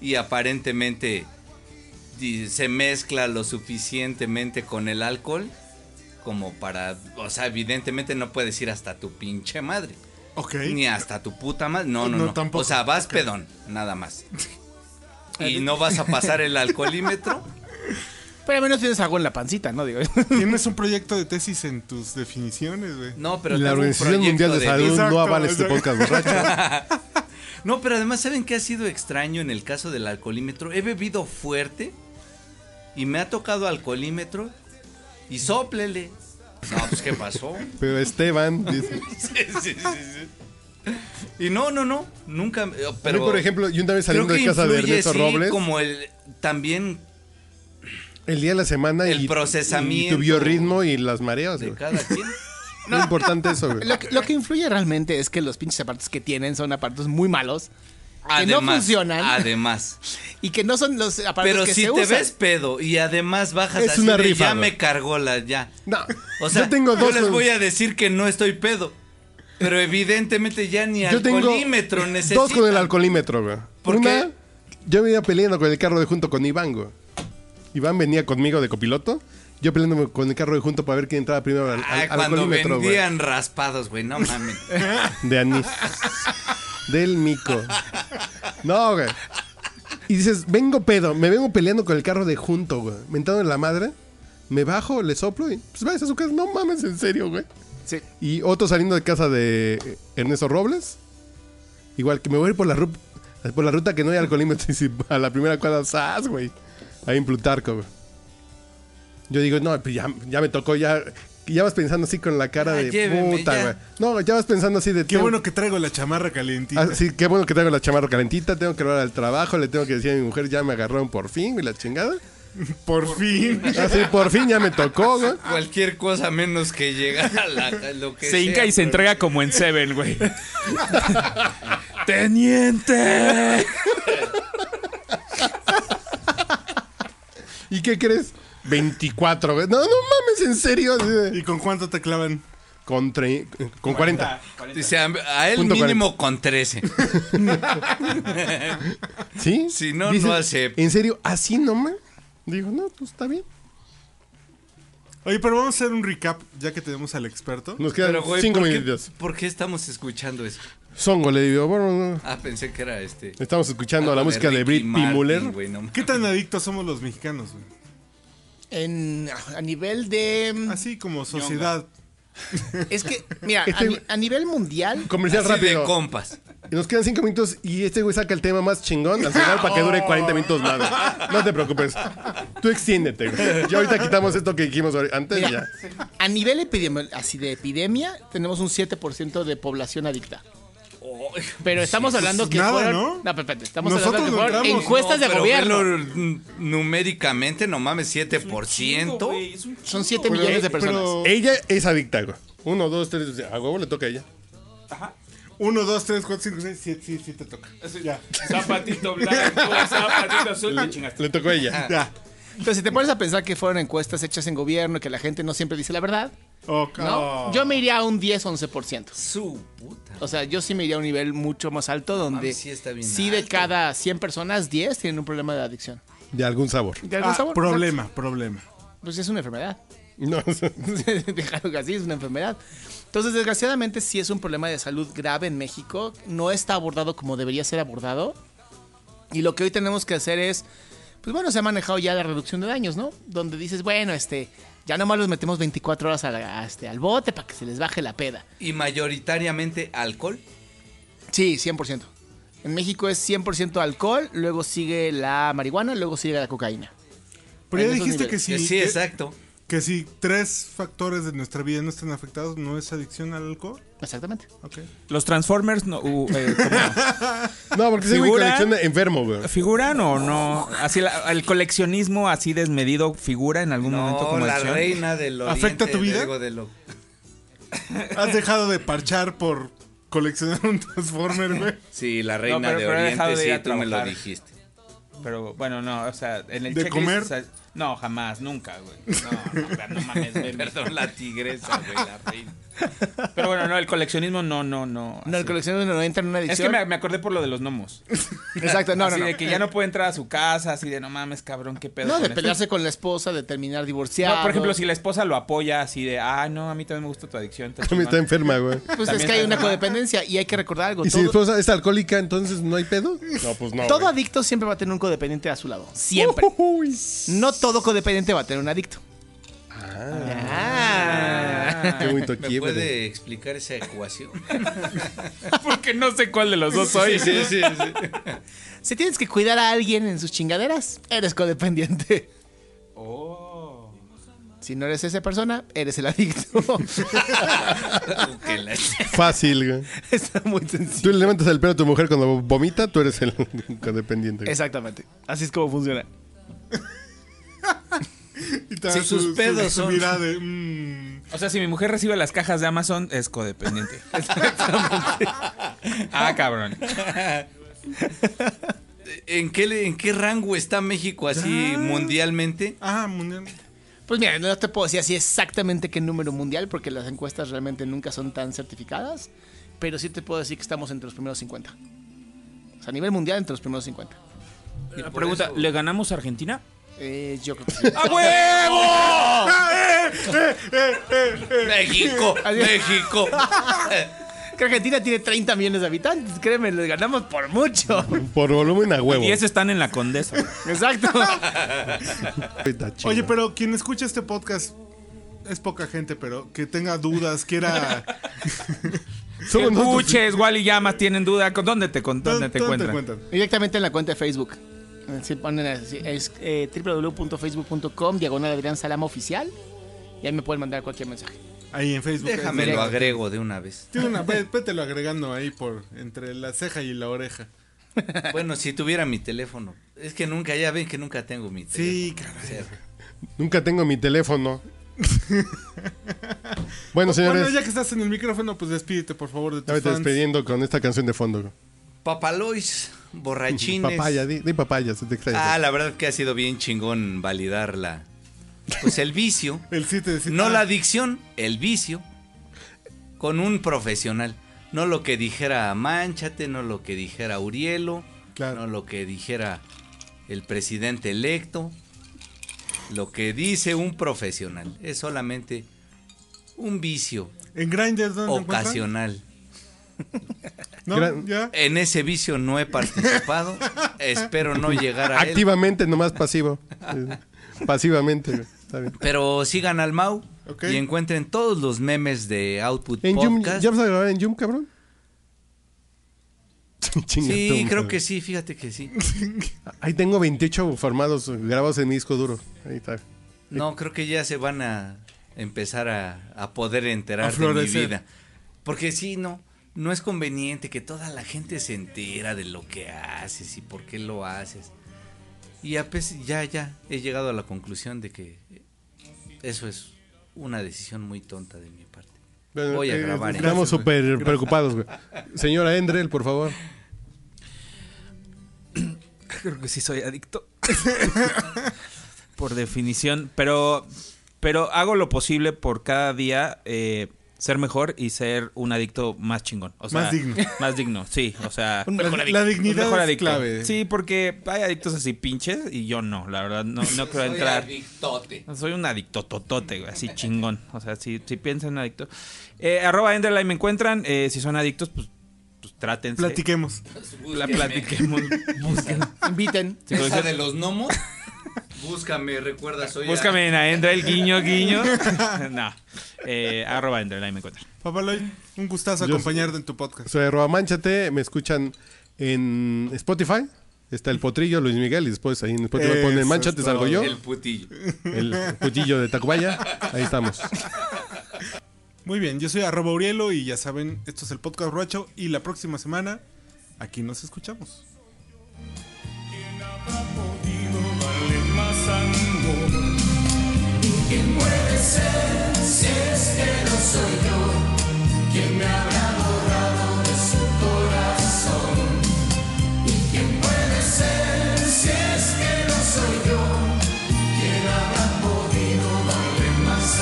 [SPEAKER 9] y aparentemente di- se mezcla lo suficientemente con el alcohol como para, o sea, evidentemente no puedes ir hasta tu pinche madre.
[SPEAKER 7] Ok.
[SPEAKER 9] Ni hasta tu puta madre. No, no,
[SPEAKER 7] No,
[SPEAKER 9] no.
[SPEAKER 7] tampoco.
[SPEAKER 9] O sea, vas pedón, nada
[SPEAKER 8] [LAUGHS]
[SPEAKER 9] más. Y no vas a pasar el alcoholímetro.
[SPEAKER 1] Pero al menos tienes algo en la pancita, ¿no? Digo. [LAUGHS]
[SPEAKER 7] Tienes un proyecto de tesis en tus definiciones, güey.
[SPEAKER 9] No,
[SPEAKER 8] pero La tengo un Organización proyecto Mundial de de- Salud no avala este podcast,
[SPEAKER 9] No, pero además, ¿saben qué ha sido extraño en el caso del alcoholímetro? He bebido fuerte y me ha tocado alcoholímetro y soplele. No, pues, ¿qué
[SPEAKER 8] [LAUGHS]
[SPEAKER 9] pasó?
[SPEAKER 8] Pero
[SPEAKER 10] [LAUGHS]
[SPEAKER 8] Esteban dice.
[SPEAKER 9] Sí, sí, sí, sí. Y no, no, no, nunca. eh, Pero,
[SPEAKER 8] por ejemplo, yo una vez
[SPEAKER 9] creo
[SPEAKER 8] saliendo de
[SPEAKER 9] que
[SPEAKER 8] casa de
[SPEAKER 9] influye,
[SPEAKER 8] Ernesto
[SPEAKER 9] sí,
[SPEAKER 8] Robles-
[SPEAKER 9] como el. También
[SPEAKER 8] El día de la semana y,
[SPEAKER 9] El procesamiento.
[SPEAKER 8] y tu biorritmo y las mareas. güey. No es importante eso,
[SPEAKER 10] [LAUGHS]
[SPEAKER 8] güey.
[SPEAKER 1] Lo, que- lo que influye realmente es que los pinches aparatos que tienen son aparatos muy malos. que no
[SPEAKER 9] Además,
[SPEAKER 1] funcionan. [LAUGHS]
[SPEAKER 9] Además.
[SPEAKER 1] Y que no son los aparatos
[SPEAKER 9] Pero
[SPEAKER 1] que
[SPEAKER 9] si
[SPEAKER 1] se
[SPEAKER 9] te
[SPEAKER 1] usan.
[SPEAKER 9] ves pedo y además bajas
[SPEAKER 1] Es
[SPEAKER 9] así
[SPEAKER 1] una
[SPEAKER 9] de,
[SPEAKER 1] rifa,
[SPEAKER 9] ya
[SPEAKER 1] güey.
[SPEAKER 9] me cargó la ya.
[SPEAKER 8] No.
[SPEAKER 9] O sea,
[SPEAKER 8] yo tengo dos-
[SPEAKER 9] les voy a decir que no estoy pedo. Pero evidentemente ya ni
[SPEAKER 8] Yo tengo
[SPEAKER 9] alcoholímetro necesito.
[SPEAKER 8] Dos con el alcoholímetro, güey. Una, yo me iba peleando con el carro de junto con Iván, güey. Iván venía conmigo de copiloto. Yo peleándome con el carro de junto para ver quién entraba primero al, al-
[SPEAKER 9] Ah,
[SPEAKER 8] al
[SPEAKER 9] cuando
[SPEAKER 8] alcoholímetro, güey.
[SPEAKER 9] vendían raspados, güey, no mames.
[SPEAKER 8] [LAUGHS] De anís. Del mico. No, güey. Y dices, vengo pedo, me vengo peleando con el carro de junto, güey. Mentando en la madre. Me bajo, le soplo y pues vayas a su casa. No mames, en serio, güey.
[SPEAKER 1] Sí.
[SPEAKER 8] Y otro saliendo de casa de Ernesto Robles. Igual que me voy a ir por la, ru- por la ruta que no hay alcoholímetro. [LAUGHS] Y si a la primera cuadra, ¡zas, güey! Ahí en Plutarco, güey. Yo digo, no, pues ya, ya me tocó, ya. Ya vas pensando así con la cara
[SPEAKER 7] Ya,
[SPEAKER 8] de
[SPEAKER 7] llévenme,
[SPEAKER 8] puta,
[SPEAKER 7] ya.
[SPEAKER 8] güey. No, ya vas pensando así de.
[SPEAKER 7] Qué bueno que traigo la chamarra calientita.
[SPEAKER 8] Ah, sí, qué bueno que tengo la chamarra calentita, tengo que hablar al trabajo, le tengo que decir a mi mujer, ya me agarraron por fin, y la chingada.
[SPEAKER 7] Por fin.
[SPEAKER 8] Así, por fin ya me tocó, güey.
[SPEAKER 9] Cualquier cosa menos que llegar a la, lo que
[SPEAKER 10] Se hinca
[SPEAKER 9] sea,
[SPEAKER 10] y se
[SPEAKER 9] pero-
[SPEAKER 10] entrega como en Seven, güey. [LAUGHS] ¡Teniente!
[SPEAKER 8] ¿Y qué crees? 24, güey. No, no mames, en serio.
[SPEAKER 7] ¿Y con cuánto te clavan?
[SPEAKER 8] Con, tre- con 40.
[SPEAKER 9] Dice, a, a él
[SPEAKER 8] Punto
[SPEAKER 9] mínimo con
[SPEAKER 8] [LAUGHS]
[SPEAKER 9] 13.
[SPEAKER 8] ¿Sí?
[SPEAKER 9] Si no,
[SPEAKER 8] Dices,
[SPEAKER 9] no acepto.
[SPEAKER 8] ¿En serio? ¿Así nomás? Digo, no, pues está bien.
[SPEAKER 7] Oye, pero vamos a hacer un recap ya que tenemos al experto.
[SPEAKER 8] Nos quedan Pero, güey, cinco ¿por qué- minutos.
[SPEAKER 9] ¿Por qué estamos escuchando eso?
[SPEAKER 8] Songo le digo, bueno, no.
[SPEAKER 9] Ah, pensé que era este.
[SPEAKER 8] Estamos escuchando la música de Britney Muller.
[SPEAKER 7] ¿Qué tan adictos somos los mexicanos, güey?
[SPEAKER 1] En- a nivel de.
[SPEAKER 7] Así como sociedad.
[SPEAKER 1] Es que, mira, a,
[SPEAKER 8] Este-
[SPEAKER 1] ni- a nivel mundial.
[SPEAKER 8] Comercial rápido.
[SPEAKER 9] compas.
[SPEAKER 8] Nos quedan 5 minutos y este güey saca el tema más chingón al final para que dure 40 minutos más. güey. No te preocupes. Tú extiéndete. güey. Ya ahorita quitamos esto que dijimos ahori- antes y ya.
[SPEAKER 1] Mira, a nivel epidemi- así de epidemia, tenemos un 7% de población adicta. Pero estamos hablando que
[SPEAKER 9] Pues nada,
[SPEAKER 1] fueron,
[SPEAKER 9] ¿no?
[SPEAKER 1] espérate, estamos hablando que fueron encuestas de
[SPEAKER 9] pero
[SPEAKER 1] gobierno.
[SPEAKER 9] velo, n- numéricamente, no mames, 7%.
[SPEAKER 1] Son 7
[SPEAKER 8] Pero-
[SPEAKER 1] millones de
[SPEAKER 8] pero-
[SPEAKER 1] personas.
[SPEAKER 8] Ella es adicta, güey. Uno, dos, tres. A huevo le toca a ella.
[SPEAKER 7] Uno, dos, tres, cuatro, cinco, seis, siete, sí, sí te toca. Ya.
[SPEAKER 10] Zapatito blanco,
[SPEAKER 9] [LAUGHS]
[SPEAKER 10] zapatito azul, te chingaste.
[SPEAKER 8] Le tocó a ella.
[SPEAKER 7] Ya.
[SPEAKER 1] Entonces, si te pones a pensar que fueron encuestas hechas en gobierno y que la gente no siempre dice la verdad,
[SPEAKER 7] Ok.
[SPEAKER 1] ¿no? yo me iría a un 10-11%.
[SPEAKER 9] Su puta.
[SPEAKER 1] O sea, yo sí me iría a un nivel mucho más alto donde
[SPEAKER 9] mames, sí está bien
[SPEAKER 1] sí de cada 100 personas, 10 tienen un problema de adicción.
[SPEAKER 8] De algún sabor.
[SPEAKER 1] ¿De algún
[SPEAKER 7] Ah,
[SPEAKER 1] sabor?
[SPEAKER 7] problema, problema.
[SPEAKER 1] Pues es una enfermedad. [LAUGHS]
[SPEAKER 8] No. [LAUGHS]
[SPEAKER 1] Dejarlo así, es una enfermedad. Entonces, desgraciadamente, sí es un problema de salud grave en México. No está abordado como debería ser abordado. Y lo que hoy tenemos que hacer es, pues bueno, se ha manejado ya la reducción de daños, ¿no? Donde dices, bueno, este, ya nomás los metemos 24 horas a la- a este, al bote para que se les baje la peda.
[SPEAKER 9] Y mayoritariamente alcohol.
[SPEAKER 1] Sí, 100%. En México es 100% alcohol, luego sigue la marihuana, luego sigue la cocaína.
[SPEAKER 7] Pero
[SPEAKER 1] En
[SPEAKER 7] ya
[SPEAKER 1] esos
[SPEAKER 7] dijiste que
[SPEAKER 1] niveles.
[SPEAKER 7] sí. que- Que si tres factores de nuestra vida no están afectados, ¿no es adicción al alcohol?
[SPEAKER 1] Exactamente.
[SPEAKER 8] Ah,
[SPEAKER 7] Ok.
[SPEAKER 10] Los Transformers no. u- eh, como-
[SPEAKER 8] No, porque ese güey
[SPEAKER 10] ¿Figuran?
[SPEAKER 8] colecciona enfermo, güey. [LAUGHS]
[SPEAKER 10] ¿Figuran o no? Así la- el coleccionismo así desmedido figura en algún momento
[SPEAKER 9] No,
[SPEAKER 10] como
[SPEAKER 9] la
[SPEAKER 10] adicción?
[SPEAKER 9] reina del oriente.
[SPEAKER 7] ¿Afecta tu vida?
[SPEAKER 9] digo, de lo-
[SPEAKER 7] ¿Has dejado de parchar por coleccionar un Transformer, güey?
[SPEAKER 9] Sí, la
[SPEAKER 10] No,
[SPEAKER 9] reina
[SPEAKER 10] pero-
[SPEAKER 9] de
[SPEAKER 10] pero he dejado
[SPEAKER 9] oriente,
[SPEAKER 10] de
[SPEAKER 9] sí,
[SPEAKER 10] ir a
[SPEAKER 9] tú me lo
[SPEAKER 10] trabajar.
[SPEAKER 9] dijiste.
[SPEAKER 10] Pero bueno, no, o sea, en el
[SPEAKER 9] ¿De
[SPEAKER 10] checklist,
[SPEAKER 9] comer?
[SPEAKER 10] o sea, no, jamás, nunca, güey.
[SPEAKER 9] [LAUGHS]
[SPEAKER 10] No, no, no mames, güey.
[SPEAKER 9] Perdón, la tigresa, güey, la reina.
[SPEAKER 10] Pero bueno, no, el coleccionismo no, no, no.
[SPEAKER 1] No, el coleccionismo no entra en una
[SPEAKER 10] Es
[SPEAKER 1] adicción.
[SPEAKER 10] que me, me acordé por lo de los gnomos.
[SPEAKER 1] Exacto, no, no,
[SPEAKER 10] Así
[SPEAKER 1] no.
[SPEAKER 10] de que ya no puede entrar a su casa, así de no mames, cabrón, qué pedo.
[SPEAKER 1] No,
[SPEAKER 10] con
[SPEAKER 1] de
[SPEAKER 10] esto?
[SPEAKER 1] pelearse con la esposa, de terminar divorciado.
[SPEAKER 10] No, por ejemplo, si la esposa lo apoya así de, ah, no, a mí también me gusta tu adicción.
[SPEAKER 1] [LAUGHS]
[SPEAKER 8] A mí está enferma, güey.
[SPEAKER 1] Pues es que hay una codependencia y hay que recordar algo.
[SPEAKER 8] ¿Y si
[SPEAKER 1] Todo,
[SPEAKER 8] esposa es alcohólica, entonces no hay pedo? No, pues no.
[SPEAKER 1] todo
[SPEAKER 8] güey.
[SPEAKER 1] adicto siempre va a tener un codependiente a su lado. Siempre. No todo codependiente va a tener un adicto. Ah.
[SPEAKER 8] [LAUGHS] Qué bonito
[SPEAKER 9] ¿Me
[SPEAKER 8] quiebre.
[SPEAKER 9] puede explicar esa ecuación?
[SPEAKER 10] [LAUGHS] Porque no sé cuál de los
[SPEAKER 1] [LAUGHS]
[SPEAKER 10] dos
[SPEAKER 9] Sí,
[SPEAKER 10] soy.
[SPEAKER 9] sí, sí, sí. [LAUGHS]
[SPEAKER 1] Ah. Si tienes que cuidar a alguien en sus chingaderas, eres codependiente.
[SPEAKER 10] Oh.
[SPEAKER 1] Si no eres esa persona, eres el adicto.
[SPEAKER 8] Fácil, güey.
[SPEAKER 1] Está muy sencillo.
[SPEAKER 8] Tú le levantas el pelo a tu mujer cuando vomita, tú eres el [LAUGHS] codependiente. güey.
[SPEAKER 1] Exactamente. Así es como funciona.
[SPEAKER 7] Y te
[SPEAKER 10] Si
[SPEAKER 7] da
[SPEAKER 10] sus
[SPEAKER 7] su- su-
[SPEAKER 10] pedos
[SPEAKER 7] su
[SPEAKER 10] son-
[SPEAKER 7] mirada de, mm,
[SPEAKER 10] O sea, si mi mujer recibe las cajas de Amazon, es
[SPEAKER 1] [LAUGHS]
[SPEAKER 10] codependiente. ah, cabrón.
[SPEAKER 9] ¿En qué, le- ¿En qué rango está México así mundialmente?
[SPEAKER 7] Ah, mundial.
[SPEAKER 1] Pues mira, no te puedo decir así exactamente qué número mundial, porque las encuestas realmente nunca son tan certificadas, pero sí te puedo decir que estamos entre los primeros 50. O sea, a nivel mundial, entre los primeros 50.
[SPEAKER 10] La pregunta, ¿le ganamos a Argentina?
[SPEAKER 1] Eh, yo creo que sí.
[SPEAKER 10] ¡A huevo!
[SPEAKER 7] [LAUGHS]
[SPEAKER 9] México, México.
[SPEAKER 1] Que Argentina tiene 30 millones de habitantes, créeme, les ganamos por mucho.
[SPEAKER 8] Por volumen a huevo.
[SPEAKER 10] Y esos están en la condesa. [LAUGHS]
[SPEAKER 1] Exacto.
[SPEAKER 8] Está chido.
[SPEAKER 7] Oye, pero quien escucha este podcast es poca gente, pero que tenga dudas, quiera.
[SPEAKER 10] Somos Buches, Wally Llamas tienen duda. ¿Con ¿Dónde te, con, dónde te
[SPEAKER 7] ¿Dónde te
[SPEAKER 10] encuentran?
[SPEAKER 1] Directamente en la cuenta de Facebook. Si ponen así, es eh, www.facebook.com, diagonal Adrián Salama Oficial, y ahí me pueden mandar cualquier mensaje.
[SPEAKER 7] Ahí en Facebook.
[SPEAKER 9] Déjame lo agrego de una vez.
[SPEAKER 7] Tiene una, ve- vételo agregando ahí por entre la ceja y la oreja.
[SPEAKER 9] Bueno, si tuviera mi teléfono. Es que nunca, ya ven que nunca tengo mi teléfono.
[SPEAKER 7] Sí,
[SPEAKER 9] O sea,
[SPEAKER 8] Nunca tengo mi teléfono. bueno,
[SPEAKER 7] Bueno,
[SPEAKER 8] señores,
[SPEAKER 7] ya que estás en el micrófono, pues despídete, por favor, de tus
[SPEAKER 8] ya vete
[SPEAKER 7] fans.
[SPEAKER 8] despidiendo con esta canción de fondo.
[SPEAKER 9] Papalois, borrachines.
[SPEAKER 8] Papaya, di, di papaya, se te extraña.
[SPEAKER 9] Ah, la verdad que ha sido bien chingón validarla. Pues el
[SPEAKER 7] [LAUGHS]
[SPEAKER 9] vicio.
[SPEAKER 7] el siete de siete.
[SPEAKER 8] ah.
[SPEAKER 7] Ah,
[SPEAKER 9] No la adicción, el vicio. Con un profesional. No lo que dijera Manchate, no lo que dijera Urielo, no lo que dijera el presidente electo. Lo que dice un profesional es solamente un vicio
[SPEAKER 7] En Grindr, ¿dónde te encuentran?
[SPEAKER 9] ocasional.
[SPEAKER 7] No,
[SPEAKER 8] Gran-
[SPEAKER 7] ya.
[SPEAKER 9] En ese vicio no he
[SPEAKER 8] [LAUGHS]
[SPEAKER 9] participado. Espero no llegar a él.
[SPEAKER 8] Activamente, nomás pasivo. Eh, Pasivamente, güey. está bien.
[SPEAKER 9] Pero sigan al Mau
[SPEAKER 7] Ok.
[SPEAKER 9] y encuentren todos los memes de Output
[SPEAKER 8] En Yum,
[SPEAKER 9] Podcast.
[SPEAKER 8] ¿Ya vas a grabar en Yum, cabrón? Chinga
[SPEAKER 9] [LAUGHS]
[SPEAKER 8] tu
[SPEAKER 9] Sí,
[SPEAKER 8] madre.
[SPEAKER 9] creo que sí, fíjate que sí.
[SPEAKER 8] Ahí tengo 28 formados grabados en mi disco duro. Ahí está.
[SPEAKER 9] No, creo que ya se van a empezar a, a poder enterar
[SPEAKER 7] A
[SPEAKER 9] de mi
[SPEAKER 7] florecer.
[SPEAKER 9] vida. Porque sí, no, no es conveniente que toda la gente se entera de lo que haces y por qué lo haces. Y a pes- ya, ya, he llegado a la conclusión de que eso es una decisión muy tonta de mi parte.
[SPEAKER 8] Bueno,
[SPEAKER 9] Voy a
[SPEAKER 8] eh,
[SPEAKER 9] grabar. en-
[SPEAKER 8] Estamos súper preocupados, güey. Señora Endrel, por favor.
[SPEAKER 10] Creo que sí soy adicto. [LAUGHS] por definición. Pero, pero hago lo posible por cada día eh, ser mejor y ser un adicto más chingón. O sea,
[SPEAKER 7] Más digno.
[SPEAKER 10] Más digno, sí. O sea,
[SPEAKER 7] [LAUGHS] Un mejor La- adicto. la
[SPEAKER 10] Un
[SPEAKER 7] dignidad
[SPEAKER 10] mejor
[SPEAKER 7] es
[SPEAKER 10] adicto.
[SPEAKER 7] clave.
[SPEAKER 10] Sí, porque hay adictos así pinches y yo no, la verdad. No, no creo
[SPEAKER 9] Soy
[SPEAKER 10] entrar.
[SPEAKER 9] adictote.
[SPEAKER 10] Soy un adicto totote, güey, así chingón. O sea, si, si piensan en un adicto. Eh, arroba Enderline me encuentran. Eh, si son adictos, pues, pues trátense.
[SPEAKER 7] Platiquemos.
[SPEAKER 10] La
[SPEAKER 7] [LAUGHS]
[SPEAKER 10] platiquemos. Busquen.
[SPEAKER 1] Inviten.
[SPEAKER 10] Sí, con
[SPEAKER 9] Esa
[SPEAKER 10] ese-
[SPEAKER 9] de los gnomos. [LAUGHS] Búscame, recuerda, soy
[SPEAKER 10] Búscame en Aendra el guiño, guiño. [LAUGHS] no. Eh, arroba Aendra, ahí me encuentran.
[SPEAKER 7] Papaloy, un gustazo
[SPEAKER 8] Yo-
[SPEAKER 7] acompañarte en tu podcast.
[SPEAKER 8] Soy arroba manchate, me escuchan En Spotify está el potrillo Luis Miguel y después ahí en Spotify ponen
[SPEAKER 7] Eso
[SPEAKER 8] mancha,
[SPEAKER 7] es
[SPEAKER 8] te salgo
[SPEAKER 7] todo.
[SPEAKER 8] yo.
[SPEAKER 7] El
[SPEAKER 9] putillo.
[SPEAKER 8] El putillo de Tacubaya. Ahí estamos.
[SPEAKER 7] Muy bien, yo soy arroba Urielo y ya saben, esto es el podcast Roacho y la próxima semana aquí nos escuchamos.
[SPEAKER 15] darle más amor. ¿Quién puede ser si este no soy yo? ¿Quién me habrá borrado de su corazón? ¿Y quién puede ser si es que no soy yo? ¿Quién habrá podido darle más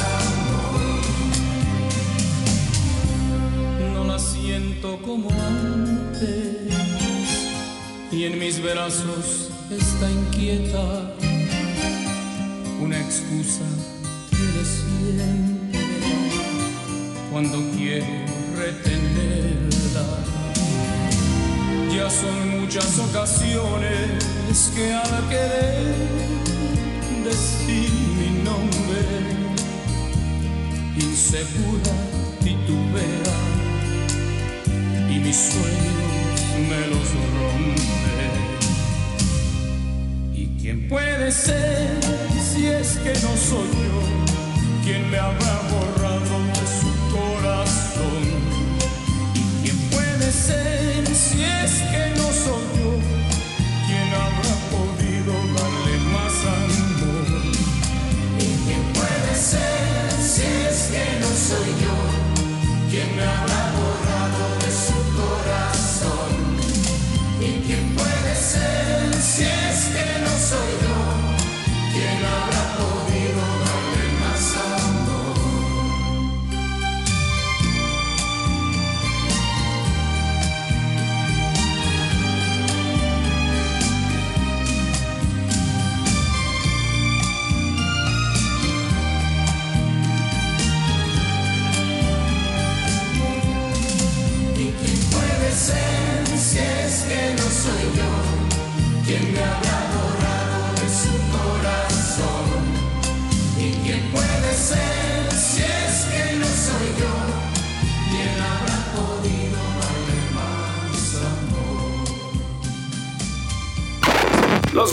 [SPEAKER 15] amor? No la siento como antes y en mis brazos está inquieta. Una excusa tiene siempre cuando quiero retenerla. Ya son muchas ocasiones que al querer decir mi nombre, insegura titubea y mis sueños me los rompe. ¿Quién puede ser si es que no soy yo quien me habrá borrado de su corazón? ¿Y quién puede ser si es que no soy yo quien habrá podido darle más amor? ¿Y quién puede ser si es que no soy yo quien me habrá borrado de su corazón? ¿Y quién puede ser si es que no soy yo? ¿Quién habrá podido darle más amor? ¿Y quién puede ser si es que no soy yo? ¿Quién me habrá borrado de su corazón? ¿Y quién puede ser si es que no soy yo? ¿Quién habrá podido darle más amor?
[SPEAKER 16] Los